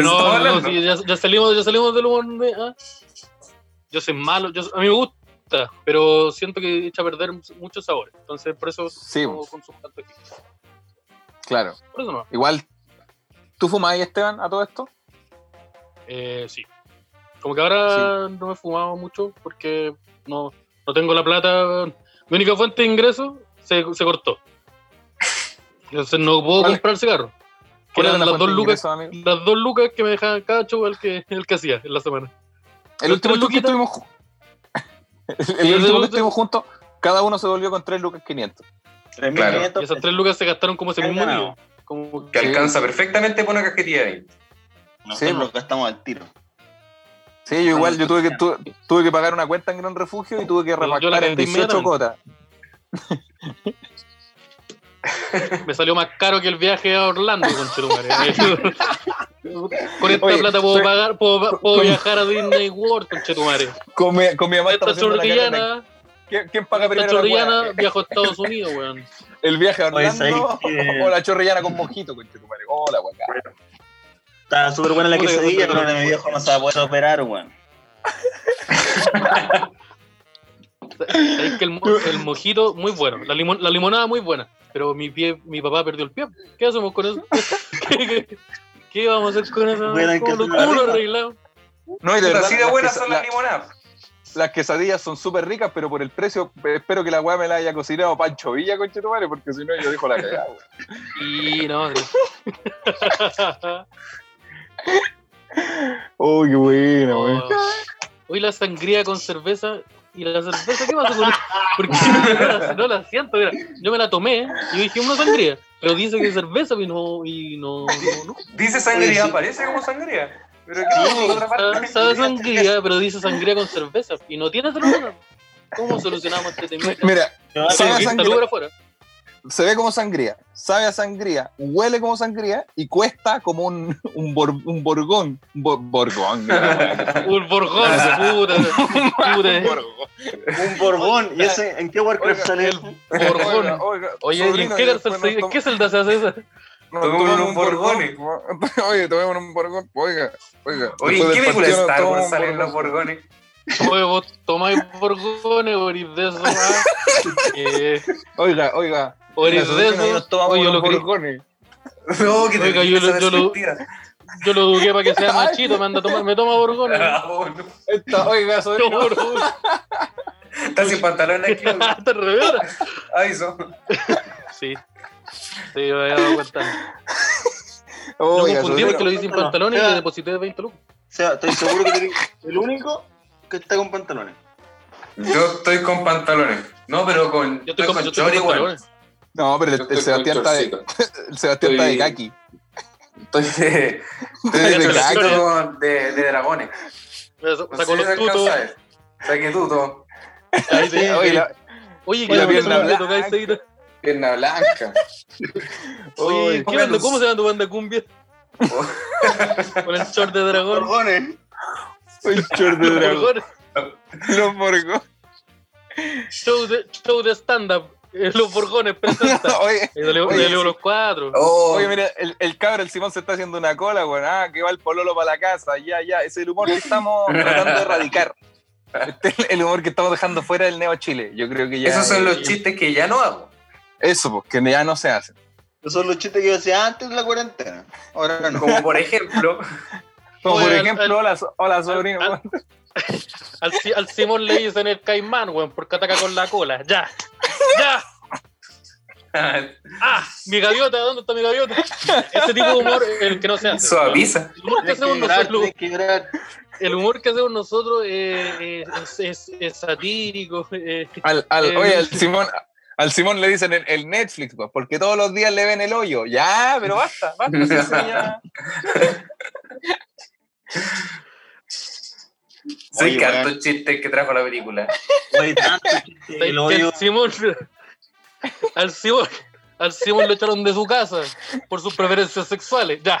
[SPEAKER 2] no, no,
[SPEAKER 3] hablando?
[SPEAKER 2] sí, ya, ya salimos, ya salimos del humor de, ah. Yo soy malo, yo, a mí me gusta, pero siento que echa a perder muchos sabores. Entonces, por eso
[SPEAKER 4] Sí, pues,
[SPEAKER 2] no consumo tanto aquí.
[SPEAKER 4] claro.
[SPEAKER 2] Por eso no.
[SPEAKER 4] Igual, ¿tú fumas ahí, Esteban, a todo esto?
[SPEAKER 2] Eh, sí. Como que ahora no me he fumado mucho porque no, no tengo la plata. Mi única fuente de ingreso se, se
[SPEAKER 4] <laughs>
[SPEAKER 2] cortó. Entonces no puedo
[SPEAKER 4] ¿Cuál-
[SPEAKER 2] comprar cigarro. Que
[SPEAKER 4] ¿Cuál era
[SPEAKER 2] eran
[SPEAKER 4] la
[SPEAKER 2] las
[SPEAKER 4] fuente
[SPEAKER 2] dos
[SPEAKER 4] de
[SPEAKER 2] lucas,
[SPEAKER 4] ingreso, amigo?
[SPEAKER 2] las dos lucas que me dejaban cada show el que, el que hacía en la semana.
[SPEAKER 4] El último
[SPEAKER 2] tres
[SPEAKER 4] tour que
[SPEAKER 2] luquitas.
[SPEAKER 4] estuvimos ju- <laughs> El-
[SPEAKER 2] Sí,
[SPEAKER 4] El último
[SPEAKER 2] sí,
[SPEAKER 4] que
[SPEAKER 2] sí.
[SPEAKER 4] estuvimos juntos, cada uno se volvió con 3 lucas 500.
[SPEAKER 5] 3.500
[SPEAKER 2] Y esas tres lucas se gastaron como ese
[SPEAKER 5] Ya
[SPEAKER 2] mismo
[SPEAKER 5] ganado.
[SPEAKER 2] día. Como
[SPEAKER 3] Que
[SPEAKER 4] Sí.
[SPEAKER 3] alcanza perfectamente por una cajetilla ahí.
[SPEAKER 5] Nosotros
[SPEAKER 4] Sí, pues.
[SPEAKER 5] nos gastamos al tiro.
[SPEAKER 4] Sí, yo
[SPEAKER 3] Ah,
[SPEAKER 4] igual, yo tuve que,
[SPEAKER 5] Ya.
[SPEAKER 4] tu- tuve que pagar una cuenta en Gran Refugio y tuve que
[SPEAKER 2] Pero yo la
[SPEAKER 4] repactar en
[SPEAKER 2] vendí
[SPEAKER 4] 18
[SPEAKER 2] inmediatamente.
[SPEAKER 4] cotas.
[SPEAKER 2] <laughs> me salió más caro que el viaje a Orlando,
[SPEAKER 4] <laughs>
[SPEAKER 2] conchetumare. Con esta
[SPEAKER 4] Oye,
[SPEAKER 2] plata puedo
[SPEAKER 4] pero-
[SPEAKER 2] pagar, puedo, puedo
[SPEAKER 4] con-
[SPEAKER 2] viajar a Disney World, conchetumare.
[SPEAKER 4] Con mi, con mi mamá
[SPEAKER 2] Esta
[SPEAKER 4] estamos haciendo la carta
[SPEAKER 2] chorrillana,
[SPEAKER 4] de- ¿Quién, quién paga
[SPEAKER 2] esta
[SPEAKER 4] primero la
[SPEAKER 2] chorrillana
[SPEAKER 4] weá?
[SPEAKER 2] viajo a Estados Unidos, weón.
[SPEAKER 4] ¿El viaje a
[SPEAKER 5] Oye,
[SPEAKER 4] Orlando
[SPEAKER 5] ¿sabéis
[SPEAKER 4] <laughs>
[SPEAKER 5] que-
[SPEAKER 4] o la chorrillana con mojito, con Chetumare? Hola, Oh, weá.
[SPEAKER 5] Estaba súper buena la
[SPEAKER 2] Puta,
[SPEAKER 5] quesadilla,
[SPEAKER 2] puta,
[SPEAKER 5] pero mi viejo no se va a poder operar, weón.
[SPEAKER 2] Es que el, mo- el mojito, muy bueno. La, limon- la limonada, muy buena. Pero mi pie, mi papá perdió el pie. ¿Qué hacemos con eso? <laughs> ¿Qué, qué- qué vamos a hacer con eso?
[SPEAKER 5] Bueno, hay que
[SPEAKER 2] ¿Cómo lo,
[SPEAKER 5] hacer una
[SPEAKER 2] cómo lo
[SPEAKER 5] rifa.
[SPEAKER 2] arreglamos?
[SPEAKER 4] No, y de
[SPEAKER 3] Pero
[SPEAKER 4] verdad,
[SPEAKER 3] así de
[SPEAKER 4] las
[SPEAKER 3] buenas
[SPEAKER 4] quesa-
[SPEAKER 3] son las
[SPEAKER 4] la-
[SPEAKER 3] limonadas.
[SPEAKER 4] las quesadillas son súper ricas, pero por el precio, eh, espero que la weá me la haya cocinado Pancho Villa, con Chetumare, porque si no, yo dejo la cagada, weá.
[SPEAKER 2] Y no,
[SPEAKER 4] Oh, qué
[SPEAKER 2] <laughs>
[SPEAKER 4] bueno, weón.
[SPEAKER 2] Hoy la sangría con cerveza. ¿Y la cerveza qué pasó con ella? Porque <laughs> no la, no la siento. mira, yo me la tomé y dije una sangría. Pero dice que es cerveza y no. Y no, no, no.
[SPEAKER 3] Dice sangría,
[SPEAKER 5] Oye, sí.
[SPEAKER 3] parece como sangría. Pero qué
[SPEAKER 5] Sí,
[SPEAKER 3] pasa con otra
[SPEAKER 2] Sabe-
[SPEAKER 3] parte.
[SPEAKER 2] Sabe sangría, pero dice sangría con cerveza. Y no tiene cerveza. ¿Cómo solucionamos este tema?
[SPEAKER 4] <laughs> Mira,
[SPEAKER 5] Yo-
[SPEAKER 4] Sí,
[SPEAKER 2] Salud-
[SPEAKER 4] la sangría.
[SPEAKER 2] salud para afuera.
[SPEAKER 4] se ve como sangría, sabe a sangría, huele como sangría y cuesta como un, un, bor- un borgón. Un
[SPEAKER 2] <laughs>
[SPEAKER 4] bor- borgón.
[SPEAKER 2] Un borgón, Ah, puta.
[SPEAKER 4] <laughs> Un
[SPEAKER 2] puta. eh,
[SPEAKER 4] borgón.
[SPEAKER 5] Un borbón. ¿Y ese en qué Warcraft
[SPEAKER 4] Oiga,
[SPEAKER 5] sale?
[SPEAKER 2] el- Borgón.
[SPEAKER 4] Oiga, oiga,
[SPEAKER 2] Oye, ¿y en
[SPEAKER 4] sobrino,
[SPEAKER 2] qué,
[SPEAKER 4] después
[SPEAKER 2] cárcel
[SPEAKER 4] nos
[SPEAKER 2] se-
[SPEAKER 4] tom-
[SPEAKER 2] qué celda se hace esa?
[SPEAKER 4] nos
[SPEAKER 3] Tomemos
[SPEAKER 4] tomamos
[SPEAKER 3] unos borgones.
[SPEAKER 4] borgón. <laughs> Oye, tomemos un borgón. Oiga, oiga.
[SPEAKER 3] Oye, ¿en
[SPEAKER 4] después
[SPEAKER 3] qué
[SPEAKER 4] del
[SPEAKER 3] película de
[SPEAKER 4] partido nos
[SPEAKER 3] Star Wars
[SPEAKER 4] tomamos
[SPEAKER 3] salen
[SPEAKER 4] un
[SPEAKER 3] los
[SPEAKER 4] borgón.
[SPEAKER 3] borgones?
[SPEAKER 2] Oye, vos tomáis borgones, o eres de eso,
[SPEAKER 4] <laughs>
[SPEAKER 2] ah. Eh,
[SPEAKER 4] Oiga, oiga.
[SPEAKER 2] o eres
[SPEAKER 4] la
[SPEAKER 2] de
[SPEAKER 4] sobrina y nos
[SPEAKER 2] eso.
[SPEAKER 4] tomamos
[SPEAKER 2] Oye, yo
[SPEAKER 4] unos
[SPEAKER 2] lo, cri-
[SPEAKER 4] borgones.
[SPEAKER 3] No, que
[SPEAKER 2] Oiga,
[SPEAKER 3] te
[SPEAKER 2] yo lo- yo lo- <laughs>
[SPEAKER 3] mentira.
[SPEAKER 2] yo lo eduqué para que
[SPEAKER 4] <laughs>
[SPEAKER 2] sea machito, me anda a tomar, me toma borgones.
[SPEAKER 3] Ah,
[SPEAKER 2] <laughs>
[SPEAKER 4] Esta, oiga,
[SPEAKER 2] Yo
[SPEAKER 4] sobrino.
[SPEAKER 2] borgones.
[SPEAKER 3] Está sin pantalón aquí.
[SPEAKER 2] <laughs> Hasta al revés.
[SPEAKER 3] Ay, son.
[SPEAKER 2] Sí. Sí, yo me había dado cuenta. Lo
[SPEAKER 4] Oiga,
[SPEAKER 2] confundí porque lo
[SPEAKER 4] sobrino.
[SPEAKER 2] hice sin pantalones y le deposité 20 lucas.
[SPEAKER 5] O sea, estoy seguro que tú eres el único que está con pantalones.
[SPEAKER 3] Yo estoy con pantalones. No, pero con.
[SPEAKER 2] Yo estoy con, yo estoy
[SPEAKER 3] chori,
[SPEAKER 2] con
[SPEAKER 3] weón.
[SPEAKER 2] pantalones.
[SPEAKER 4] No, pero el,
[SPEAKER 3] Yo
[SPEAKER 4] el
[SPEAKER 3] estoy
[SPEAKER 4] Sebastián
[SPEAKER 3] con
[SPEAKER 4] está de,
[SPEAKER 3] chorcito.
[SPEAKER 4] el Sebastián está de
[SPEAKER 3] Estoy-
[SPEAKER 4] kaki.
[SPEAKER 3] Estoy de, estoy de,
[SPEAKER 4] Estoy de
[SPEAKER 3] chorcito
[SPEAKER 2] kaki.
[SPEAKER 3] como de, de dragones. No
[SPEAKER 2] Sacó
[SPEAKER 3] sé si
[SPEAKER 2] los
[SPEAKER 3] alcanza
[SPEAKER 2] tutos.
[SPEAKER 3] a ver. Saqué tuto,
[SPEAKER 2] ahí te-
[SPEAKER 4] Oye,
[SPEAKER 2] ahí- <laughs>
[SPEAKER 4] la-
[SPEAKER 2] Oye,
[SPEAKER 4] la
[SPEAKER 2] ¿qué
[SPEAKER 4] pierna
[SPEAKER 2] le
[SPEAKER 4] blanca.
[SPEAKER 2] tocáis seguir?
[SPEAKER 3] pierna blanca.
[SPEAKER 2] Oye,
[SPEAKER 4] Oye,
[SPEAKER 2] ¿qué banda?
[SPEAKER 3] pónganos.
[SPEAKER 2] ¿Cómo se llama tu banda
[SPEAKER 4] <laughs>
[SPEAKER 2] cumbia? Con el short de dragón.
[SPEAKER 5] Gorgones.
[SPEAKER 4] el short de
[SPEAKER 2] Los
[SPEAKER 4] dragón.
[SPEAKER 2] borgones. <laughs>
[SPEAKER 4] Los borgones.
[SPEAKER 2] Show de, show de stand-up. Eh, Los borgones
[SPEAKER 4] <laughs>
[SPEAKER 2] presenta.
[SPEAKER 4] Oye,
[SPEAKER 2] Y dale,
[SPEAKER 4] Oye,
[SPEAKER 2] dale
[SPEAKER 4] sí.
[SPEAKER 2] los cuatro.
[SPEAKER 3] Oh,
[SPEAKER 4] oye, mira, el, el cabro, el Simón se está haciendo una cola, weón. Ah, que va el pololo para la casa. Ya, ya. Ese es el humor
[SPEAKER 3] <laughs>
[SPEAKER 4] que estamos tratando de erradicar. Este es el humor que estamos dejando fuera del Neo Chile. Yo creo que
[SPEAKER 3] <laughs>
[SPEAKER 4] ya.
[SPEAKER 3] esos son
[SPEAKER 4] eh,
[SPEAKER 3] los chistes que ya no hago.
[SPEAKER 4] Eso, pues, que ya no se hacen.
[SPEAKER 5] Esos son los chistes que yo hacía antes de la cuarentena. Ahora no.
[SPEAKER 3] Como por ejemplo,
[SPEAKER 4] Como
[SPEAKER 2] Oye,
[SPEAKER 4] por
[SPEAKER 2] al- al-
[SPEAKER 4] ejemplo, hola, so- hola sobrino.
[SPEAKER 2] al-
[SPEAKER 4] weón.
[SPEAKER 2] Al, Si- al Simón le dicen el caimán, weón, porque ataca con la cola. Ya. Ya. Ah, mi gaviota, ¿dónde está mi gaviota? Ese tipo de humor es el que no se hace.
[SPEAKER 3] suaviza.
[SPEAKER 2] El humor que
[SPEAKER 5] Tienes que
[SPEAKER 2] hacemos
[SPEAKER 5] llorar,
[SPEAKER 2] nosotros,
[SPEAKER 5] tienes que llorar.
[SPEAKER 2] el humor que hacemos nosotros eh, es, es- es satírico. eh,
[SPEAKER 4] <laughs> Al, al-
[SPEAKER 2] Eh, <laughs>
[SPEAKER 4] oye, al Simón, al Simón le dicen el, el Netflix, pues, porque todos los días le ven el hoyo. Ya, pero basta, basta. sí,
[SPEAKER 2] <laughs>
[SPEAKER 4] sí, ya.
[SPEAKER 3] Soy
[SPEAKER 5] Oye,
[SPEAKER 3] cartos
[SPEAKER 5] weón.
[SPEAKER 3] chistes que trajo la película.
[SPEAKER 5] Oye, tanto chiste que
[SPEAKER 2] que
[SPEAKER 5] lo odio.
[SPEAKER 2] el Simón, al Simón, al Simón lo echaron de su casa por sus preferencias sexuales. Ya.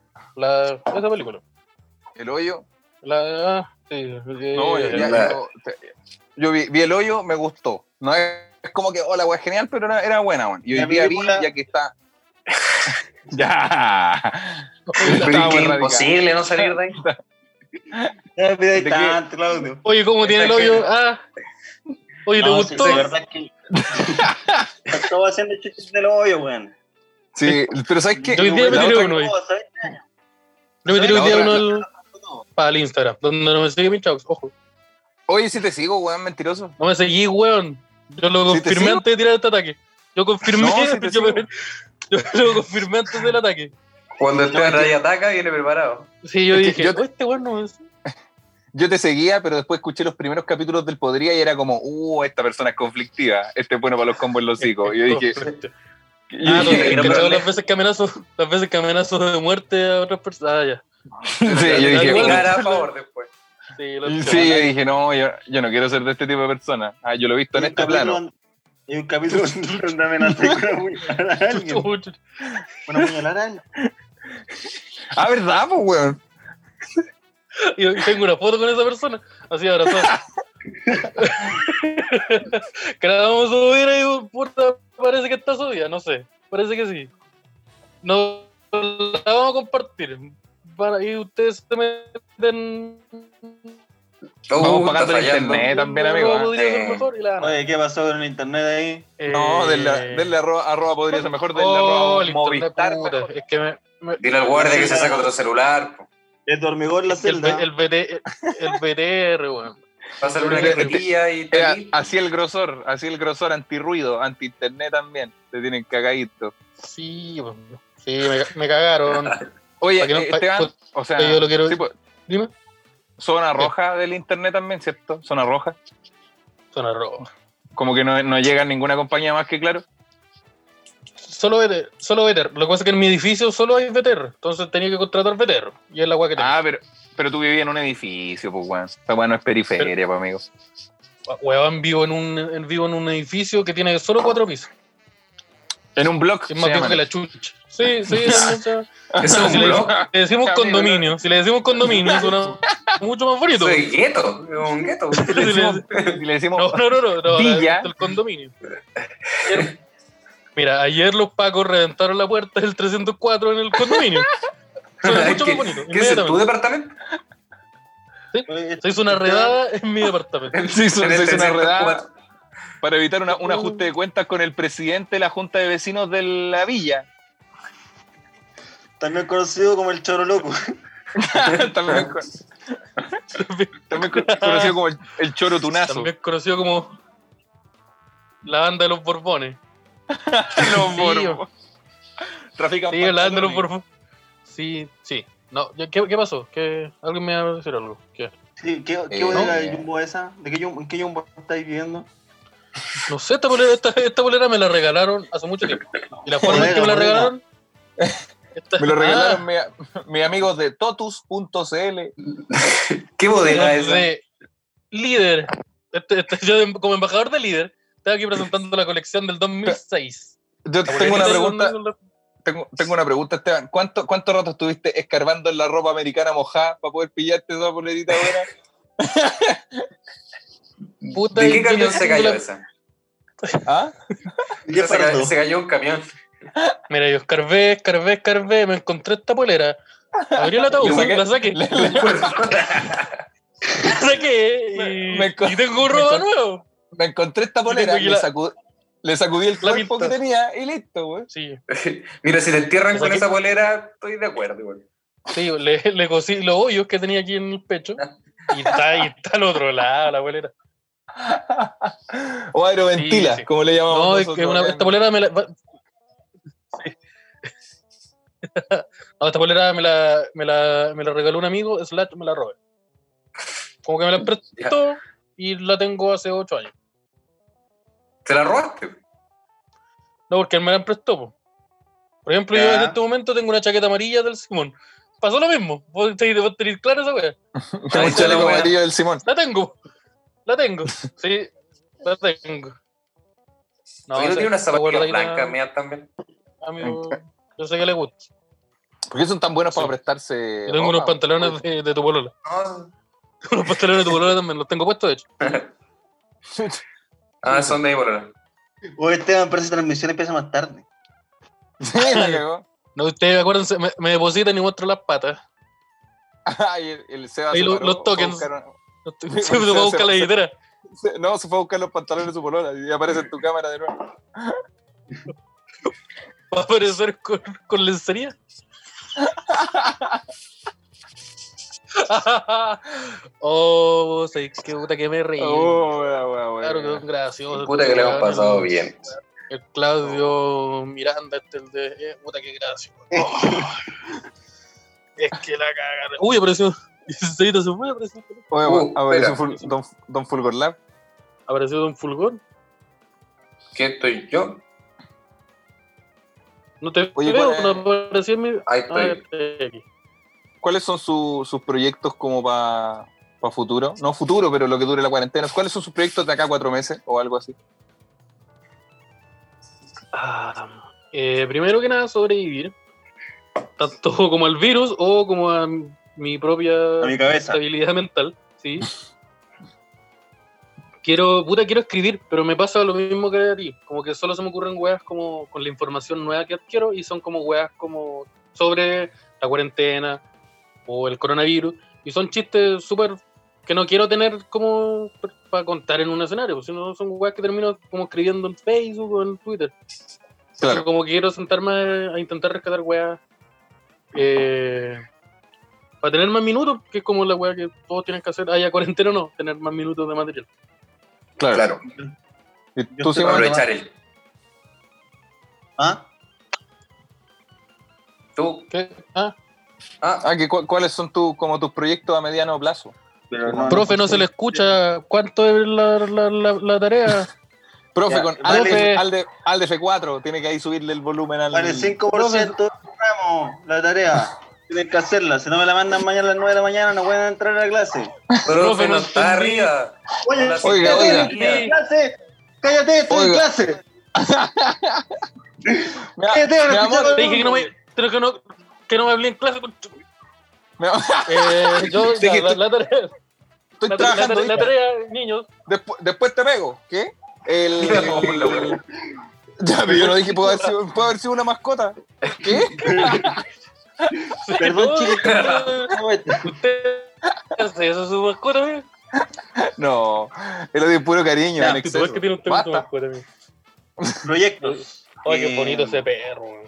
[SPEAKER 2] La, esa película.
[SPEAKER 4] El hoyo.
[SPEAKER 2] La. ah, Sí, eh,
[SPEAKER 4] No, ya, ya,
[SPEAKER 3] la-
[SPEAKER 4] yo, te- yo vi, vi el hoyo, me gustó. No es, es como que, hola, es genial, pero era, era buena, weón. Y hoy
[SPEAKER 5] La
[SPEAKER 4] día vi,
[SPEAKER 5] película-
[SPEAKER 4] ya
[SPEAKER 2] <laughs>
[SPEAKER 4] que está. ya.
[SPEAKER 2] Oye,
[SPEAKER 4] Pero es que
[SPEAKER 3] Es
[SPEAKER 4] erradicado.
[SPEAKER 3] imposible no salir de ahí.
[SPEAKER 5] Ya, mira, ahí
[SPEAKER 4] ¿De
[SPEAKER 5] está,
[SPEAKER 4] qué?
[SPEAKER 5] antes, Claudio.
[SPEAKER 2] Oye, ¿cómo tiene el hoyo? Ah. Oye, ¿te
[SPEAKER 5] No, sí,
[SPEAKER 2] gustó?
[SPEAKER 5] de verdad que. Estaba haciendo chistes del hoyo, weón.
[SPEAKER 4] Sí, pero ¿sabes qué?
[SPEAKER 2] Yo hoy día me
[SPEAKER 4] La
[SPEAKER 2] tiré
[SPEAKER 4] otra-
[SPEAKER 2] uno hoy.
[SPEAKER 5] No, ¿sabes?
[SPEAKER 2] No me tiré un
[SPEAKER 4] la
[SPEAKER 2] día
[SPEAKER 4] otra-
[SPEAKER 2] uno al, para el Instagram, donde no me sigue mi chavos. Ojo,
[SPEAKER 4] Oye, si te sigo, weón, mentiroso.
[SPEAKER 2] no me seguí, weón. Yo lo
[SPEAKER 4] Sí, te
[SPEAKER 2] confirmé
[SPEAKER 4] sigo.
[SPEAKER 2] antes de tirar este ataque. Yo confirmé,
[SPEAKER 4] No,
[SPEAKER 2] <laughs>
[SPEAKER 4] sí, te
[SPEAKER 2] yo, me-
[SPEAKER 4] sigo.
[SPEAKER 2] yo lo confirmé antes del ataque.
[SPEAKER 3] Cuando el en radio ataca, viene preparado.
[SPEAKER 2] Sí, yo
[SPEAKER 4] Es que
[SPEAKER 2] dije,
[SPEAKER 4] yo te-
[SPEAKER 2] "Oh, este weón no me
[SPEAKER 4] Yo te seguía, pero después escuché los primeros capítulos del Podría y era como, uh, esta persona es conflictiva, este es bueno para los combos en los hijos. Y yo
[SPEAKER 2] <laughs>
[SPEAKER 4] dije, y yo
[SPEAKER 2] Ah,
[SPEAKER 4] dije,
[SPEAKER 2] donde
[SPEAKER 3] quiero
[SPEAKER 2] cachaba
[SPEAKER 3] probarle.
[SPEAKER 2] las veces que amenazo, las veces que amenazo de muerte a otras personas. Ah, ya.
[SPEAKER 4] sí, yo dije,
[SPEAKER 2] Igual-
[SPEAKER 4] "Uh,
[SPEAKER 3] Cara a favor después.
[SPEAKER 2] Sí, lo <laughs>
[SPEAKER 4] Sí, yo dije, no, yo, yo no quiero ser de este tipo de persona. Ah, yo lo he visto en
[SPEAKER 5] Hay un
[SPEAKER 4] este
[SPEAKER 5] capítulo
[SPEAKER 4] plano.
[SPEAKER 5] donde- Hay un capítulo donde
[SPEAKER 2] <laughs>
[SPEAKER 5] amenazé con apuñalar a alguien.
[SPEAKER 2] Chucha.
[SPEAKER 5] Con apuñalar a alguien.
[SPEAKER 4] Ah, ¿verdad, pues, weón?
[SPEAKER 2] Y y tengo una foto con esa persona, así abrazada. <laughs> que la vamos a subir ahí, puta, parece que está subida, no sé, parece que sí. No la vamos a compartir. Para, y ustedes se meten.
[SPEAKER 4] Vamos
[SPEAKER 3] Uh,
[SPEAKER 4] pagando
[SPEAKER 3] está
[SPEAKER 4] el
[SPEAKER 3] fallando.
[SPEAKER 4] internet también, amigo.
[SPEAKER 2] No
[SPEAKER 4] ¿eh?
[SPEAKER 2] podría ser
[SPEAKER 3] eh.
[SPEAKER 2] mejor y la ganan.
[SPEAKER 5] Oye, ¿qué pasó con el internet ahí?
[SPEAKER 4] No, del
[SPEAKER 2] Eh,
[SPEAKER 4] del arroba, arroba podría ser mejor, del
[SPEAKER 2] oh, el
[SPEAKER 4] arroba
[SPEAKER 2] internet,
[SPEAKER 4] Movistar.
[SPEAKER 2] puta,
[SPEAKER 4] mejor.
[SPEAKER 2] Es que me- me-
[SPEAKER 3] Dile al guardia que se saca otro celular. po.
[SPEAKER 5] Es de hormigón la
[SPEAKER 2] es que el,
[SPEAKER 5] celda.
[SPEAKER 2] B- el, BT el BTR, weón.
[SPEAKER 3] Pásale una carretilla y te
[SPEAKER 4] Era
[SPEAKER 3] vi.
[SPEAKER 4] así el grosor, así el grosor, antirruido, anti-internet también. Te tienen cagadito.
[SPEAKER 2] Sí, weón. Sí, me, me
[SPEAKER 4] <laughs>
[SPEAKER 2] cagaron.
[SPEAKER 4] Oye,
[SPEAKER 2] Pa' que no-
[SPEAKER 4] eh,
[SPEAKER 2] pa-
[SPEAKER 4] Esteban,
[SPEAKER 2] pues,
[SPEAKER 4] o sea,
[SPEAKER 2] yo lo quiero-
[SPEAKER 4] sí, pues,
[SPEAKER 2] Dime.
[SPEAKER 4] zona roja del internet también, ¿cierto? Zona roja.
[SPEAKER 2] Zona roja.
[SPEAKER 4] Como que no, no llega ninguna compañía más que claro.
[SPEAKER 2] Solo VTR, solo VTR. Lo que pasa es que en mi edificio solo hay VTR. Entonces tenía que contratar VTR. Y es la agua que tengo.
[SPEAKER 4] Ah, pero, pero tú vivías en un edificio, pues, weón. Esta weón no es periferia, pues, amigo.
[SPEAKER 2] Huevón, vivo en, un, en- vivo en un edificio que tiene solo cuatro pisos.
[SPEAKER 4] En un blog.
[SPEAKER 2] Es
[SPEAKER 4] se
[SPEAKER 2] más viejo
[SPEAKER 4] llaman.
[SPEAKER 2] que la chucha. Sí,
[SPEAKER 4] <laughs>
[SPEAKER 2] sí. es mucha- <laughs>
[SPEAKER 3] Eso es
[SPEAKER 2] si
[SPEAKER 3] un
[SPEAKER 2] le,
[SPEAKER 3] blog.
[SPEAKER 2] le decimos
[SPEAKER 4] Amigo,
[SPEAKER 2] condominio, si le decimos condominio,
[SPEAKER 4] <laughs>
[SPEAKER 2] suena mucho más bonito.
[SPEAKER 3] Eso es gueto. Es un gueto.
[SPEAKER 4] Y <laughs> le decimos, y le decimos-
[SPEAKER 2] No,
[SPEAKER 4] <laughs>
[SPEAKER 2] no, no, no, no,
[SPEAKER 4] Villa.
[SPEAKER 2] el condominio. Ayer- mira, ayer los pacos reventaron la puerta del 304 en el condominio. <laughs> Suena mucho más bonito.
[SPEAKER 3] ¿Qué, qué es tu
[SPEAKER 2] inmediatamente.
[SPEAKER 3] departamento?
[SPEAKER 5] Oye, este-
[SPEAKER 2] Se hizo una redada en mi departamento.
[SPEAKER 4] se hizo,
[SPEAKER 3] En este el
[SPEAKER 4] se hizo una
[SPEAKER 3] 304.
[SPEAKER 4] redada. para evitar una- un ajuste de cuentas con el presidente de la Junta de Vecinos de la Villa. <laughs>
[SPEAKER 5] También conocido como el choro loco.
[SPEAKER 4] también,
[SPEAKER 2] <laughs>
[SPEAKER 4] con- también con- conocido como el, el choro tunazo.
[SPEAKER 2] También conocido como la banda de los Borbones.
[SPEAKER 4] Los
[SPEAKER 2] Sí,
[SPEAKER 4] Borbos. <laughs> Trafican
[SPEAKER 2] Sí, la banda de los
[SPEAKER 4] pantalones.
[SPEAKER 2] Borbones. Sí, sí. No, ya, ¿qué, qué pasó? ¿Qué, ¿Alguien me va a decir algo? ¿Qué?
[SPEAKER 5] <laughs> Sí, ¿Qué, qué
[SPEAKER 3] Eh,
[SPEAKER 5] bodega de
[SPEAKER 3] ¿no?
[SPEAKER 5] Jumbo esa? ¿De qué Jumbo, en qué Jumbo estáis viviendo?
[SPEAKER 2] No sé, esta bolera, esta, esta bolera me la regalaron hace mucho tiempo. Y la forma en que me la
[SPEAKER 5] Bolera, bolera.
[SPEAKER 2] regalaron. esta-
[SPEAKER 4] Me lo regalaron
[SPEAKER 2] Ah,
[SPEAKER 4] mi- mis amigos de totus.cl.
[SPEAKER 3] ¿Qué bodega es esa?
[SPEAKER 2] de Ah, líder. Este- este- yo, de- como embajador de líder, estaba aquí presentando la colección del 2006.
[SPEAKER 4] Yo tengo una pregunta, tengo, tengo una pregunta, Esteban. ¿Cuánto, ¿Cuánto rato estuviste escarbando en la ropa americana mojada para poder pillarte esa polerita buena?
[SPEAKER 2] <laughs> Puta,
[SPEAKER 3] ¿De
[SPEAKER 2] y
[SPEAKER 3] qué
[SPEAKER 2] yo
[SPEAKER 3] camión se
[SPEAKER 2] tengo
[SPEAKER 3] cayó
[SPEAKER 2] la-
[SPEAKER 3] esa?
[SPEAKER 4] ¿Ah?
[SPEAKER 5] ¿Qué
[SPEAKER 3] se,
[SPEAKER 5] para
[SPEAKER 3] cayó, se cayó un camión. <laughs>
[SPEAKER 2] Mira, yo escarbé, escarbé, escarbé, me encontré esta polera. Abrí
[SPEAKER 4] <laughs>
[SPEAKER 2] el ataúd,
[SPEAKER 4] Le saqué-
[SPEAKER 2] la saqué, la
[SPEAKER 4] Le- le- <laughs>
[SPEAKER 2] saqué y,
[SPEAKER 4] Me- me encon-
[SPEAKER 2] y tengo un
[SPEAKER 4] me
[SPEAKER 2] ropa
[SPEAKER 4] encon-
[SPEAKER 2] nuevo.
[SPEAKER 4] me encontré esta polera,
[SPEAKER 2] Tengo que
[SPEAKER 4] le,
[SPEAKER 2] la-
[SPEAKER 4] sacu- le sacudí el
[SPEAKER 2] La
[SPEAKER 4] cuerpo que
[SPEAKER 2] pinta.
[SPEAKER 4] tenía y listo, güey.
[SPEAKER 2] Sí,
[SPEAKER 3] Mira, si te entierran
[SPEAKER 2] O sea
[SPEAKER 3] con
[SPEAKER 2] que-
[SPEAKER 3] esa bolera, estoy de acuerdo. igual.
[SPEAKER 2] sí, le, le cocí los hoyos que tenía aquí en el pecho y está, y está al otro lado la polera.
[SPEAKER 4] O aeroventila,
[SPEAKER 2] Sí, sí.
[SPEAKER 4] como le llamamos
[SPEAKER 2] No, es
[SPEAKER 4] nosotros
[SPEAKER 2] que una,
[SPEAKER 4] acá.
[SPEAKER 2] esta polera me la. va- Sí. <laughs> No, esta polera me la, me, la, me la regaló un amigo, Slash me la robé. Como que me la prestó y la tengo hace ocho años.
[SPEAKER 3] ¿Te la robaste?
[SPEAKER 2] No, porque él me la prestó. po. Por ejemplo, yo
[SPEAKER 3] Ya.
[SPEAKER 2] en este momento tengo una chaqueta amarilla del Simón. Pasó lo mismo. Vos te- vos tenés clara esa wea.
[SPEAKER 4] Tengo
[SPEAKER 3] Ahí
[SPEAKER 4] un
[SPEAKER 3] está la
[SPEAKER 4] chaleco
[SPEAKER 3] wea.
[SPEAKER 4] amarillo del Simón.
[SPEAKER 2] La tengo. La tengo. Sí, la tengo.
[SPEAKER 3] Yo
[SPEAKER 2] sí,
[SPEAKER 3] tenía una
[SPEAKER 2] esta wea
[SPEAKER 3] zapatilla
[SPEAKER 2] la tiene
[SPEAKER 3] blanca mía también.
[SPEAKER 2] amigo. Yo sé que le gusta.
[SPEAKER 4] ¿Por qué son tan buenos para
[SPEAKER 2] Sí.
[SPEAKER 4] prestarse?
[SPEAKER 2] Yo tengo
[SPEAKER 4] ropa,
[SPEAKER 2] unos pantalones de, de tu polola. <laughs>
[SPEAKER 3] No.
[SPEAKER 2] Unos pantalones de tu polola también. Los tengo puestos, de hecho.
[SPEAKER 3] Ah, son de mi bolera.
[SPEAKER 5] Oye, Esteban, pero esa este transmisión empieza más tarde.
[SPEAKER 4] <laughs> Sí, la cagó. <laughs>
[SPEAKER 2] No, ustedes acuérdense, me, me depositan y muestro las patas.
[SPEAKER 4] Ay, el, el Seba
[SPEAKER 2] Ahí
[SPEAKER 4] se
[SPEAKER 2] lo-
[SPEAKER 4] paró,
[SPEAKER 2] los
[SPEAKER 4] fue a
[SPEAKER 2] tokens.
[SPEAKER 4] buscar una-
[SPEAKER 2] No
[SPEAKER 3] <laughs>
[SPEAKER 2] estoy-
[SPEAKER 4] Sí,
[SPEAKER 2] Se me voy
[SPEAKER 4] se-
[SPEAKER 2] a
[SPEAKER 4] se-
[SPEAKER 2] buscar la
[SPEAKER 4] se-
[SPEAKER 2] billetera.
[SPEAKER 4] se- <laughs> No, se fue a buscar los pantalones de su polola y aparece en tu cámara de nuevo.
[SPEAKER 2] Va a aparecer con, con
[SPEAKER 3] <laughs>
[SPEAKER 2] lencería. <laughs> oh, sé qué puta que me reí.
[SPEAKER 4] Oh, wea, wea, wea.
[SPEAKER 2] claro que es un gracioso.
[SPEAKER 3] eh, Puta que le hemos pasado bien.
[SPEAKER 2] El Claudio Miranda, este el de. eh, puta que gracioso. Oh.
[SPEAKER 4] <laughs>
[SPEAKER 2] es que la cagaron. Uy, apareció. <laughs> Señorita, se fue, apareció.
[SPEAKER 4] Oye,
[SPEAKER 3] Uh,
[SPEAKER 4] bueno, a ver,
[SPEAKER 3] espera.
[SPEAKER 4] es un ful- don, don Fulgor Lab.
[SPEAKER 2] Apareció Don Fulgor.
[SPEAKER 3] ¿Qué estoy yo?
[SPEAKER 2] No te
[SPEAKER 4] Oye,
[SPEAKER 2] veo,
[SPEAKER 4] ¿cuál es?
[SPEAKER 2] no apareció en mi.
[SPEAKER 3] Ahí
[SPEAKER 2] Ah,
[SPEAKER 3] estoy.
[SPEAKER 2] estoy aquí.
[SPEAKER 4] ¿Cuáles son su- sus proyectos como para futuro? No futuro, pero lo que dure la cuarentena. ¿Cuáles son sus proyectos de acá a cuatro meses o algo así?
[SPEAKER 2] Ah, eh, primero que nada, sobrevivir. Tanto <laughs> como al virus o como a mi propia
[SPEAKER 5] A mi cabeza.
[SPEAKER 2] estabilidad mental. Sí. Quiero, puta, quiero escribir, pero me pasa lo mismo que a ti. Como que solo se me ocurren weas como con la información nueva que adquiero y son como weas como sobre la cuarentena o el coronavirus. Y son chistes súper que no quiero tener como para contar en un escenario, pues, sino son weas que termino como escribiendo en Facebook o en Twitter. Pero
[SPEAKER 4] Claro.
[SPEAKER 2] como que quiero sentarme a intentar rescatar weas. eh, para tener más minutos, que es como la wea que todos tienen que hacer, haya cuarentena o no, tener más minutos de material.
[SPEAKER 4] Claro.
[SPEAKER 3] Claro,
[SPEAKER 4] ¿Y tú,
[SPEAKER 5] estoy
[SPEAKER 4] Simón?
[SPEAKER 3] aprovechar el.
[SPEAKER 5] ¿Ah?
[SPEAKER 3] Tú.
[SPEAKER 2] ¿Qué? Ah,
[SPEAKER 3] Ah,
[SPEAKER 4] Ah, que cu- ¿Cuáles son tu, como tus proyectos a mediano plazo?
[SPEAKER 5] Pero
[SPEAKER 4] Ah,
[SPEAKER 5] no,
[SPEAKER 2] profe,
[SPEAKER 4] pues
[SPEAKER 2] no se le escucha. ¿Cuánto es la, la, la, la tarea?
[SPEAKER 4] Profe,
[SPEAKER 5] Ya,
[SPEAKER 4] con
[SPEAKER 5] dale.
[SPEAKER 4] Alde, Alde, Alde F4, tiene que ahí subirle el volumen al...
[SPEAKER 5] Vale 5% del ramo, la tarea. Tienen que hacerla. Si no me la mandan mañana a las 9 de la mañana, no pueden entrar a la clase.
[SPEAKER 3] profe, no está
[SPEAKER 2] entendí.
[SPEAKER 3] arriba.
[SPEAKER 5] Oye,
[SPEAKER 3] Hola,
[SPEAKER 4] oiga,
[SPEAKER 5] estoy
[SPEAKER 4] oiga.
[SPEAKER 5] en clase. Cállate, estoy en
[SPEAKER 4] Oiga.
[SPEAKER 5] clase.
[SPEAKER 4] Me va-
[SPEAKER 5] Cállate,
[SPEAKER 4] mi
[SPEAKER 5] no
[SPEAKER 4] amor,
[SPEAKER 5] escuchaba-
[SPEAKER 2] Te <laughs> dije que no me, pero que no, que no me hablé en clase. con-
[SPEAKER 4] mi amor, <laughs>
[SPEAKER 2] Eh, yo,
[SPEAKER 4] Dije,
[SPEAKER 2] la, la- la tarea,
[SPEAKER 4] estoy
[SPEAKER 2] la, la-
[SPEAKER 4] trabajando.
[SPEAKER 2] la- la
[SPEAKER 4] hija.
[SPEAKER 2] tarea, niños.
[SPEAKER 4] Despu- después te pego. ¿Qué?
[SPEAKER 2] <laughs>
[SPEAKER 4] El...
[SPEAKER 3] Mira cómo la wea.
[SPEAKER 4] <laughs> Ya, pero yo no dije, puede haber, sido, puede haber sido una mascota.
[SPEAKER 2] <laughs>
[SPEAKER 4] ¿Qué?
[SPEAKER 5] Perdón, chicos. este?
[SPEAKER 2] ¿Usted hace eso su mascota, amigo?
[SPEAKER 4] No, es lo de puro cariño.
[SPEAKER 2] Ya,
[SPEAKER 4] en
[SPEAKER 2] tú
[SPEAKER 4] exceso.
[SPEAKER 2] ves que tiene un tema
[SPEAKER 4] Basta.
[SPEAKER 2] mascota, amigo.
[SPEAKER 5] Proyectos.
[SPEAKER 2] Ay, qué
[SPEAKER 5] Eh,
[SPEAKER 2] bonito ese perro, weón.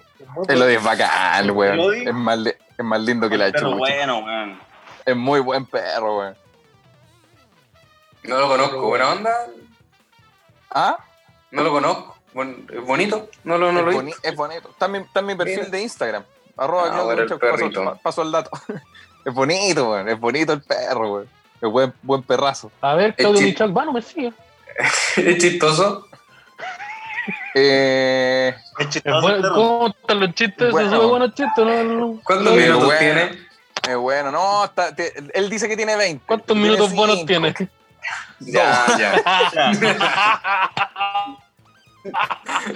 [SPEAKER 4] Es lo de bacán,
[SPEAKER 5] ¿Lo
[SPEAKER 4] weón.
[SPEAKER 5] digo?
[SPEAKER 4] Es más, li- es más lindo que la
[SPEAKER 5] Pero
[SPEAKER 4] chucha.
[SPEAKER 5] bueno, weón.
[SPEAKER 4] Es muy buen perro, weón.
[SPEAKER 3] No lo conozco, buena onda.
[SPEAKER 4] ¿Ah?
[SPEAKER 3] No lo conozco. Bon- es bonito. No lo, no
[SPEAKER 4] es,
[SPEAKER 3] lo
[SPEAKER 4] boni- es bonito. Está en mi, está en mi perfil
[SPEAKER 3] Mira.
[SPEAKER 4] de Instagram. Arroba
[SPEAKER 3] Ah,
[SPEAKER 4] Claudio
[SPEAKER 3] bueno, el
[SPEAKER 4] Lucho,
[SPEAKER 3] perrito.
[SPEAKER 4] paso, paso el dato. <laughs> es bonito, weón. Es bonito el perro, weón. Es buen, buen perrazo.
[SPEAKER 2] A ver, Claudio
[SPEAKER 3] chi-
[SPEAKER 2] Michal, va, no me sigue.
[SPEAKER 3] <laughs> Es chistoso.
[SPEAKER 4] Eh,
[SPEAKER 5] Es
[SPEAKER 2] Es
[SPEAKER 5] chistoso, este
[SPEAKER 2] bueno,
[SPEAKER 5] claro.
[SPEAKER 2] ¿Cómo están los chistes?
[SPEAKER 4] Bueno.
[SPEAKER 2] Se sube buenos chistes, ¿no? no, no.
[SPEAKER 3] ¿Cuántos
[SPEAKER 4] Muy
[SPEAKER 3] minutos
[SPEAKER 4] bueno.
[SPEAKER 3] tiene?
[SPEAKER 4] es bueno, no, está- te- él dice que tiene 20.
[SPEAKER 2] ¿Cuántos
[SPEAKER 4] Tiene
[SPEAKER 2] minutos buenos
[SPEAKER 4] cinco.
[SPEAKER 2] tiene?
[SPEAKER 3] Ya, ya.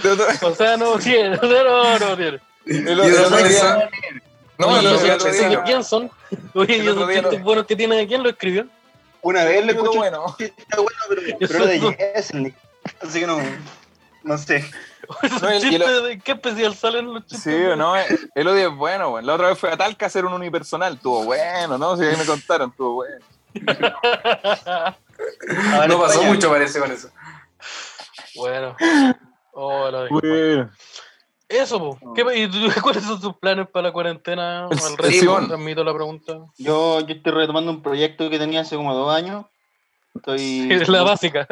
[SPEAKER 4] El otro-
[SPEAKER 2] O sea, no <laughs> tiene. O sea, no, no tiene.
[SPEAKER 4] el
[SPEAKER 3] ¿Y
[SPEAKER 4] otro
[SPEAKER 3] esas
[SPEAKER 4] día-
[SPEAKER 3] personas?
[SPEAKER 4] No,
[SPEAKER 2] Oye,
[SPEAKER 4] el
[SPEAKER 2] ¿y esos
[SPEAKER 4] otro día- el otro
[SPEAKER 2] chistes
[SPEAKER 4] día-
[SPEAKER 2] de quién son? Oye,
[SPEAKER 4] El
[SPEAKER 2] ¿y esos
[SPEAKER 4] otro día
[SPEAKER 2] chistes
[SPEAKER 4] lo-
[SPEAKER 2] buenos que tiene de quién lo
[SPEAKER 4] <laughs>
[SPEAKER 2] escribió?
[SPEAKER 5] <laughs> Una vez le
[SPEAKER 4] Minuto
[SPEAKER 5] escuché un
[SPEAKER 4] bueno.
[SPEAKER 5] chiste bueno, pero, pero era de Jeselnik. Así que no. No sé.
[SPEAKER 2] ¿Esos
[SPEAKER 4] No, y- y
[SPEAKER 2] chistes
[SPEAKER 4] lo-
[SPEAKER 2] de qué especial salen los
[SPEAKER 4] <laughs>
[SPEAKER 2] chistes?
[SPEAKER 4] Sí, o no, el el odio es bueno, weón. La otra vez fue a Talca a hacer un unipersonal, estuvo bueno, ¿no? Si ahí me contaron, estuvo bueno.
[SPEAKER 5] Ahora
[SPEAKER 3] No pasó
[SPEAKER 5] España.
[SPEAKER 3] mucho, parece, con eso.
[SPEAKER 2] Bueno. Oh, lo digo.
[SPEAKER 4] Bueno.
[SPEAKER 2] Eso, po. ¿Qué, y tú- <laughs> ¿Cuáles son tus planes para la cuarentena?
[SPEAKER 4] El-
[SPEAKER 2] Al
[SPEAKER 4] el Simón.
[SPEAKER 2] resto, admito la pregunta.
[SPEAKER 5] Yo, yo estoy retomando un proyecto que tenía hace como dos años. Estoy.
[SPEAKER 2] Es <laughs> la básica,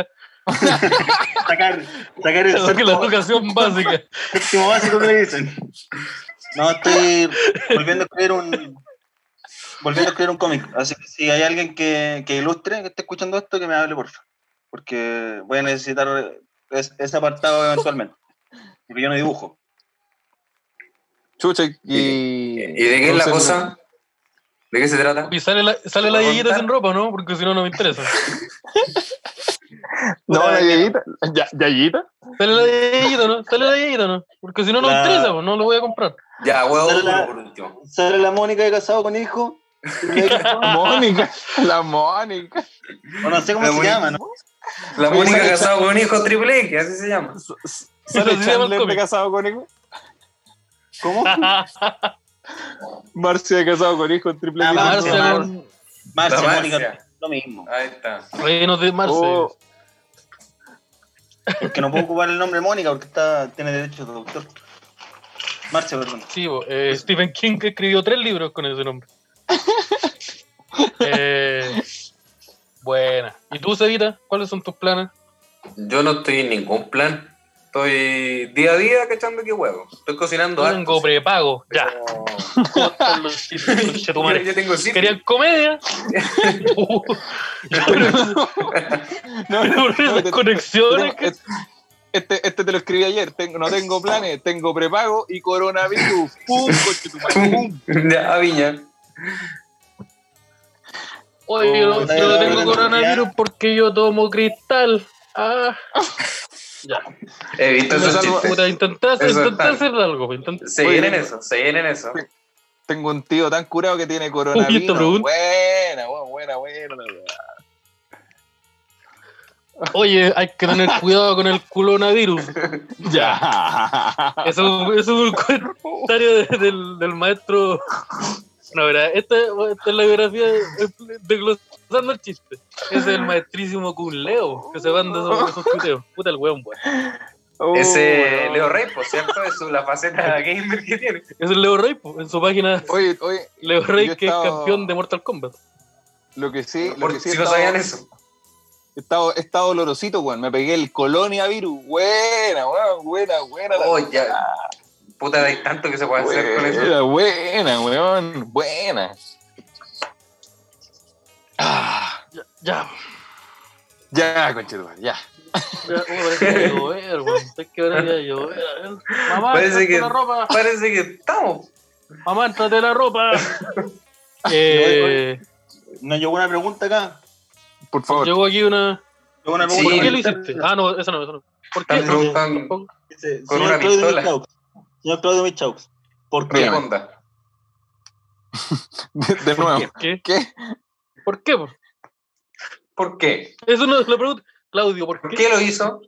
[SPEAKER 5] Sacar, sacar el
[SPEAKER 2] la
[SPEAKER 5] séptimo,
[SPEAKER 4] <laughs>
[SPEAKER 2] educación básica.
[SPEAKER 5] séptimo básico que le dicen. No, estoy volviendo a escribir un. Volviendo a escribir un cómic. Así que si hay alguien que, que ilustre, que esté escuchando esto, que me hable, por favor. Porque voy a necesitar es- ese apartado eventualmente. Porque yo no dibujo.
[SPEAKER 4] Chucha, y...
[SPEAKER 3] ¿Y de qué es la
[SPEAKER 4] Entonces,
[SPEAKER 3] cosa? ¿De qué se trata?
[SPEAKER 2] Y sale la, sale la
[SPEAKER 3] ¿Puedo
[SPEAKER 2] yeyita
[SPEAKER 3] contar?
[SPEAKER 2] sin ropa, ¿no? Porque si no, no me interesa.
[SPEAKER 4] No, la Yayita. ¿Ya- ¿Yayita?
[SPEAKER 2] Sale la yeyita, ¿no? Sale la yeyita, ¿no? Porque si no, no me
[SPEAKER 5] La-
[SPEAKER 2] interesa, pues, no lo voy a comprar.
[SPEAKER 3] Ya, huevo
[SPEAKER 5] Sale la-
[SPEAKER 3] duro, por último.
[SPEAKER 5] Sale la Mónica de casado con hijo.
[SPEAKER 4] Mónica, la Mónica.
[SPEAKER 5] O no sé cómo
[SPEAKER 3] La
[SPEAKER 5] se
[SPEAKER 3] Mónica.
[SPEAKER 5] llama, ¿no?
[SPEAKER 3] La
[SPEAKER 4] Oye,
[SPEAKER 3] Mónica
[SPEAKER 4] sale-
[SPEAKER 3] casada con un hijo triple X, así se llama.
[SPEAKER 4] ¿Sale
[SPEAKER 2] Pero sí llama el
[SPEAKER 4] Chandler de
[SPEAKER 2] cómic.
[SPEAKER 4] casado con hijo?
[SPEAKER 2] <laughs>
[SPEAKER 5] ¿Cómo?
[SPEAKER 4] Marcia de casado con hijo, triple
[SPEAKER 5] Ah,
[SPEAKER 4] X.
[SPEAKER 5] Marcia,
[SPEAKER 4] No,
[SPEAKER 2] Marcia.
[SPEAKER 4] no.
[SPEAKER 5] Marcia,
[SPEAKER 3] La
[SPEAKER 5] Mónica,
[SPEAKER 3] Marcia.
[SPEAKER 5] lo mismo.
[SPEAKER 3] Ahí está.
[SPEAKER 2] Reinos de Marce.
[SPEAKER 4] Oh,
[SPEAKER 5] Porque no puedo ocupar el nombre Mónica porque está, tiene derecho de autor. Marcia, perdón.
[SPEAKER 2] Sí, bo, eh, Stephen King escribió tres libros con ese nombre. Eh, buena. ¿Y tú, Sevita? ¿Cuáles son tus planes?
[SPEAKER 3] Yo no estoy en ningún plan. Estoy día a día cachando qué huevo. Estoy cocinando
[SPEAKER 2] Yo tengo
[SPEAKER 3] harto,
[SPEAKER 2] prepago.
[SPEAKER 3] pero-
[SPEAKER 2] Ya.
[SPEAKER 4] <laughs>
[SPEAKER 2] Cortan los chistes,
[SPEAKER 3] Yo,
[SPEAKER 2] conchetumare.
[SPEAKER 3] <laughs> yo tengo sí.
[SPEAKER 2] ¿Querían comedia? Uh,
[SPEAKER 4] no, no,
[SPEAKER 2] pero
[SPEAKER 4] no,
[SPEAKER 2] esas
[SPEAKER 4] te-
[SPEAKER 2] conexiones
[SPEAKER 4] tenemos-
[SPEAKER 2] que
[SPEAKER 4] es- Este, este te lo escribí ayer. Tengo, no tengo planes, tengo prepago y coronavirus. ¡Pum! coche tu madre, ¡Pum!
[SPEAKER 3] <laughs> Ya, a Viña.
[SPEAKER 2] Oye, yo,
[SPEAKER 5] Oh,
[SPEAKER 2] no- yo no
[SPEAKER 5] ya,
[SPEAKER 2] tengo
[SPEAKER 5] ya.
[SPEAKER 2] coronavirus porque yo tomo cristal. Ah, ya.
[SPEAKER 3] He visto
[SPEAKER 4] Me
[SPEAKER 3] esos
[SPEAKER 4] salvo-
[SPEAKER 3] chistes.
[SPEAKER 2] Puta, intenté hacer,
[SPEAKER 3] Eso
[SPEAKER 2] intenté
[SPEAKER 3] está.
[SPEAKER 2] hacer algo. Intenté.
[SPEAKER 3] Se
[SPEAKER 4] Oye,
[SPEAKER 3] vienen
[SPEAKER 4] no.
[SPEAKER 3] eso, se vienen eso.
[SPEAKER 4] Tengo un tío tan curado que tiene coronavirus.
[SPEAKER 2] Uy, esta pregunta.
[SPEAKER 4] buena, buena, buena, buena.
[SPEAKER 2] Oye, hay que tener cuidado con el coronavirus.
[SPEAKER 4] Ya.
[SPEAKER 2] Eso, eso es un comentario de- del, del maestro. No, verá, esta, esta es la biografía de- desglosando el chiste. Ese es el maestrísimo Kun Leo, que se manda esos, esos tuiteos. Puta el weón, weón.
[SPEAKER 4] Oh,
[SPEAKER 3] Ese
[SPEAKER 4] weón.
[SPEAKER 3] Leo Rey, por cierto, es su- la
[SPEAKER 4] <laughs>
[SPEAKER 3] faceta gamer que tiene.
[SPEAKER 2] Es el Leo Rey, po, en su página
[SPEAKER 4] Oye, oye,
[SPEAKER 2] Leo Rey,
[SPEAKER 4] Yo he
[SPEAKER 2] que es
[SPEAKER 4] estado-
[SPEAKER 2] campeón de Mortal Kombat.
[SPEAKER 4] lo que sí, lo
[SPEAKER 3] Por-
[SPEAKER 4] que sí
[SPEAKER 3] si
[SPEAKER 4] he
[SPEAKER 3] no
[SPEAKER 4] estado-
[SPEAKER 3] sabían eso.
[SPEAKER 4] he estado, he estado dolorosito, weón. Me pegué el colonia virus. Buena, weón, buena, buena. la-
[SPEAKER 3] Oh, ya. Puta, hay tanto que se puede hacer con eso.
[SPEAKER 4] Buena, buena, weón. Buena. Ah,
[SPEAKER 2] Ya,
[SPEAKER 4] ya, conchetumare, ya.
[SPEAKER 2] ya, oh, parece que va a llover, weón. Es que ahora ya va a llover. a ver. Mamá,
[SPEAKER 3] Parece
[SPEAKER 2] entrate
[SPEAKER 3] que-
[SPEAKER 2] la ropa.
[SPEAKER 3] Parece que estamos.
[SPEAKER 2] Mamá, entrate la ropa. Eh,
[SPEAKER 5] Nos llegó una pregunta acá.
[SPEAKER 4] Por favor.
[SPEAKER 2] llegó aquí una.
[SPEAKER 5] Llegó una
[SPEAKER 3] Sí.
[SPEAKER 5] pregunta.
[SPEAKER 2] ¿Por qué lo
[SPEAKER 5] Dice,
[SPEAKER 2] hiciste? Ah, no, esa no, esa no. ¿Por qué?
[SPEAKER 3] Están
[SPEAKER 2] No,
[SPEAKER 3] preguntando.
[SPEAKER 2] tampoco.
[SPEAKER 3] con
[SPEAKER 5] señor
[SPEAKER 3] una
[SPEAKER 5] Claudio
[SPEAKER 3] pistola.
[SPEAKER 5] Michaux, Señor Claudio Michaux, ¿por qué?
[SPEAKER 4] Dígame.
[SPEAKER 3] Responda.
[SPEAKER 4] De, <laughs> de nuevo.
[SPEAKER 2] ¿Qué?
[SPEAKER 4] ¿Qué?
[SPEAKER 2] ¿Por qué? po?
[SPEAKER 3] ¿Por qué?
[SPEAKER 2] Eso no es la pregunta. Claudio, ¿por
[SPEAKER 3] ¿Por
[SPEAKER 2] qué?
[SPEAKER 3] qué lo hizo?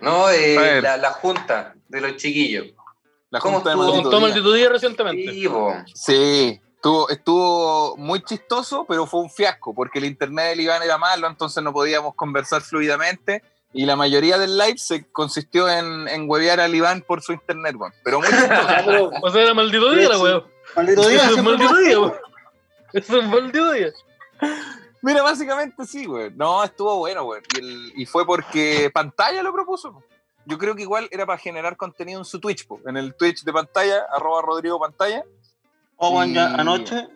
[SPEAKER 3] No, eh,
[SPEAKER 4] A ver.
[SPEAKER 3] la, la junta de los chiquillos.
[SPEAKER 4] La
[SPEAKER 3] ¿Cómo
[SPEAKER 4] junta de
[SPEAKER 3] estuvo?
[SPEAKER 4] maldito
[SPEAKER 2] Toma el
[SPEAKER 4] día.
[SPEAKER 2] de tu día recientemente.
[SPEAKER 3] Sí, po.
[SPEAKER 4] Sí, Estuvo, estuvo muy chistoso, pero fue un fiasco, porque el internet del Iván era malo, entonces no podíamos conversar fluidamente. Y la mayoría del live se consistió en, en huevear al Iván por su internet, weón. Pero
[SPEAKER 3] <laughs>
[SPEAKER 4] muy chistoso.
[SPEAKER 5] Ya, pero,
[SPEAKER 2] O sea, era maldito día la weá.
[SPEAKER 5] maldito día,
[SPEAKER 2] Eso es
[SPEAKER 5] siempre
[SPEAKER 2] maldito
[SPEAKER 5] pasa.
[SPEAKER 2] día, weón. Eso es maldito día.
[SPEAKER 4] Mira, básicamente sí, güey. No, estuvo bueno, güey. Y, el- y fue porque pantalla lo propuso. po. Yo creo que igual era para generar contenido en su Twitch, po. en el Twitch de pantalla, arroba Rodrigo Pantalla.
[SPEAKER 5] Oh, weón, yo
[SPEAKER 4] Y-
[SPEAKER 5] anoche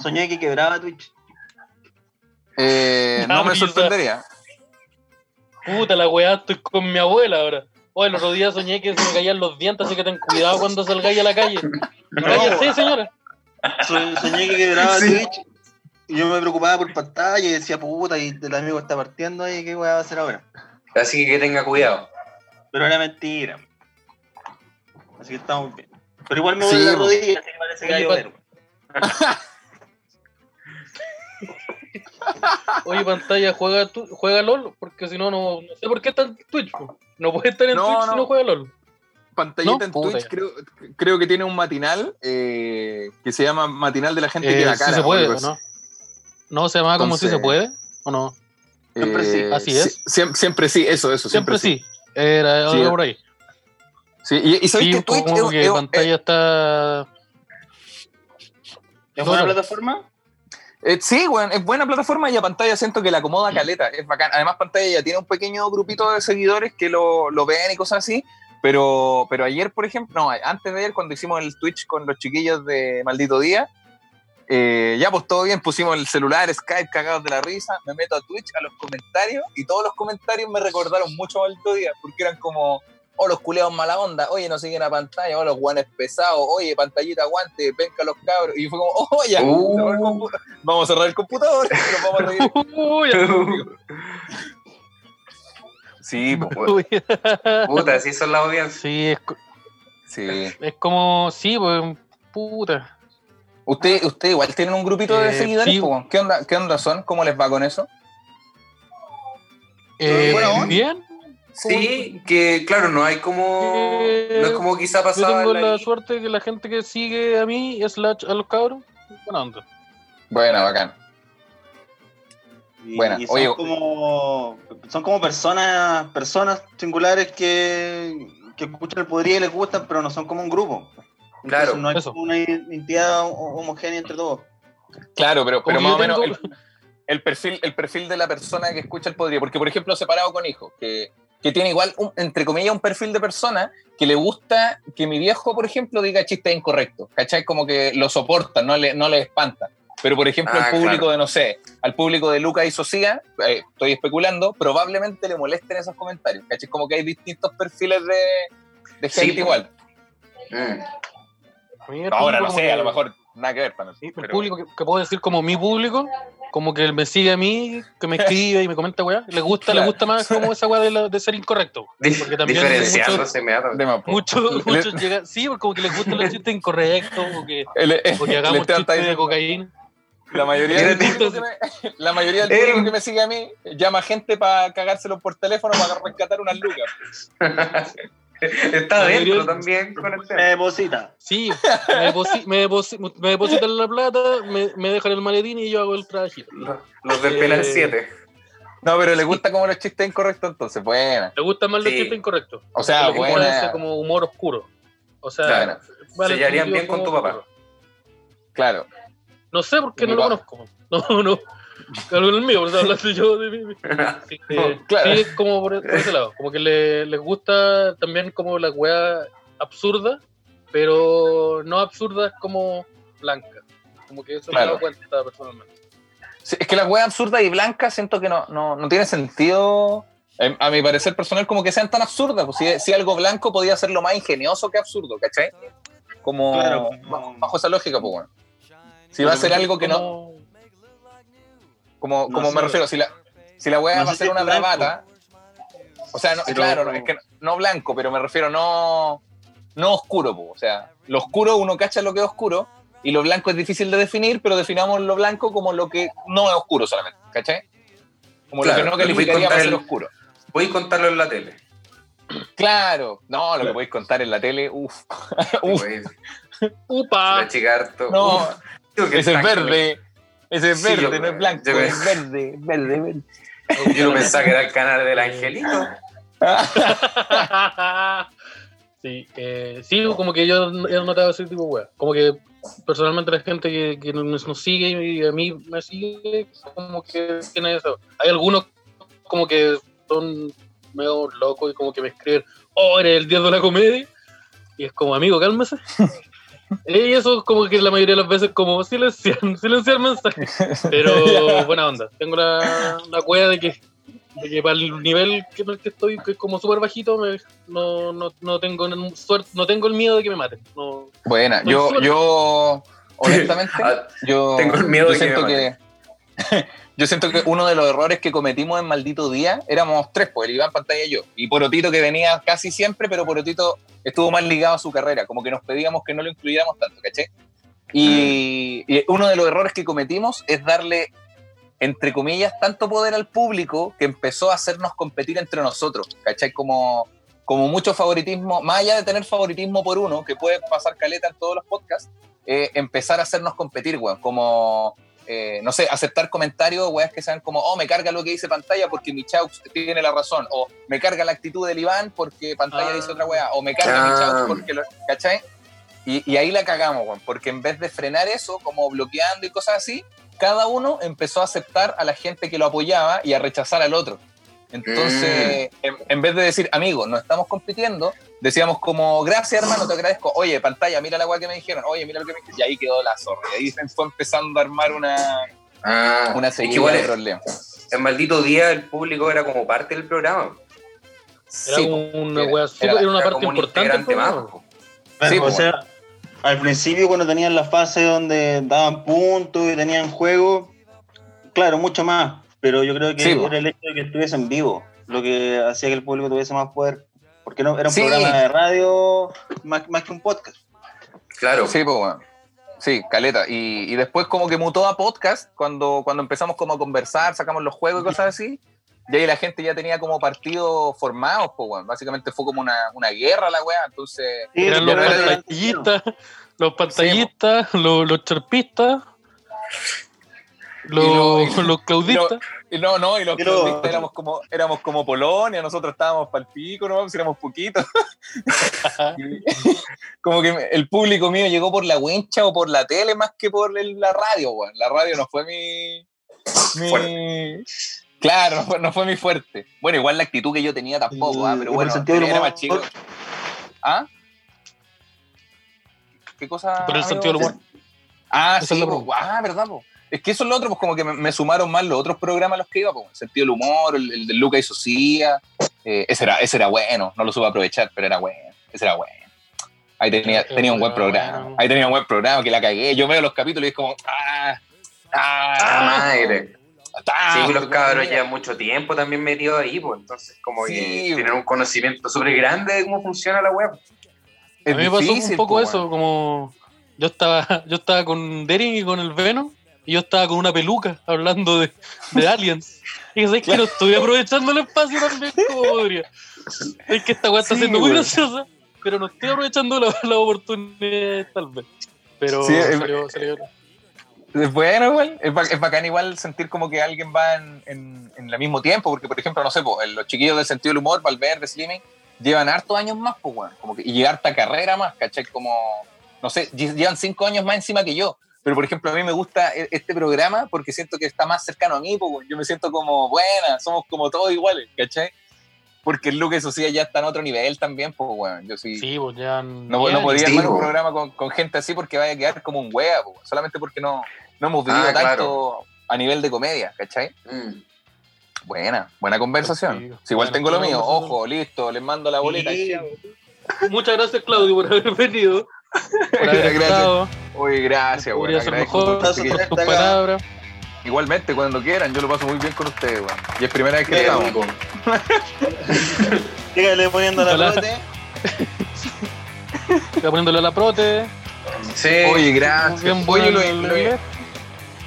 [SPEAKER 5] soñé que quebraba Twitch.
[SPEAKER 4] Eh,
[SPEAKER 2] <laughs> La
[SPEAKER 4] no me
[SPEAKER 2] brisa.
[SPEAKER 4] sorprendería.
[SPEAKER 2] Puta, la weá, estoy con mi abuela ahora. Oye, el otro día soñé que se me caían los dientes, así que ten cuidado cuando salgáis a la calle. Cállese, señora.
[SPEAKER 5] So- soñé que quebraba
[SPEAKER 3] Sí.
[SPEAKER 5] Twitch. Y yo me preocupaba por pantalla y decía, puta, y el amigo está partiendo ahí, ¿qué weá va a hacer ahora?
[SPEAKER 3] Así que que tenga cuidado.
[SPEAKER 5] Pero era mentira. Así que estamos bien. Pero igual me
[SPEAKER 4] Sí,
[SPEAKER 5] duele la
[SPEAKER 4] bo.
[SPEAKER 5] rodilla, así que parece que va a llover.
[SPEAKER 2] Oye, pantalla, juega, tu- juega LOL, porque si no, no no sé por qué está en Twitch. po. No puede estar en
[SPEAKER 4] No,
[SPEAKER 2] Twitch si
[SPEAKER 4] no.
[SPEAKER 2] no juega LOL.
[SPEAKER 4] Pantallita
[SPEAKER 2] No,
[SPEAKER 4] en
[SPEAKER 2] puta.
[SPEAKER 4] Twitch, creo, creo que tiene un matinal eh, que se llama Matinal de la Gente que
[SPEAKER 2] Eh,
[SPEAKER 4] la
[SPEAKER 2] sí
[SPEAKER 4] cara.
[SPEAKER 2] se
[SPEAKER 4] o
[SPEAKER 2] puede,
[SPEAKER 4] algo
[SPEAKER 2] ¿o
[SPEAKER 4] así.
[SPEAKER 2] ¿no? No, se llama como si se
[SPEAKER 4] Entonces-
[SPEAKER 2] puede, ¿o no?
[SPEAKER 5] Siempre sí.
[SPEAKER 4] Eh,
[SPEAKER 2] Así
[SPEAKER 4] sie-
[SPEAKER 2] es.
[SPEAKER 4] Siempre, siempre sí, eso, eso.
[SPEAKER 2] Siempre, sí. Era
[SPEAKER 4] Sí, eh.
[SPEAKER 2] algo
[SPEAKER 4] es-
[SPEAKER 2] por ahí.
[SPEAKER 4] sí. Y, y sabéis
[SPEAKER 2] Sí,
[SPEAKER 4] que Twitch
[SPEAKER 2] como
[SPEAKER 4] es-
[SPEAKER 2] que
[SPEAKER 4] es- eh,
[SPEAKER 2] pantalla está.
[SPEAKER 5] ¿Es buena
[SPEAKER 2] Bueno.
[SPEAKER 5] plataforma?
[SPEAKER 4] Eh, sí, weón, es buena plataforma y a pantalla siento que la acomoda caleta, es bacán. Además, pantalla ya tiene un pequeño grupito de seguidores que lo, lo ven y cosas así. Pero, pero ayer, por ejemplo, no, antes de ayer, cuando hicimos el Twitch con los chiquillos de Maldito Día, eh, ya pues todo bien, pusimos el celular, Skype, cagados de la risa, me meto a Twitch, a los comentarios, y todos los comentarios me recordaron mucho a Maldito Día, porque eran como, oh, los culeados mala onda, oye, no siguen a pantalla, oh, los guanes pesados, oye, pantallita, aguante, venga los cabros, y fue como, oh, ya,
[SPEAKER 3] Uh.
[SPEAKER 4] se va el compu- vamos a cerrar el computador, <laughs> y nos vamos a reír.
[SPEAKER 2] Uy,
[SPEAKER 3] <laughs>
[SPEAKER 2] <laughs>
[SPEAKER 4] Sí, pues, bueno,
[SPEAKER 2] uy.
[SPEAKER 3] Puta, así son las audiencias.
[SPEAKER 2] Sí, es, co-
[SPEAKER 4] sí.
[SPEAKER 2] es como. Sí, pues. Puta.
[SPEAKER 4] Usted, usted igual tienen un grupito de
[SPEAKER 2] Eh,
[SPEAKER 4] seguidores,
[SPEAKER 2] sí.
[SPEAKER 4] pues, ¿qué onda, ¿qué onda son? ¿Cómo les va con eso?
[SPEAKER 2] Eh,
[SPEAKER 3] Buena onda.
[SPEAKER 2] bien.
[SPEAKER 3] Sí, que claro, no hay como.
[SPEAKER 2] Eh,
[SPEAKER 3] No es como quizá
[SPEAKER 2] Yo
[SPEAKER 3] pasaba.
[SPEAKER 2] tengo
[SPEAKER 3] en
[SPEAKER 2] la
[SPEAKER 3] la-
[SPEAKER 2] suerte que la gente que sigue a mí, slash a los cabros, buena onda.
[SPEAKER 4] Buena, bacán.
[SPEAKER 5] Y,
[SPEAKER 4] Buena,
[SPEAKER 5] y son,
[SPEAKER 4] oye.
[SPEAKER 5] como, son como personas personas singulares que, que escuchan el podrido y les gustan, pero no son como un grupo.
[SPEAKER 3] Claro.
[SPEAKER 5] Entonces no hay
[SPEAKER 2] eso.
[SPEAKER 5] como una identidad ho- homogénea entre todos.
[SPEAKER 4] Claro, pero,
[SPEAKER 2] Como
[SPEAKER 4] pero
[SPEAKER 2] que
[SPEAKER 4] más
[SPEAKER 2] yo
[SPEAKER 4] o menos
[SPEAKER 2] tengo-
[SPEAKER 4] el, el perfil, el perfil de la persona que escucha el podría, porque por ejemplo, separado con hijos, que, que tiene igual, un- entre comillas, un perfil de persona que le gusta que mi viejo, por ejemplo, diga chistes incorrectos, ¿cachai? Como que lo soporta, no le, no le espanta. Pero por ejemplo,
[SPEAKER 3] Ah,
[SPEAKER 4] al público
[SPEAKER 3] claro.
[SPEAKER 4] de, no sé, al público de Lucas y Socia, eh, estoy especulando, probablemente le molesten esos comentarios, ¿cachai? Como que hay distintos perfiles de, de
[SPEAKER 3] Sí,
[SPEAKER 4] gente
[SPEAKER 3] po.
[SPEAKER 4] igual.
[SPEAKER 3] Mm.
[SPEAKER 2] A mí el
[SPEAKER 4] Ahora, no
[SPEAKER 2] público
[SPEAKER 4] sé,
[SPEAKER 2] como
[SPEAKER 4] a lo
[SPEAKER 2] que-
[SPEAKER 4] mejor nada que ver también.
[SPEAKER 2] El
[SPEAKER 4] pero-
[SPEAKER 2] público que, que puedo decir como mi público, como que me sigue a mí, que me escribe y me comenta weá, le gusta, le
[SPEAKER 4] Claro.
[SPEAKER 2] gusta más como esa weá de, la- de ser incorrecto.
[SPEAKER 3] Dif-
[SPEAKER 2] Porque también
[SPEAKER 3] diferenciándose me da-
[SPEAKER 4] de más, po.
[SPEAKER 2] Muchos,
[SPEAKER 4] <laughs> Le-
[SPEAKER 2] muchos llegan, sí, pues como que les gustan los chistes incorrectos, o que,
[SPEAKER 4] El,
[SPEAKER 2] o que
[SPEAKER 4] el
[SPEAKER 2] hagamos
[SPEAKER 4] Esteban está
[SPEAKER 2] chistes de
[SPEAKER 4] diciendo,
[SPEAKER 2] cocaína.
[SPEAKER 4] la mayoría, del
[SPEAKER 3] Mira,
[SPEAKER 4] <laughs> público que me, la mayoría del
[SPEAKER 3] Eh.
[SPEAKER 4] público que me sigue a mí llama gente para cagárselo por teléfono para rescatar unas lucas.
[SPEAKER 3] Está dentro también con el tema.
[SPEAKER 5] Me deposita.
[SPEAKER 2] Sí, me, deposi- me deposi- me depositan la plata, me, me dejan el maletín y yo hago el trabajito.
[SPEAKER 3] Los, los del penal
[SPEAKER 2] Eh,
[SPEAKER 3] 7.
[SPEAKER 4] No, pero le gusta como los chistes incorrectos, entonces, buena.
[SPEAKER 2] Le gustan más los
[SPEAKER 3] Sí.
[SPEAKER 2] chistes incorrectos.
[SPEAKER 4] O sea,
[SPEAKER 2] Porque ponen ese
[SPEAKER 4] Ah, buena.
[SPEAKER 2] como humor oscuro. O sea,
[SPEAKER 3] Claro.
[SPEAKER 2] el
[SPEAKER 3] Sellarían
[SPEAKER 2] sentido
[SPEAKER 3] bien con
[SPEAKER 2] como
[SPEAKER 3] tu papá.
[SPEAKER 2] oscuro.
[SPEAKER 4] Claro.
[SPEAKER 2] No sé por qué no lo
[SPEAKER 4] Mi
[SPEAKER 2] conozco. <laughs> No, no. Algo en el mío, por eso hablaste yo de mí.
[SPEAKER 4] <laughs>
[SPEAKER 2] Sí, eh,
[SPEAKER 4] Claro.
[SPEAKER 2] sí, es como por, por ese lado. Como que le- les gusta también como las weas absurdas, pero no absurdas como blancas. Como que eso
[SPEAKER 4] Claro.
[SPEAKER 2] me he dado cuenta personalmente.
[SPEAKER 4] Sí, es que las weas absurdas y blancas siento que no, no, no tiene sentido. em, A mi parecer personal, como que sean tan absurdas. pues, si, si algo blanco podía ser lo más ingenioso que absurdo, ¿cachai? Como
[SPEAKER 5] Claro.
[SPEAKER 4] bajo, bajo esa lógica, pues bueno. Si va a ser algo que no,
[SPEAKER 2] Como-
[SPEAKER 4] como,
[SPEAKER 5] No
[SPEAKER 4] como me
[SPEAKER 5] sé.
[SPEAKER 4] refiero, si la, si la wea
[SPEAKER 5] No
[SPEAKER 4] va a
[SPEAKER 5] sé
[SPEAKER 4] ser
[SPEAKER 5] si
[SPEAKER 4] una
[SPEAKER 5] es blanco.
[SPEAKER 4] bravata, O sea, no-
[SPEAKER 5] Pero-
[SPEAKER 4] claro, no, es que no blanco, pero me refiero no, no oscuro. po. O sea, lo oscuro uno cacha lo que es oscuro y lo blanco es difícil de definir, pero definamos lo blanco como lo que no es oscuro solamente, ¿cachai? Como
[SPEAKER 3] Claro,
[SPEAKER 4] lo que no
[SPEAKER 3] lo que podéis
[SPEAKER 4] calificaría
[SPEAKER 3] contar
[SPEAKER 4] para ser
[SPEAKER 3] el-
[SPEAKER 4] oscuro.
[SPEAKER 3] <laughs> Voy a contarlo en la tele.
[SPEAKER 4] Claro, no, lo que podéis contar en la tele, uff,
[SPEAKER 3] Tipo,
[SPEAKER 4] uff,
[SPEAKER 3] ahí,
[SPEAKER 2] ¡Upa!
[SPEAKER 3] La chica harto.
[SPEAKER 4] no,
[SPEAKER 3] Uf. Digo que
[SPEAKER 4] Ese es
[SPEAKER 3] está-
[SPEAKER 4] verde. Ese es
[SPEAKER 3] Sí, yo
[SPEAKER 4] verde,
[SPEAKER 3] creo-
[SPEAKER 4] no es blanco.
[SPEAKER 3] yo creo-
[SPEAKER 4] Es verde, verde, verde.
[SPEAKER 3] Yo no pensaba que era el canal del <laughs> angelito.
[SPEAKER 2] <laughs> sí, eh, sí, como que yo he notado ese tipo de weas. Como que personalmente la gente que, que nos, nos sigue y a mí me sigue, como que tiene eso. Hay algunos como que son medio locos y como que me escriben, oh, eres el dios de la comedia. Y es como, amigo, cálmese. y eso es como que la mayoría de las veces como silenciar, <laughs> silenciar mensajes. Pero buena onda. Tengo la, la cueva de que de que para el nivel que, en el que estoy, que es como súper bajito, me- no, no, no tengo n- suerte, no tengo el miedo de que me maten. No,
[SPEAKER 4] Buena,
[SPEAKER 2] Con
[SPEAKER 4] yo,
[SPEAKER 2] suerte.
[SPEAKER 4] <laughs> yo, honestamente,
[SPEAKER 3] Ah,
[SPEAKER 4] yo,
[SPEAKER 3] <laughs> tengo el miedo
[SPEAKER 4] yo
[SPEAKER 3] de que
[SPEAKER 4] siento
[SPEAKER 3] me
[SPEAKER 4] que, <laughs> yo siento que uno de los errores que cometimos en Maldito Día éramos tres, pues el Iván Pantalla y yo, y Porotito que venía casi siempre, pero Porotito estuvo más ligado a su carrera, como que nos pedíamos que no lo incluyéramos tanto, ¿caché? Y,
[SPEAKER 3] Mm.
[SPEAKER 4] y uno de los errores que cometimos es darle, entre comillas, tanto poder al público que empezó a hacernos competir entre nosotros, ¿cachai? Como como mucho favoritismo, más allá de tener favoritismo por uno, que puede pasar caleta en todos los podcasts, eh, empezar a hacernos competir, weón. Como, eh, no sé, aceptar comentarios, weón, que sean como, oh, me carga lo que dice pantalla porque mi Michaux tiene la razón, o me carga la actitud del Iván porque pantalla
[SPEAKER 2] Ah.
[SPEAKER 4] dice otra weá, o me carga
[SPEAKER 3] Ah.
[SPEAKER 4] mi Michaux porque lo. ¿Cachai? Y, y ahí la cagamos, weón, porque en vez de frenar eso, como bloqueando y cosas así, cada uno empezó a aceptar a la gente que lo apoyaba y a rechazar al otro. Entonces,
[SPEAKER 3] Mm.
[SPEAKER 4] en, en vez de decir, amigo, no estamos compitiendo, decíamos como, gracias hermano, te agradezco. Oye, pantalla, mira la weá que me dijeron. Oye, mira lo que me dijeron. Y ahí quedó la zorra. Y ahí se fue empezando a armar una,
[SPEAKER 3] Ah,
[SPEAKER 4] una
[SPEAKER 3] es que
[SPEAKER 4] serie
[SPEAKER 3] igual
[SPEAKER 4] de
[SPEAKER 3] el,
[SPEAKER 4] problemas.
[SPEAKER 3] el maldito día el público era como parte del programa.
[SPEAKER 2] era
[SPEAKER 4] Sí,
[SPEAKER 2] como una
[SPEAKER 4] era-
[SPEAKER 2] wea súper,
[SPEAKER 4] era-
[SPEAKER 2] era, una
[SPEAKER 3] Era
[SPEAKER 2] parte
[SPEAKER 3] como un
[SPEAKER 2] importante. del
[SPEAKER 3] integrante más.
[SPEAKER 2] programa.
[SPEAKER 3] po.
[SPEAKER 4] Sí,
[SPEAKER 5] o
[SPEAKER 4] pues,
[SPEAKER 5] sea, al principio cuando tenían la fase donde daban puntos y tenían juego, claro, mucho más, pero yo creo que
[SPEAKER 4] Sí, pues.
[SPEAKER 5] era el hecho de que estuviesen vivos lo que hacía que el público tuviese más poder, porque no, era un
[SPEAKER 4] Sí.
[SPEAKER 5] programa de radio más, más que un podcast.
[SPEAKER 3] Claro.
[SPEAKER 4] Sí, pues, weón. Sí, caleta. Y, y después como que mutó a podcast cuando, cuando empezamos como a conversar, sacamos los juegos y cosas así. Y ahí la gente ya tenía como partidos formados, pues, weón. Básicamente fue como una, una guerra la weá. Entonces,
[SPEAKER 5] Sí,
[SPEAKER 2] Eran
[SPEAKER 5] yo
[SPEAKER 2] los
[SPEAKER 5] creo que era el
[SPEAKER 2] pantallistas, los pantallistas, los, los charpistas,
[SPEAKER 4] lo-
[SPEAKER 2] los,
[SPEAKER 4] y-
[SPEAKER 2] los claudistas.
[SPEAKER 4] Y No, no, y los
[SPEAKER 5] Y luego-
[SPEAKER 4] periodistas éramos como, éramos como Polonia, nosotros estábamos pal pico, no, Pues éramos poquitos. Y- <laughs> como que me- el público mío llegó por la wincha o por la tele más que por el- la radio, weón. La radio no fue mi. mi- Claro, <laughs> no fue, no fue mi fuerte. Bueno, igual la actitud que yo tenía tampoco, ah,
[SPEAKER 5] Y- y
[SPEAKER 4] pero
[SPEAKER 5] por
[SPEAKER 4] bueno,
[SPEAKER 5] Eh, el sentido del
[SPEAKER 4] era
[SPEAKER 5] humor.
[SPEAKER 4] más chico. ¿Ah? ¿Qué cosa?
[SPEAKER 2] Por el
[SPEAKER 4] amigo?
[SPEAKER 2] sentido del humor.
[SPEAKER 4] Ah,
[SPEAKER 2] Esa
[SPEAKER 4] sí,
[SPEAKER 2] es la
[SPEAKER 4] po.
[SPEAKER 2] pregunta.
[SPEAKER 4] ah, verdad, po. Es que eso es lo otro, pues como que me, me sumaron más los otros programas a los que iba, pues, el sentido del humor, el, el de Luca y Socia. eh, ese, era, ese era bueno, no lo supe aprovechar, pero era bueno, ese era bueno. Ahí tenía,
[SPEAKER 2] Ese
[SPEAKER 4] tenía un buen
[SPEAKER 2] programa
[SPEAKER 4] programa,
[SPEAKER 2] bueno.
[SPEAKER 4] ahí tenía un buen programa que la cagué. Yo veo los capítulos y es como, ah, ah,
[SPEAKER 3] Ah, madre. Sí,
[SPEAKER 4] ah,
[SPEAKER 3] y los cabros llevan mucho tiempo también metidos ahí, pues entonces como
[SPEAKER 4] Sí,
[SPEAKER 3] que tienen un conocimiento súper grande de cómo funciona la web.
[SPEAKER 4] Es
[SPEAKER 2] a mí me pasó
[SPEAKER 4] difícil,
[SPEAKER 2] un poco
[SPEAKER 4] po,
[SPEAKER 2] eso,
[SPEAKER 4] weón.
[SPEAKER 2] como yo estaba, yo estaba con Derin y con el Venom, y yo estaba con una peluca hablando de, de aliens. Y yo sé que no estoy aprovechando el espacio también como podría. Es que esta weá está
[SPEAKER 4] Sí,
[SPEAKER 2] siendo muy
[SPEAKER 4] weón.
[SPEAKER 2] graciosa, pero no estoy aprovechando la, la oportunidad tal vez. Pero
[SPEAKER 4] Sí, eh,
[SPEAKER 2] salió, salió-
[SPEAKER 4] Es bueno, igual. Es, ba- es bacán igual sentir como que alguien va en, en, en el mismo tiempo, porque, por ejemplo, no sé, po, el- los chiquillos del sentido del humor, Valverde, Slimming, llevan hartos años más, pues, weón. Como que, y harta carrera más, ¿cachai? Como, no sé, lle- llevan cinco años más encima que yo. Pero, por ejemplo, a mí me gusta e- este programa porque siento que está más cercano a mí, pues, weón. Yo me siento como, buena, somos como todos iguales, ¿cachai? Porque el look, eso sí, ya está en otro nivel también, pues, weón. Yo sí.
[SPEAKER 2] Sí, pues ya.
[SPEAKER 4] No, no
[SPEAKER 3] Sí,
[SPEAKER 4] podía armar un
[SPEAKER 3] po.
[SPEAKER 4] programa con, con gente así porque vaya a quedar como un wea, po, solamente porque no, no hemos vivido
[SPEAKER 3] Ah,
[SPEAKER 4] tanto
[SPEAKER 3] claro.
[SPEAKER 4] a nivel de comedia, ¿cachai?
[SPEAKER 3] Mm.
[SPEAKER 4] Buena, buena conversación.
[SPEAKER 2] Sí,
[SPEAKER 4] Si igual
[SPEAKER 2] buena,
[SPEAKER 4] tengo lo
[SPEAKER 2] buena
[SPEAKER 4] mío,
[SPEAKER 2] conversación.
[SPEAKER 4] ojo, listo, les mando la boleta.
[SPEAKER 5] Sí.
[SPEAKER 2] Muchas gracias, Claudio, por haber
[SPEAKER 4] <laughs>
[SPEAKER 2] venido. Por haber
[SPEAKER 4] Gracias.
[SPEAKER 2] estado.
[SPEAKER 4] Uy, gracias, weón.
[SPEAKER 2] Podría ser
[SPEAKER 4] agradezco
[SPEAKER 2] mejor.
[SPEAKER 4] mucho, chiquillos.
[SPEAKER 2] Por tus palabras.
[SPEAKER 4] Igualmente, cuando quieran, yo lo paso muy bien con ustedes, weón. Y es primera vez que
[SPEAKER 5] Qué
[SPEAKER 4] estamos.
[SPEAKER 5] Sígale poniendo la
[SPEAKER 2] Ojalá.
[SPEAKER 5] pelota.
[SPEAKER 2] Ya poniéndole a la prote.
[SPEAKER 3] Sí.
[SPEAKER 4] Oye, gracias.
[SPEAKER 2] Bien
[SPEAKER 4] Oye,
[SPEAKER 2] bueno
[SPEAKER 4] lo,
[SPEAKER 2] el-
[SPEAKER 4] lo-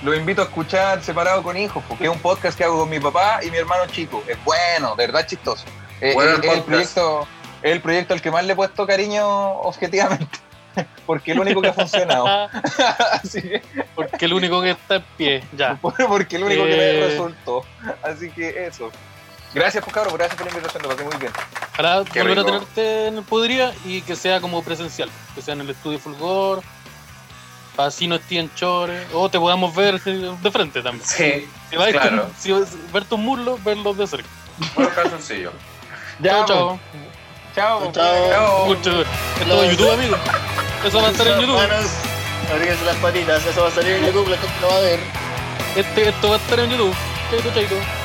[SPEAKER 4] lo invito a escuchar Separado con Hijos, porque es un podcast que hago con mi papá y mi hermano chico. Es bueno, de verdad chistoso. Eh,
[SPEAKER 3] Bueno
[SPEAKER 4] eh,
[SPEAKER 3] el
[SPEAKER 4] es, el
[SPEAKER 3] podcast.
[SPEAKER 4] proyecto, es el proyecto al que más le he puesto cariño objetivamente. <laughs> porque es lo único que
[SPEAKER 2] <laughs>
[SPEAKER 4] ha funcionado. <laughs> Así que,
[SPEAKER 2] Porque el único que está en pie, ya.
[SPEAKER 4] porque es lo único que me
[SPEAKER 2] Eh.
[SPEAKER 4] resultó. Así que eso. Gracias, pues cabrón, gracias por la invitación, lo pasé muy bien.
[SPEAKER 2] Para
[SPEAKER 3] Qué
[SPEAKER 2] volver a
[SPEAKER 3] rico.
[SPEAKER 2] tenerte en el Podría y que sea como presencial, que sea en el estudio Fulgor, para así no esté en chores, o te podamos ver eh, de frente también.
[SPEAKER 3] Sí,
[SPEAKER 2] Si vas con-
[SPEAKER 3] claro.
[SPEAKER 2] si vas- ver tus muslos, verlos de cerca.
[SPEAKER 3] Bueno, calzoncillo.
[SPEAKER 2] Chao,
[SPEAKER 4] Ya,
[SPEAKER 2] chao.
[SPEAKER 5] pues.
[SPEAKER 4] Chao.
[SPEAKER 5] Chao.
[SPEAKER 3] Chao.
[SPEAKER 2] Mucho- Esto va a YouTube, amigo. Eso va a estar en YouTube.
[SPEAKER 5] Manos, abríguense las patitas, eso va a salir en YouTube, la gente lo va a ver.
[SPEAKER 2] Este, esto va a estar en YouTube. Chaito, chaito.